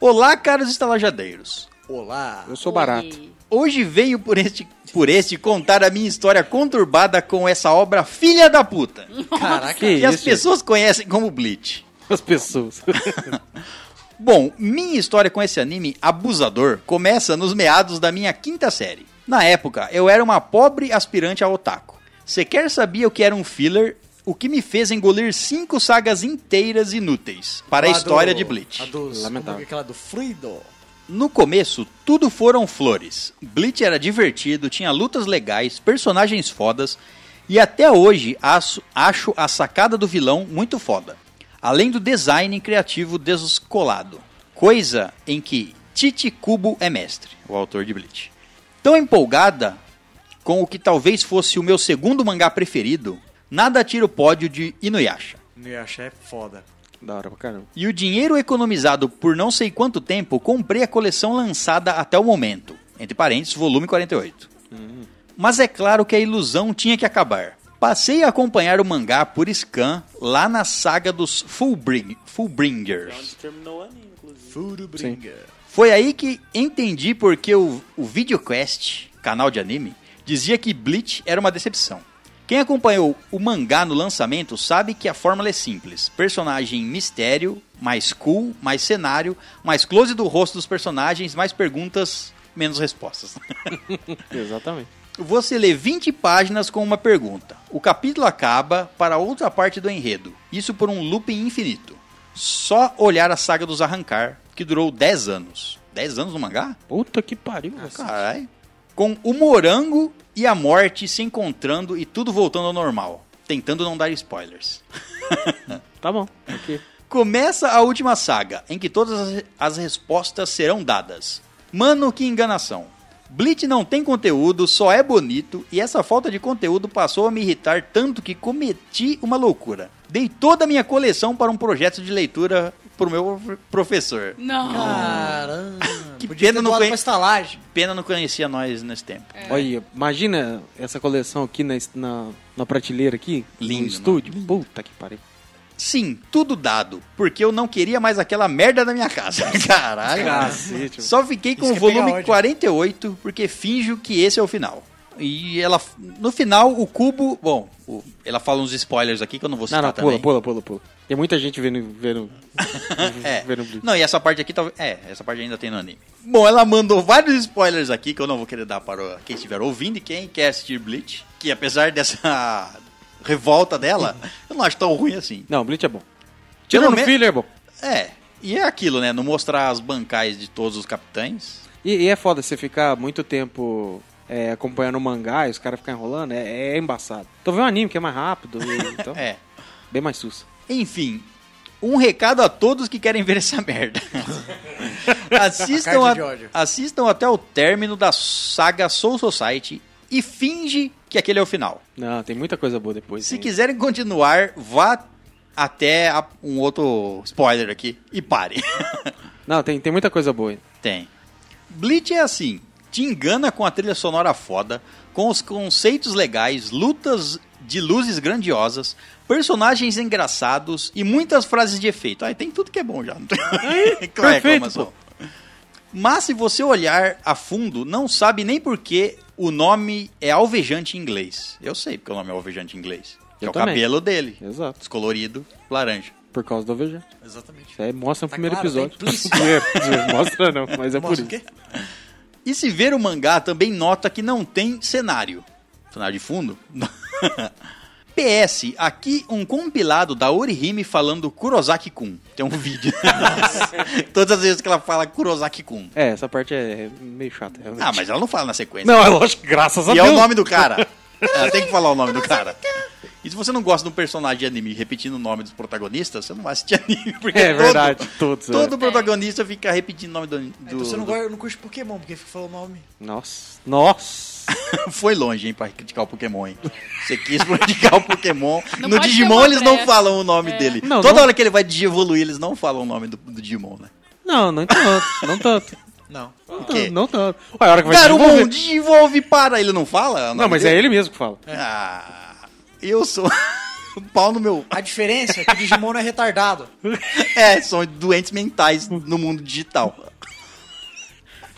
Olá, caros estalajadeiros.
Olá.
eu sou barato.
oi.
Hoje venho por este, por este contar a minha história conturbada com essa obra filha da puta,
Caraca, que
que
isso?
as pessoas conhecem como Bleach.
As pessoas.
Bom, minha história com esse anime abusador começa nos meados da minha quinta série. Na época, eu era uma pobre aspirante a otaku. Sequer sabia o que era um filler, o que me fez engolir cinco sagas inteiras inúteis para a
Lá do-
história de
A
Bleach.
dos,
Lamentável.
Lamentável. é aquela do Fluido.
No começo, tudo foram flores. Bleach era divertido, tinha lutas legais, personagens fodas e até hoje acho, acho a sacada do vilão muito foda. Além do design criativo descolado, coisa em que Titi Kubo é mestre, o autor de Bleach. Tão empolgada com o que talvez fosse o meu segundo mangá preferido, nada tira o pódio de Inuyasha.
Inuyasha é foda.
Da hora pra caramba.
E o dinheiro economizado por não sei quanto tempo, comprei a coleção lançada até o momento. Entre parênteses, volume 48. Mas é claro que a ilusão tinha que acabar. Passei a acompanhar o mangá por scan lá na saga dos Fullbring,
É onde
Fullbringers.
terminou o anime, inclusive.
Furo briga.
Foi aí que entendi porque o, o VideoQuest, canal de anime, dizia que Bleach era uma decepção. Quem acompanhou o mangá no lançamento sabe que a fórmula é simples: personagem mistério, mais cool, mais cenário, mais close do rosto dos personagens, mais perguntas, menos respostas.
Exatamente.
Você lê 20 páginas com uma pergunta. O capítulo acaba para outra parte do enredo. Isso por um looping infinito. Só olhar a saga dos Arrancar, que durou 10 anos. 10 anos no mangá?
Puta que pariu, cara.
Caralho. Com o morango e a morte se encontrando e tudo voltando ao normal. Tentando não dar spoilers.
Tá bom. ok.
Começa a última saga, em que todas as- as respostas serão dadas. Mano, que enganação. Bleach não tem conteúdo, só é bonito, e essa falta de conteúdo passou a me irritar tanto que cometi uma loucura. Dei toda a minha coleção para um projeto de leitura pro meu professor.
Não.
Caramba.
Que
podia
pena
ter
não
doado
conhe-
pra estalagem.
Pena não conhecia nós nesse tempo.
Olha, imagina essa coleção aqui na, na, na prateleira aqui.
Lindo,
No estúdio. Puta que pariu.
Sim, tudo dado, porque eu não queria mais aquela merda na minha casa. Caralho.
Cacete.
Só fiquei com
Isso
o
que é pegar
volume
ódio.
48, porque finjo que esse é o final. E ela. No final, o cubo. Bom, o- ela fala uns spoilers aqui que eu não vou
Não,
citar
não, pula,
tá também.
pula, pula, pula. Tem muita gente vendo. vendo
É.
vendo Bleach.
Não, e essa parte aqui talvez. É, essa parte ainda tem no anime. Bom, ela mandou vários spoilers aqui que eu não vou querer dar para quem estiver ouvindo e quem quer assistir Bleach. Que apesar dessa revolta dela, eu não acho tão ruim assim.
Não, Bleach é bom. Tira
Pelo
no
men-
filler, é bom.
É. E é aquilo, né? Não mostrar as bancais de todos os capitães.
E, e é foda você ficar muito tempo é, acompanhando o mangá e os caras ficam enrolando, é, é embaçado. Então vê um anime que é mais rápido, e- então,
É.
bem mais sussa.
Enfim, um recado a todos que querem ver essa merda. assistam,
Carta
a-
de ódio.
assistam até o término da saga Soul Society e finge que aquele é o final.
Não, tem muita coisa boa depois.
Se
é.
hein?
quiserem continuar, vá até a- um outro spoiler aqui e pare.
Não, tem, tem muita coisa boa. hein?
Tem. Bleach é assim, te engana com a trilha sonora foda, com os conceitos legais, lutas de luzes grandiosas, personagens engraçados e muitas frases de efeito. Aí tem tudo que é bom já. é Não tem
perfeito,
reclamação. Mas se você olhar a fundo, não sabe nem por que o nome é alvejante em inglês. Eu sei porque o nome é alvejante em inglês. Que
Eu
é o
também.
cabelo dele.
Exato.
Descolorido, laranja.
Por causa do OVG.
Exatamente.
Isso aí mostra no
Tá
primeiro
claro,
episódio.
tá implícito.
primeiro, episódio. mostra não, mas é
Mostra o
por isso.
quê?
E se ver o mangá, também nota que não tem cenário. Cenário de fundo? PS, aqui um compilado da Orihime falando Kurosaki-kun. Tem um vídeo. Todas as vezes que ela fala Kurosaki-kun.
É, essa parte é meio chata. realmente.
Ah, mas ela não fala na sequência.
Não, é lógico, graças a
e é
Deus.
o nome do cara. Ela tem que falar o nome do cara. E se você não gosta de um personagem de anime repetindo o nome dos protagonistas, você não vai assistir anime. Porque
É
todo-
verdade, todos. é.
Todo protagonista fica repetindo o nome do.
Ah,
do-
Então você não,
do-
gosta, não curte Pokémon, porque falou o nome.
Nossa. Nossa.
Foi longe, hein, pra criticar o Pokémon, hein? Você quis criticar o Pokémon.
Não
no
pode
Digimon
ter uma É.
eles não
brecha.
falam o nome dele.
Não,
Toda
não-
hora que ele vai digievoluir, eles não falam o nome do, do Digimon, né?
Não, não tanto. Não tanto.
Não.
Não
quê?
tanto. Não tanto. Olha, a hora que vai
Garumon,
desenvolver-
desenvolve para! Ele não fala? o nome
Não, mas é
dele?
ele mesmo que fala.
Ah, eu sou. um pau no meu.
A diferença é que o Digimon não é retardado.
É, são doentes mentais no mundo digital.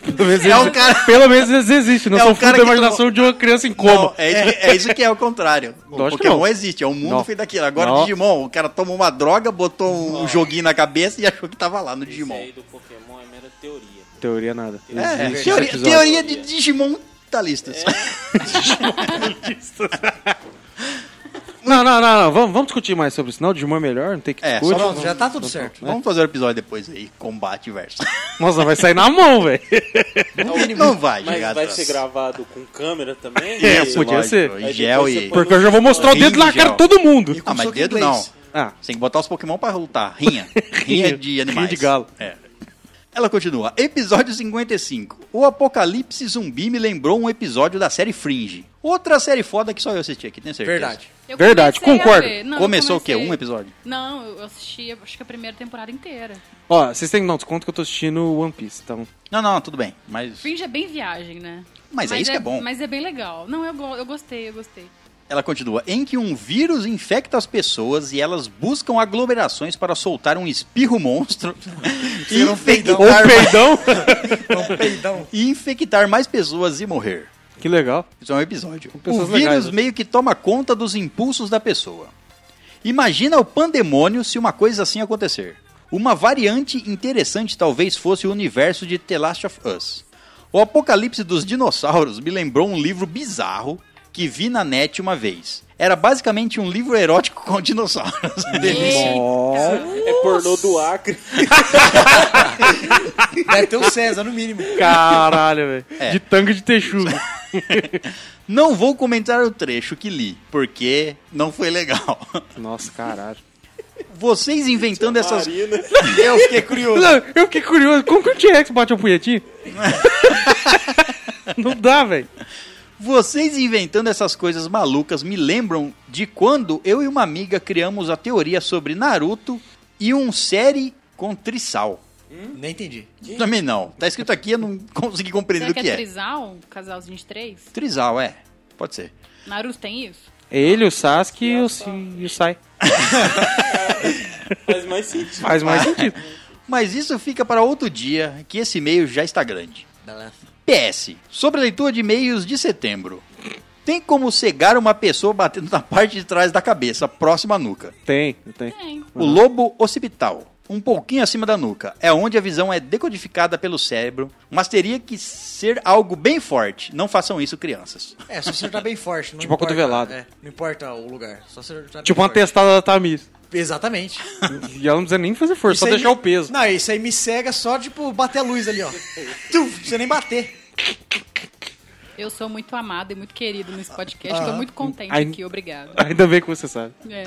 Pelo menos,
É
eles,
um cara-
pelo menos eles existem, não
É um
são fruto
cara
da
que
imaginação de uma criança em
Não,
coma.
é, isso- é isso que é o contrário. O
Lógico que
Pokémon
não.
existe, é um mundo
Não.
feito daquilo. Agora o
Não.
Digimon, o cara tomou uma droga, botou um joguinho na cabeça e achou que tava lá no
Esse
Digimon.
aí do Pokémon é mera teoria.
Teoria nada.
É,
Existe
teoria,
episódio.
teoria de Digimontalistas.
Não, não, não, não. Vamos, vamos discutir mais sobre isso. Não, o Digimon é melhor, não tem que
É, só
discutir.
Pronto, já tá tudo certo.
Vamos fazer o episódio depois aí, combate versus.
Nossa, vai sair na mão, velho.
Não vai
Mas
chegar
vai
atrás.
ser gravado com câmera também?
Tá É,
E-
podia
lógico,
ser.
Em gel e...
Por-
Porque eu já vou mostrar o dedo na
Ringe,
cara
ó.
de todo mundo.
Ah, mas
soco em
dedo
inglês.
não.
Ah,
Tem que botar os Pokémon pra lutar. Rinha. Rinha de animais.
Rinha de galo.
É. Ela continua. Episódio 55. O apocalipse zumbi me lembrou um episódio da série Fringe. Outra série foda que só eu assisti aqui, tenho certeza.
Verdade.
Eu
Verdade,
comecei a
concordo.
ver. Não, eu
Começou o quê?
comecei.
Um episódio?
Não, eu assisti acho que a primeira temporada inteira.
ó, vocês têm que dar um desconto que eu tô assistindo One Piece, então...
Não, não, tudo bem. Mas
Fringe é bem viagem, né?
Mas é isso que é bom.
Mas é bem legal. Não, eu, go- eu gostei, eu gostei.
Ela continua: em que um vírus infecta as pessoas e elas buscam aglomerações para soltar um espirro monstro e,
Ser um peidão.
Ou
infectar,
perdão!
É um peidão.
e infectar mais pessoas e morrer.
que legal.
Isso é um episódio. O
pessoas
vírus
legais, né?
meio que toma conta dos impulsos da pessoa. Imagina o pandemônio se uma coisa assim acontecer. Uma variante interessante talvez fosse o universo de The Last of Us. O Apocalipse dos Dinossauros me lembrou um livro bizarro que vi na net uma vez. Era basicamente um livro erótico com dinossauros.
É pornô do Acre.
Deve ter o César, no mínimo.
Caralho, velho.
É.
De tanque de texugo.
Não vou comentar o trecho que li, porque não foi legal.
Nossa, caralho.
Vocês inventando essas.
Marina.
Eu fiquei curioso.
Não, eu fiquei curioso. Como que o T-Rex bate um punhetinho? Não dá, velho.
Vocês inventando essas coisas malucas me lembram de quando eu e uma amiga criamos a teoria sobre Naruto e um série com Trissal.
Nem entendi.
Também não. Tá escrito aqui, eu não consegui compreender
Será
o
que
que,
é
é.
trisal? Casalzinho de três?
Trisal, é. Pode ser.
Naruto tem isso?
É Ele, o Sasuke e o, Si- e o Sai.
Faz mais sentido.
Faz mais sentido.
Mas isso fica para outro dia, que esse e-mail já está grande. PS. Sobre a leitura de e-mails de setembro. Tem como cegar uma pessoa batendo na parte de trás da cabeça, próxima à nuca.
Tem, tem.
Tem.
O lobo occipital, um pouquinho acima da nuca, é onde a visão é decodificada pelo cérebro, mas teria que ser algo bem forte. Não façam isso, crianças.
É, só acertar bem forte. Não
Tipo a
importa-
cotovelada.
é, não importa o lugar. Só acertar
Tipo
bem
uma
forte.
testada da Tamis.
Exatamente.
E ela não precisa nem fazer força,
Isso
só
aí
deixar
me-
o peso.
Não, isso aí me cega só, tipo, bater a luz ali, ó. Tum, não precisa nem bater.
Eu sou muito amado e muito querido nesse podcast.
Ah,
Tô muito contente
Ai.
aqui, obrigado.
Ainda bem que você sabe.
É.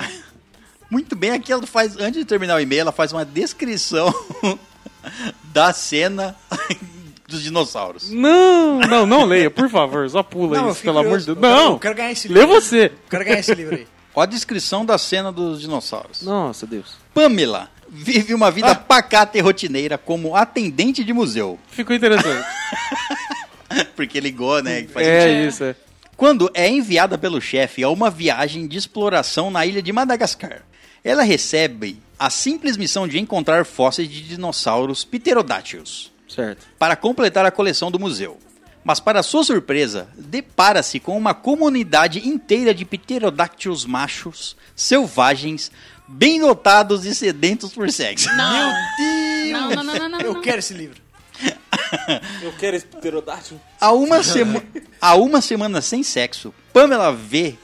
Muito bem, aqui ela faz, antes de terminar o e-mail, ela faz uma descrição da cena dos dinossauros.
Não, não, não leia, por favor. Só pula
Não, eu
isso,
fiquei
pelo amor de
curioso.
Deus.
Eu quero-
Não!
eu quero ganhar esse
Lê
livro.
você.
Eu quero ganhar esse livro aí.
Olha a descrição da cena dos dinossauros.
Nossa, Deus.
Pamela vive uma vida pacata e rotineira como atendente de museu.
Ficou interessante.
Porque ligou, né? que faz sentido.
é isso, é.
Quando é enviada pelo chefe a uma viagem de exploração na ilha de Madagascar, ela recebe a simples missão de encontrar fósseis de dinossauros pterodátios
Certo.
para completar a coleção do museu. Mas, para sua surpresa, depara-se com uma comunidade inteira de pterodáctilos machos, selvagens, bem dotados e sedentos por sexo.
Não.
Meu
Não, não, não, não, não,
Deus! Eu
não.
quero esse livro.
Eu quero esse pterodátil.
A uma, sema... a uma semana sem sexo, Pamela vê.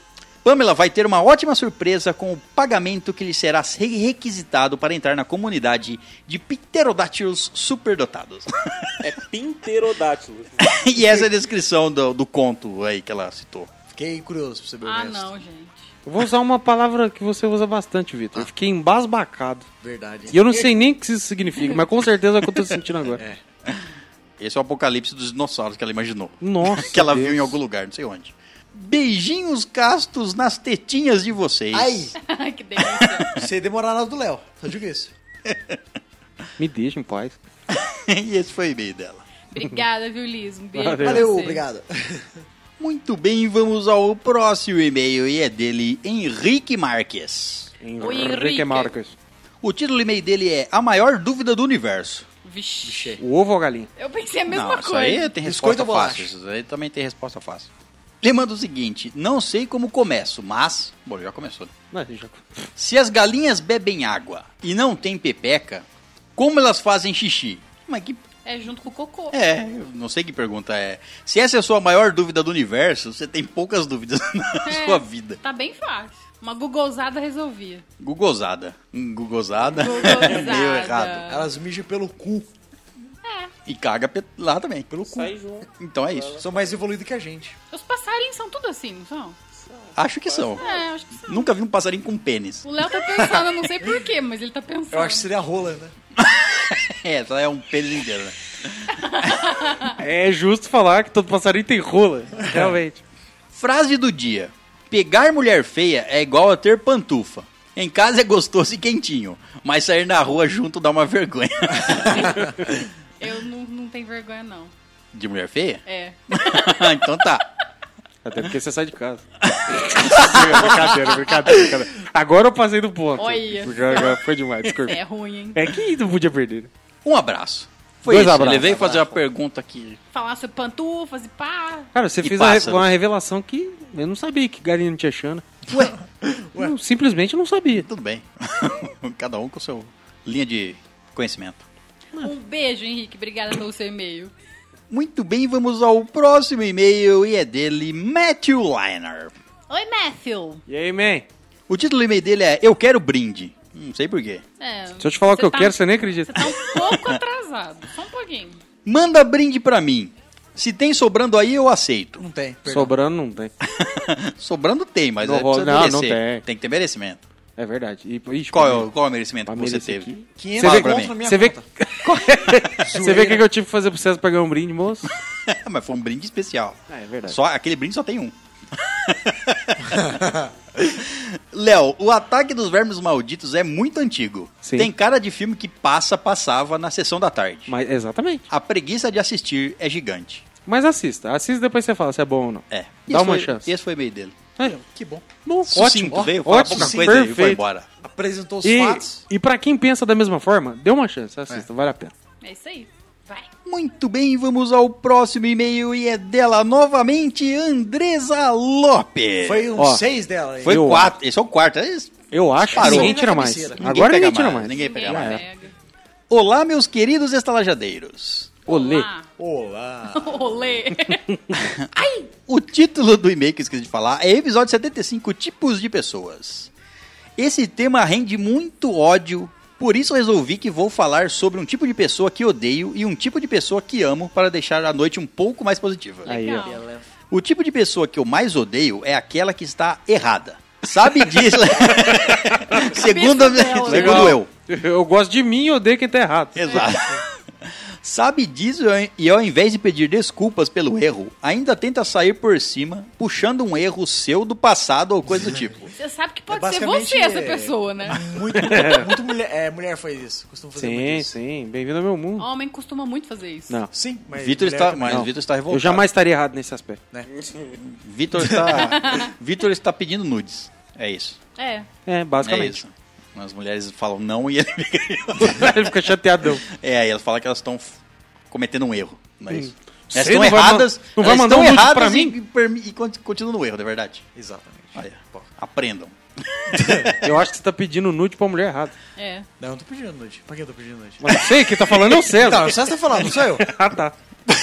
Pamela vai ter uma ótima surpresa com o pagamento que lhe será re- requisitado para entrar na comunidade de pterodátilos superdotados.
É pinterodátil.
e essa é a descrição do, do conto aí que ela citou.
Fiquei curioso pra saber o
Ah,
resto.
não, gente.
Eu vou usar uma palavra que você usa bastante, Vitor. Eu fiquei embasbacado.
Verdade.
E eu não sei nem o que isso significa, mas com certeza é o que eu tô sentindo agora.
Esse é o apocalipse dos dinossauros que ela imaginou.
Nossa.
que ela
Deus.
viu em algum lugar, não sei onde. Beijinhos castos nas tetinhas de vocês.
Aí,
Ai, que delícia.
você demorar nada do Léo. Só digo isso.
Me deixa em paz.
e esse foi o e-mail dela.
Obrigada, viu, Liz? Um beijo.
Valeu.
pra
Valeu,
você.
obrigado.
Muito bem, vamos ao próximo e-mail e é dele Henrique Marques.
Oi, Henrique.
é Marques.
O título do e-mail dele é A Maior Dúvida do Universo.
Vixe.
O ovo ou a galinha?
Eu pensei a mesma
não, isso
coisa.
aí tem
Biscoito
resposta
ou bolacha?
fácil. Isso aí também tem resposta fácil. Ele manda o seguinte: Não sei como começo, mas. Bom, já começou. né?
Não, a gente já-
Se as galinhas bebem água e não tem pepeca, como elas fazem xixi? Mas que
É junto com o cocô.
É, eu não sei que pergunta é. Se essa é a sua maior dúvida do universo, você tem poucas dúvidas na
É,
sua vida.
Tá bem fácil. Uma googleada resolvia.
Gugozada. Hum, Gugozada.
Gugozada.
É Meio
Ah.
errado.
Elas mijam pelo cu.
E caga pe- lá também. Pelo cu.
Sai junto.
Então é isso.
São mais evoluídos que a gente.
Os passarinhos são tudo assim, não são?
Acho que são.
É, acho que são.
Nunca vi um passarinho com pênis.
O Léo tá pensando, eu não sei porquê, mas ele tá pensando.
Eu acho que seria a rola, né?
É, só é um pênis inteiro, né?
É justo falar que todo passarinho tem rola. Realmente.
Frase do dia. Pegar mulher feia é igual a ter pantufa. Em casa é gostoso e quentinho, mas sair na rua junto dá uma vergonha.
Eu não, não tenho vergonha, não.
De mulher feia?
É.
então tá.
Até porque você sai de casa. brincadeira, brincadeira, brincadeira. Agora eu passei do ponto.
Olha.
Porque agora foi demais, desculpa.
É ruim, hein?
É que não podia perder. né?
Um abraço. Foi
Dois
isso.
abraços.
Ele veio fazer uma pergunta aqui.
Falar sobre pantufas e pá.
Cara, você
E
fez a-
pássaros.
uma revelação que eu não sabia que galinha não tinha chana. Ué? Não, simplesmente não sabia.
Tudo bem. Cada um com seu linha de conhecimento.
Um beijo, Henrique. Obrigada pelo seu e-mail.
Muito bem, vamos ao próximo e-mail e é dele, Matthew Liner.
Oi, Matthew.
E aí, man?
O título do e-mail dele é Eu Quero Brinde. Não sei porquê.
É,
Se eu te falar o
você
que eu
tá-
quero, você nem acredita.
Você tá um pouco atrasado. Só um pouquinho.
Manda brinde pra mim. Se tem sobrando aí, eu aceito.
Não tem, perdão.
Sobrando não tem.
Sobrando tem, mas
Não
é precisa
rola- não,
merecer.
não tem.
Tem que ter merecimento.
É verdade. E, ixi,
Qual é
pra
o,
mim-
qual é o merecimento
pra
que
mim
você
esse
teve?
aqui-
500
Fala pra
conto
mim.
na minha
Você vê, é?
conta.
você vê o que que eu tive que fazer pro César pra ganhar um brinde, moço?
mas foi um brinde especial.
Ah, é verdade.
Só, aquele brinde só tem um. Léo, o ataque dos vermes malditos é muito antigo.
Sim.
Tem cara de filme que passa, passava na sessão da tarde.
Mas, exatamente.
A preguiça de assistir é gigante.
Mas assista. Assista depois você fala se é bom ou não.
É.
Dá uma
foi,
chance.
Esse foi o meio dele.
Aí,
Que bom.
bom,
Sucinto,
ótimo.
veio,
ó,
falar
ótimo,
pouca
sim,
coisa e foi
perfeito.
embora.
Apresentou os
E,
fatos.
e pra quem pensa da mesma forma, dê uma chance. Assista, vale a pena.
É isso aí. Vai.
Muito bem, vamos ao próximo e-mail e é dela novamente, Andresa Lopes.
Foi um
Ó.
6 dela. hein?
Foi
Eu-
quatro, esse é o quarto. é isso?
Eu acho
Parou.
que ninguém tira
Ninguém
mais.
pega
mais.
Agora
Ninguém
ninguém
pega
tira
mais.
mais.
Ninguém pega
Ninguém
Já era.
pega.
Olá, meus queridos estalajadeiros.
Olê.
Ah,
Olá.
olê.
O título do e-mail que eu esqueci de falar é Episódio 75 Tipos de Pessoas. Esse tema rende muito ódio, por isso eu resolvi que vou falar sobre um tipo de pessoa que odeio e um tipo de pessoa que amo para deixar a noite um pouco mais positiva.
Aí, ó.
Legal.
O tipo de pessoa que eu mais odeio é aquela que está errada. Sabe disso? segundo
dela.
segundo eu. é
Eu gosto de mim e odeio quem tá errado.
Exato. Sabe disso e ao invés de pedir desculpas pelo erro, ainda tenta sair por cima, puxando um erro seu do passado ou coisa do tipo.
Você sabe que pode
É
ser
basicamente,
você essa
é,
pessoa, né?
Muito, muito, muito mulher, é, mulher faz isso. Costuma fazer muito
Sim,
isso.
sim. Bem-vindo ao meu mundo.
Homem costuma muito fazer isso.
Não.
Sim, mas.
Vitor
mulher
está,
também.
mas
Não.
Vitor está revoltado.
Eu jamais estaria errado nesse aspecto.
Vitor está, Vitor está pedindo nudes. É isso.
É.
É,
É
basicamente.
isso. As mulheres falam não e ele fica-
Ele fica chateadão.
É, aí elas falam que elas estão f- cometendo um erro. Não é isso? Elas estão
Sei, Hum. não vai ma-
erradas.
não vai
elas
mandar
estão
um nude
erradas
pra
e-
mim?
E, permi- e con- continuam no erro, não é verdade?
Exatamente.
Olha, aprendam.
Eu acho que você tá pedindo nude pra mulher errada.
É.
Não, eu não tô pedindo noite. Pra que eu tô pedindo noite?
Mas não sei, quem tá falando é o
Não,
César.
só você tá falando, não sou eu.
Ah, tá.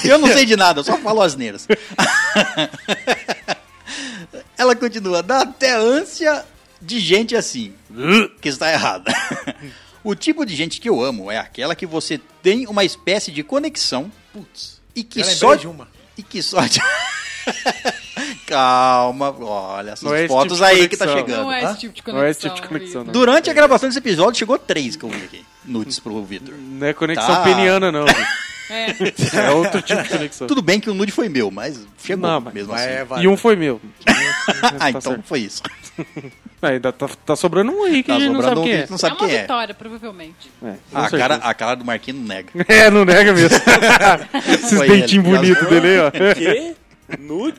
Eu não sei de nada, eu só falo asneiras. Ela continua, dá até ânsia de gente assim, que está errada. O tipo de gente que eu amo é aquela que você tem uma espécie de conexão
Putz.
e que
Já
é
lembrei
só
de uma.
e que só te- Calma, olha essas
Não é esse
fotos
tipo de
aí que tá
conexão.
chegando.
Não é
Hã?
esse tipo de conexão.
Não é esse tipo de conexão,
Vitor.
não.
Durante a gravação desse episódio chegou três que eu vi aqui, nudes pro Victor.
Não é conexão
Tá.
peniana, não. gente.
É.
É outro tipo de conexão.
Tudo bem que o nude foi meu, mas chegou
Não, mas-
mesmo
Mas
assim.
é
E
válido.
um foi meu.
ah,
Tá
então
certo.
foi isso.
Aí dá- tá, tá sobrando um aí que a
Tá
gente não
sobrando
sabe
um
quem
que
é.
a gente não
É
sabe
uma
quem é.
vitória, provavelmente.
É, com
A cara,
certeza.
a cara do Marquinhos não nega.
É, não nega mesmo. Esses
Foi
dentinhos
ele.
bonitos dele aí, ó.
Quê? Nude?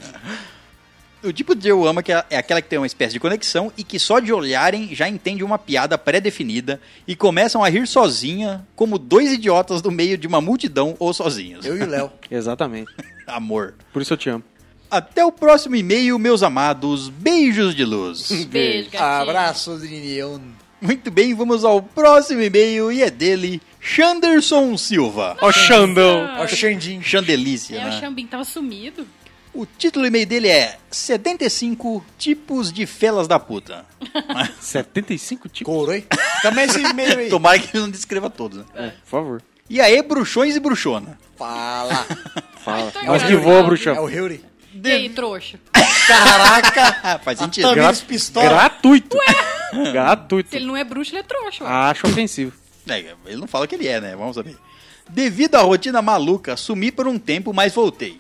O tipo de eu amo que é aquela que tem uma espécie de conexão e que só de olharem já entende uma piada pré-definida e começam a rir sozinha, como dois idiotas no meio de uma multidão ou sozinhos.
Eu e o Léo.
Exatamente.
Amor.
Por isso eu te amo.
Até o próximo e-mail, meus amados. Beijos de luz.
Beijo, gatinho.
Abraço, é um- Linion.
Muito bem, vamos ao próximo e-mail e é dele, Chanderson Silva.
Ó, Xandão.
É o Xandinho.
Chandelícia,
É,
né?
o Xambim tava sumido.
O título do e-mail dele é 75 tipos de felas da puta.
75 tipos?
Coroi? Também esse e-mail aí.
Tomara que ele não descreva todos, né?
É, por favor.
E aí, bruxões e bruxona.
Fala.
Fala.
Então,
Nós que
engraçado.
voa,
É
bruxão.
o Heury.
E aí, trouxa?
Caraca.
Faz sentido.
Tamires
Gra-
Pistola.
Gratuito. Gratuito.
Se ele não é bruxo, ele é trouxa. ué.
Acho ofensivo.
É, ele não fala que ele é, né? Vamos saber. Devido à rotina maluca, sumi por um tempo, mas voltei.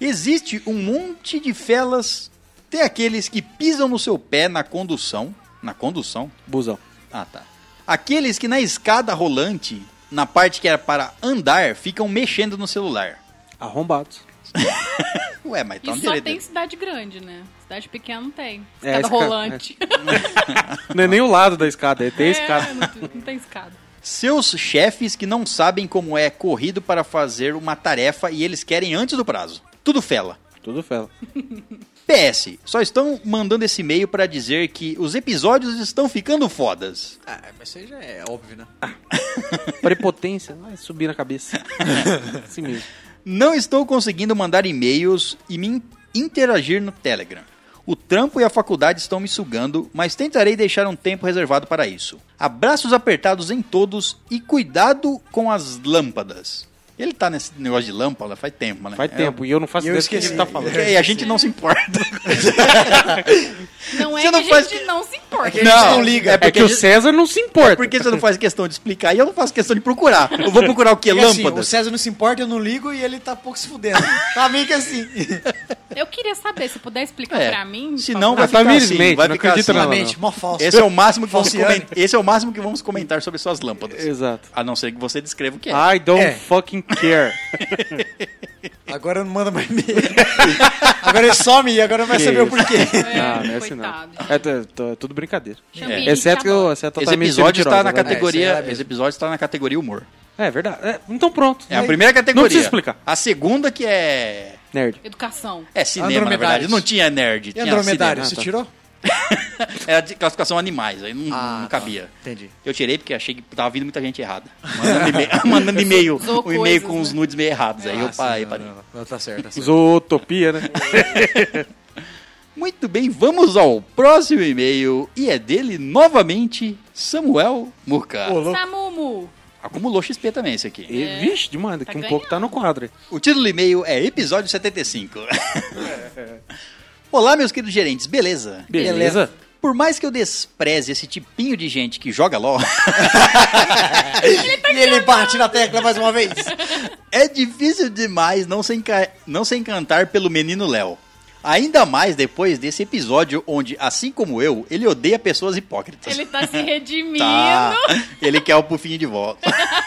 Existe um monte de felas. Tem aqueles que pisam no seu pé na condução. Na condução?
Busão.
Ah, tá. Aqueles que na escada rolante, na parte que era para andar, ficam mexendo no celular.
Arrombados.
Ué, mas tá
então
E
no
só
direito.
tem
dele.
cidade grande, né? Cidade pequena não tem.
É,
Escada
esca-
rolante.
Não é nem o lado da escada, é ter a
É,
escada.
não, tem- não tem escada.
Seus chefes que não sabem como é corrido para fazer uma tarefa e eles querem antes do prazo. Tudo fela.
Tudo fela.
PS, só estão mandando esse e-mail pra dizer que os episódios estão ficando fodas.
Ah, mas isso aí já é óbvio, né?
Prepotência, vai subir na cabeça. Assim mesmo.
Não estou conseguindo mandar e-mails e me in- interagir no Telegram. O trampo e a faculdade estão me sugando, mas tentarei deixar um tempo reservado para isso. Abraços apertados em todos e cuidado com as lâmpadas. Ele tá nesse negócio de lâmpada faz tempo, né?
Faz
É,
tempo, e eu não faço
E eu
ideia do que ele
esqueci.
tá falando.
E a gente não se importa.
Não
Você
é que
não
a gente
faz que-
não se importa.
não liga. É
É
porque,
que o César não se importa.
é porque você não faz questão de explicar e eu não faço questão de procurar. Eu vou procurar o quê?
E assim, o
Lâmpadas.
César não se importa, eu não ligo e ele tá pouco se fudendo. tá meio que assim.
Eu queria saber, se puder explicar
É,
pra mim.
se
por
não,
favor.
vai ficar
Infelizmente,
assim, vai
não
ficar
acredito
assim.
nela, não.
Realmente, mó falso.
Esse é o máximo que vamos
Falciane.
comentar. Esse é o máximo que vamos comentar sobre suas lâmpadas.
Exato. Ah,
A não ser que você descreva o que é.
I don't
É.
fucking care.
Agora não manda mais e-mail. agora ele some e agora vai
Que
saber o
isso.
porquê.
É,
não, não é assim não.
coitado.
É, tu- tu- é tudo brincadeira.
Chambique,
Exceto que eu,
acabou.
exceto
Esse
tá meio
episódio está
mentirosa,
na
vai ver.
categoria.
É, isso aí
esse episódio está na categoria humor.
É verdade. É, então pronto.
É a primeira categoria.
precisa explicar.
A segunda que é.
Nerd.
Educação.
É cinema, na
Andromedários.
verdade. Não tinha nerd.
E
Tinha
Andromedário,
cinema,
você
tá.
tirou?
cinema. Era de classificação animais. Aí não,
Ah,
não cabia.
Entendi.
Eu tirei porque achei que tava vindo muita gente errada. Mandando e-mail- Mandando e-mail.
Usou
Um e-mail
coisas,
com uns
né?
nudes meio errados. Aí eu parei. parei.
Não, não, tá certo, tá certo.
Zootopia, né?
Muito bem, vamos ao próximo e-mail. E é dele novamente, Samuel Murca.
Ô,
Tá,
louco.
Samumu.
Acumulou XP também esse aqui.
E, vixe, demais. Daqui
É. Tá
um pouco tá no quadro.
O título do e-mail é Episódio 75. Olá, meus queridos gerentes, beleza?
Beleza?
Por mais que eu despreze esse tipinho de gente que joga LOL,
E ele bate na tecla mais uma vez.
é difícil demais não se, enca- não se encantar pelo menino Léo. Ainda mais depois desse episódio onde, assim como eu, ele odeia pessoas hipócritas.
Ele tá se redimindo.
Tá. Ele quer o pufinho de volta.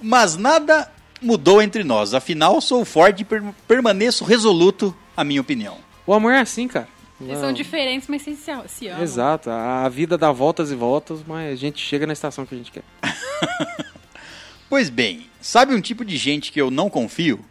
Mas nada mudou entre nós. Afinal, sou forte e per- permaneço resoluto, a minha opinião.
O amor é assim, cara.
Eles são diferentes, mas vocês se se amam.
Exato. A vida dá voltas e voltas, mas a gente chega na estação que a gente quer.
Pois bem, sabe um tipo de gente que eu não confio?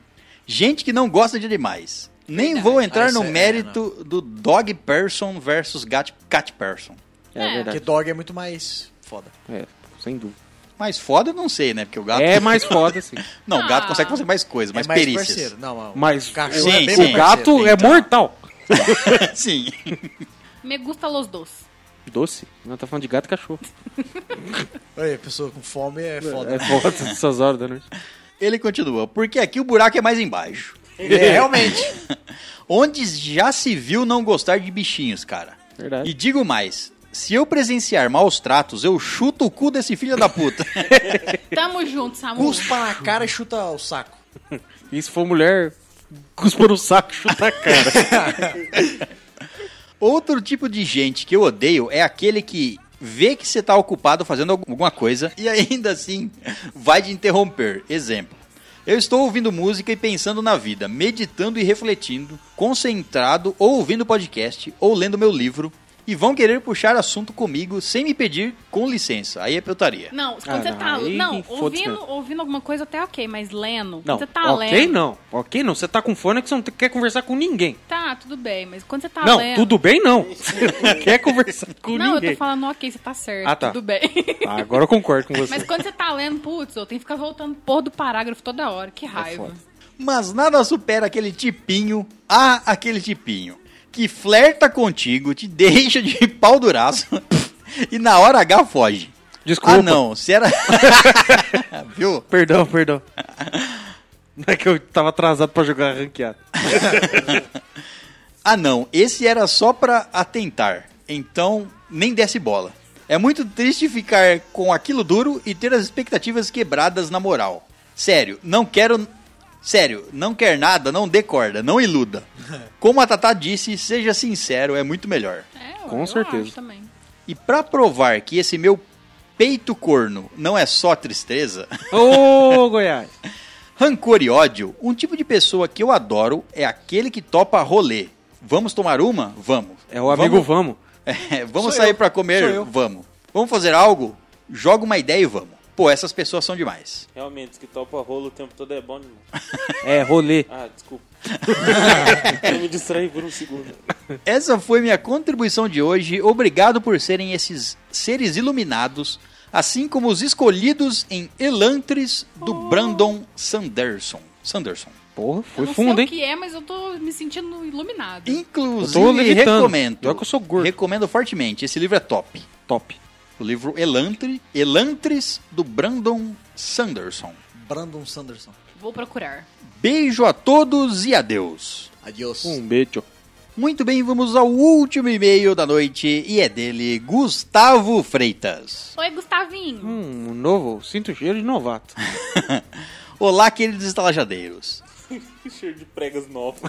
Gente que não gosta de animais. Nem vou entrar
Ah, isso
no
é-
mérito do dog person versus gat, cat person.
É,
É.
Porque
verdade.
dog é muito mais foda.
É, sem dúvida.
Mas foda eu não sei, né? Porque o gato.
É mais foda, assim.
Não, o gato
Ah.
consegue fazer mais coisas, mais,
é mais
perícias.
parceiro. Não, não.
Mas
cachorro
sim,
é bem
sim. Então.
mais
o gato
parceiro.
é mortal.
né?
Sim.
Me gusta los dos.
Doce. Não, tá falando de gato e cachorro.
Olha, pessoa com fome é foda.
É volta dessas horas da noite.
Ele continua. Porque aqui o buraco é mais embaixo.
É, realmente.
Onde já se viu não gostar de bichinhos, cara.
Verdade.
E digo mais, se eu presenciar maus tratos, eu chuto o cu desse filho da puta.
Tamo junto, Samumu.
Cuspa na cara e chuta o saco.
E se for mulher, cuspa no saco e chuta a cara.
Outro tipo de gente que eu odeio é aquele que vê que você tá ocupado fazendo algu- alguma coisa e ainda assim vai te interromper. Exemplo. Eu estou ouvindo música e pensando na vida, meditando e refletindo, concentrado ou ouvindo podcast ou lendo meu livro e vão querer puxar assunto comigo sem me pedir com licença. Aí é putaria.
Não, quando
Ah,
você
não,
tá.
aí
Não,
foda-se
ouvindo,
mesmo.
ouvindo alguma coisa até ok, mas lendo.
Não,
Você tá
ok
lendo.
não. Ok não, você tá com fone que você não te- quer conversar com ninguém.
Tá, tudo bem, mas quando você tá
não,
lendo.
tudo bem não. Você não quer conversar com
Não,
ninguém.
eu tô falando ok, você tá certo.
Ah, tá.
Tudo bem.
Ah, agora eu concordo com você.
Mas quando você tá lendo, putz, eu tenho que ficar voltando por do parágrafo toda hora. Que raiva.
É foda.
Mas nada supera aquele tipinho, ah, aquele tipinho, que flerta contigo, te deixa de pau duraço e na hora H foge.
Desculpa.
Ah, não, se era. Viu?
Perdão, perdão. Não é que eu tava atrasado pra jogar ranqueado.
Ah, não, esse era só pra atentar, então nem desce bola. É muito triste ficar com aquilo duro e ter as expectativas quebradas na moral. Sério, não quero. Sério, não quer nada, não dê corda, não iluda. Como a Tatá disse, seja sincero, é muito melhor.
É,
Com
eu acho
certeza.
também.
E pra provar que esse meu peito corno não é só tristeza,
Ô, Goiás.
rancor e ódio, um tipo de pessoa que eu adoro é aquele que topa rolê. Vamos tomar uma? Vamos.
É o amigo Vamos.
Vamos, É, vamos
Sou
sair
eu.
pra
Sou
comer?
eu.
Vamos. Vamos fazer algo? Joga uma ideia e vamos. Pô, essas pessoas são demais.
Realmente, que topa rolo o tempo todo é bom demais.
É, rolê.
Ah, desculpa. eu me distraí por um segundo.
Essa foi minha contribuição de hoje. Obrigado por serem esses seres iluminados assim como os escolhidos em Elantris do Brandon Sanderson. Sanderson.
Porra,
Eu
foi
não
fundo,
sei
hein?
o que é, mas eu tô me sentindo iluminado.
Eu tô
Inclusive,
levitando.
recomendo.
Olha que eu sou gordo.
Recomendo fortemente. Esse livro é top.
Top.
O livro Elantre, Elantris do Brandon Sanderson.
Brandon Sanderson.
Vou procurar.
Beijo a todos e adeus.
Adiós.
Um beijo.
Muito bem, vamos ao último e-mail da noite e é dele, Gustavo Freitas.
Oi, Gustavinho.
Hum, novo. Sinto cheiro de novato.
Olá, queridos estalajadeiros.
Que cheiro de pregas novas.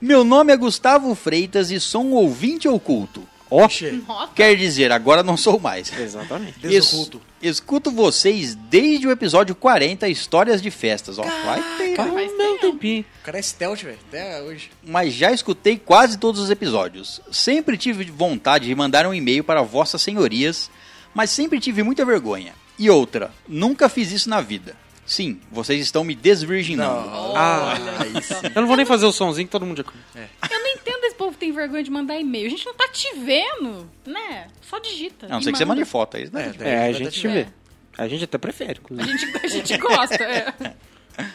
Meu nome é Gustavo Freitas e sou um ouvinte oculto.
Ó. É.
Nossa,
Quer dizer, agora não sou mais.
Exatamente.
Es-
Desoculto.
escuto vocês desde o episódio 40, Histórias de Festas. Ó, vai ter.
faz
Não, Ah, um tempinho.
O cara é stealth, velho. Até hoje.
mas já escutei quase todos os episódios. Sempre tive vontade de mandar um e-mail para vossas senhorias, mas sempre tive muita vergonha. E outra, nunca fiz isso na vida. Sim, vocês estão me desvirginando.
Ah,
Aí sim.
Eu não vou nem fazer o somzinho que todo mundo já conhece.
É,
eu não entendo esse povo que tem vergonha de mandar e-mail. A gente não tá te vendo, né? Só digita.
A não
e
sei que você
manda.
mande foto aí. né?
É, daí
É, a
vai
gente
até-
vê. A gente é até prefere.
A gente, a gente gosta. é.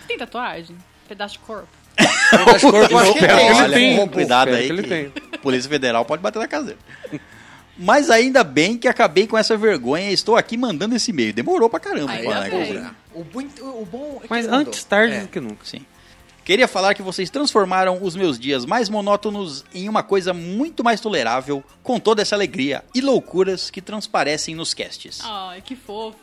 Tem tatuagem? Pedaço de corpo?
Acho que eu acho que
Espero
tem,
que ele
olha,
tenha.
um robô.
cuidado
Espero
aí.
que ele
que
tenha.
a Polícia Federal pode bater na caseira. Mas ainda bem que acabei com essa vergonha e estou aqui mandando esse e-mail. Demorou pra caramba. né,
Ainda
pra-
bem.
pra-
O bom, o bom é que
Mas
ele mandou.
antes tarde
É.
do que nunca.
Sim. Queria falar que vocês transformaram os meus dias mais monótonos em uma coisa muito mais tolerável, com toda essa alegria e loucuras que transparecem nos casts.
Ai, que fofo.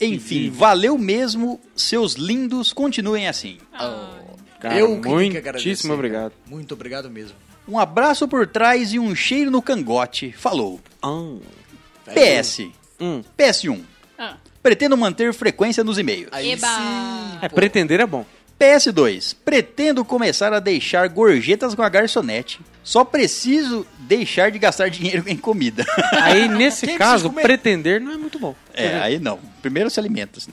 Enfim, valeu mesmo, seus lindos, continuem assim.
Ah.
Ai.
Cara,
eu que tenho que agradecer,
muitíssimo
cara.
obrigado.
Muito obrigado mesmo.
Um abraço por trás e um cheiro no cangote. Falou.
Ah,
É PS.
hum.
PS1.
Ah,
Pretendo manter frequência nos e-mails.
Aí
Eba.
sim.
É, pretender é bom.
PS2. Pretendo começar a deixar gorjetas com a garçonete. Só preciso deixar de gastar dinheiro em comida.
Aí, nesse
Quem
caso,
precisa comer?
pretender não é muito bom.
É, aí não. Primeiro se alimenta. assim.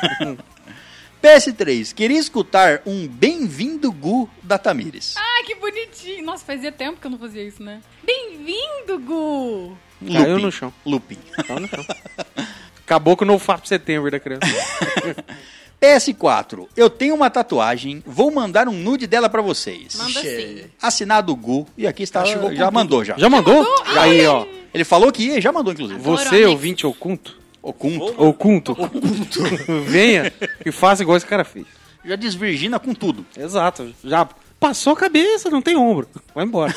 PS3. Queria escutar um Bem-vindo Gu da Tamires.
Ai, que bonitinho. Nossa, fazia tempo que eu não fazia isso, né? Bem-vindo, Gu!
Caiu no chão.
Lupin.
Tá no chão. Acabou com o novato setembro da criança.
PS4. Eu tenho uma tatuagem. Vou mandar um nude dela pra vocês.
Manda
Ixi,
sim.
Assinado Gu. E aqui está.
chegou com
Já
tudo.
mandou já.
Ah, Já mandou? Aí, ó.
Ele falou que ia, já mandou inclusive.
Vou-
Você, ouvinte oculto,
Oculto.
oculto, venha e faça igual esse cara fez.
Já desvirgina com tudo.
Exato. Já passou a cabeça, não tem ombro. Vai embora.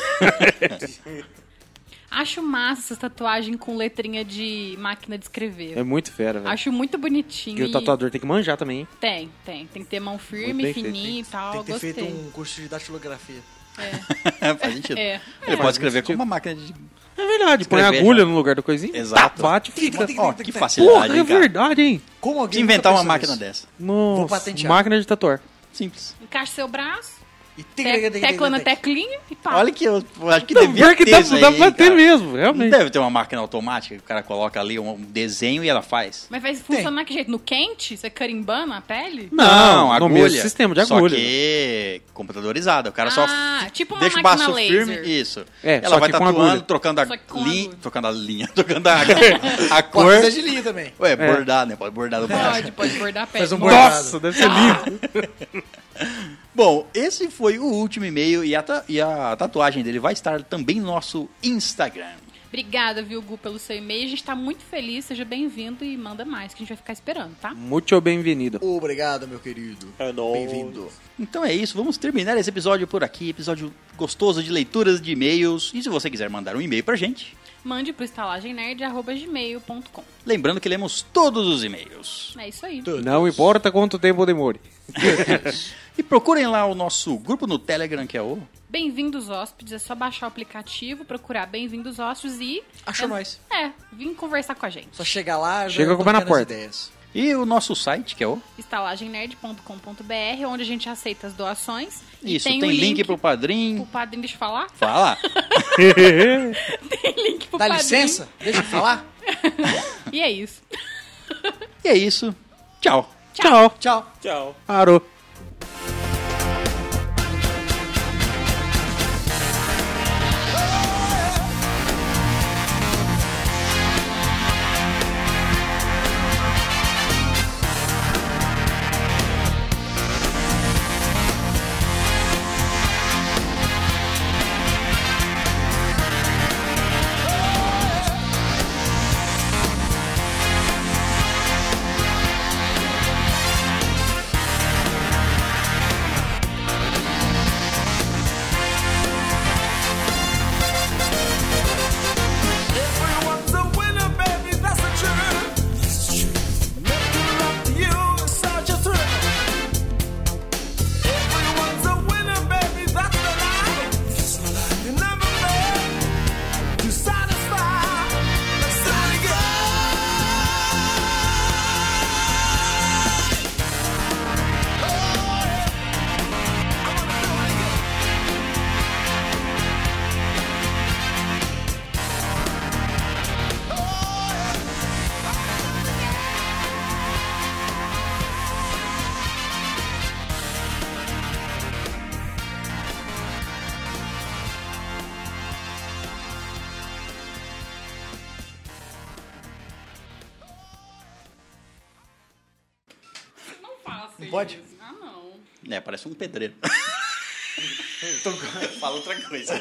Acho massa essas tatuagens com letrinha de máquina de escrever.
É muito fera, velho.
Acho muito bonitinho.
E o tatuador tem que manjar também, hein?
Tem, tem. Tem que ter mão
Muito
firme,
bem feito,
fininha e tal.
Tem que ter
Ah, Gostei.
feito um curso de datilografia.
Faz sentido.
É.
Ele pode
Faz
escrever
sentido.
como uma máquina de.
É verdade, põe
Escrever,
agulha
já.
no lugar do coisinho.
Exato.
Tá, bate, fica.
Tic, tic,
Ó,
tic,
que
tic, tic.
facilidade,
Porra, é
hein, cara.
verdade, hein?
Como alguém
De inventar
nunca
uma máquina
é
pensou nisso?
dessa.
Nossa,
Vou patentear.
máquina de tatuar.
Simples.
Encaixa seu braço,
E tic, tic,
te-
tic, tic,
tecla na
tic.
teclinha e pá.
Olha que eu eu acho que
Não,
devia
pior
ter
que dá,
isso aí,
dá
hein,
pra ter
cara.
mesmo,
Não
realmente.
deve ter uma máquina automática que o cara coloca ali um um desenho e ela faz.
Mas vai funcionar que jeito? No quente? Você carimbando a pele?
Não, no
agulha.
mesmo sistema de
Só
agulha.
que computadorizada. O cara só
Ah, tipo uma
deixa o
máquina
baço
laser.
firme. Isso.
É,
ela
só
vai
que com
tatuando,
agulha.
trocando a
Só que com
linha.
agulha.
Trocando a linha, trocando a,
É.
a
Pode
cor.
fazer de linha também.
Ué, bordar, né? Pode bordar no baixo.
Pode, pode bordar a pele.
Faz um
Nossa,
Nossa, deve ser lindo.
Bom, esse foi o último e-mail e a, ta- e a tatuagem dele vai estar também no nosso Instagram.
Obrigada, viu, Gu, pelo seu e-mail. A gente tá muito feliz, seja bem-vindo e manda mais, que a gente vai ficar esperando, tá?
Muito bem-vindo.
Obrigado, meu querido.
É nóis.
Bem-vindo.
Então é isso, vamos terminar esse episódio por aqui. Episódio gostoso de leituras de e-mails. E se você quiser mandar um e-mail pra gente,
Mande pro estalagemnerd.gmail.com.
lembrando que lemos todos os e-mails.
É isso aí.
Não importa quanto tempo demore.
E procurem lá o nosso grupo no Telegram, que é o.
Bem-vindos hóspedes, é só baixar o aplicativo, procurar Bem-vindos Hóspedes e...
Achou
é,
nós.
É, vim conversar com a gente.
Só chegar lá, já
Chega com o pé na
tocando as
porta.
ideias.
E o nosso site, que é o.
estalagemnerd.com.br, onde a gente aceita as doações. E
Isso, tem,
tem, o
link, pro
pro
padrinho.
padrinho, deixa eu falar.
Fala!
Tem link pro
Dá
padrinho.
licença? Deixa eu falar?
E é isso.
e é isso. Tchau!
Tchau.
Tchau.
Tchau.
Parou.
Thank
pode?
Ah, não.
É, parece um pedreiro. Fala outra coisa.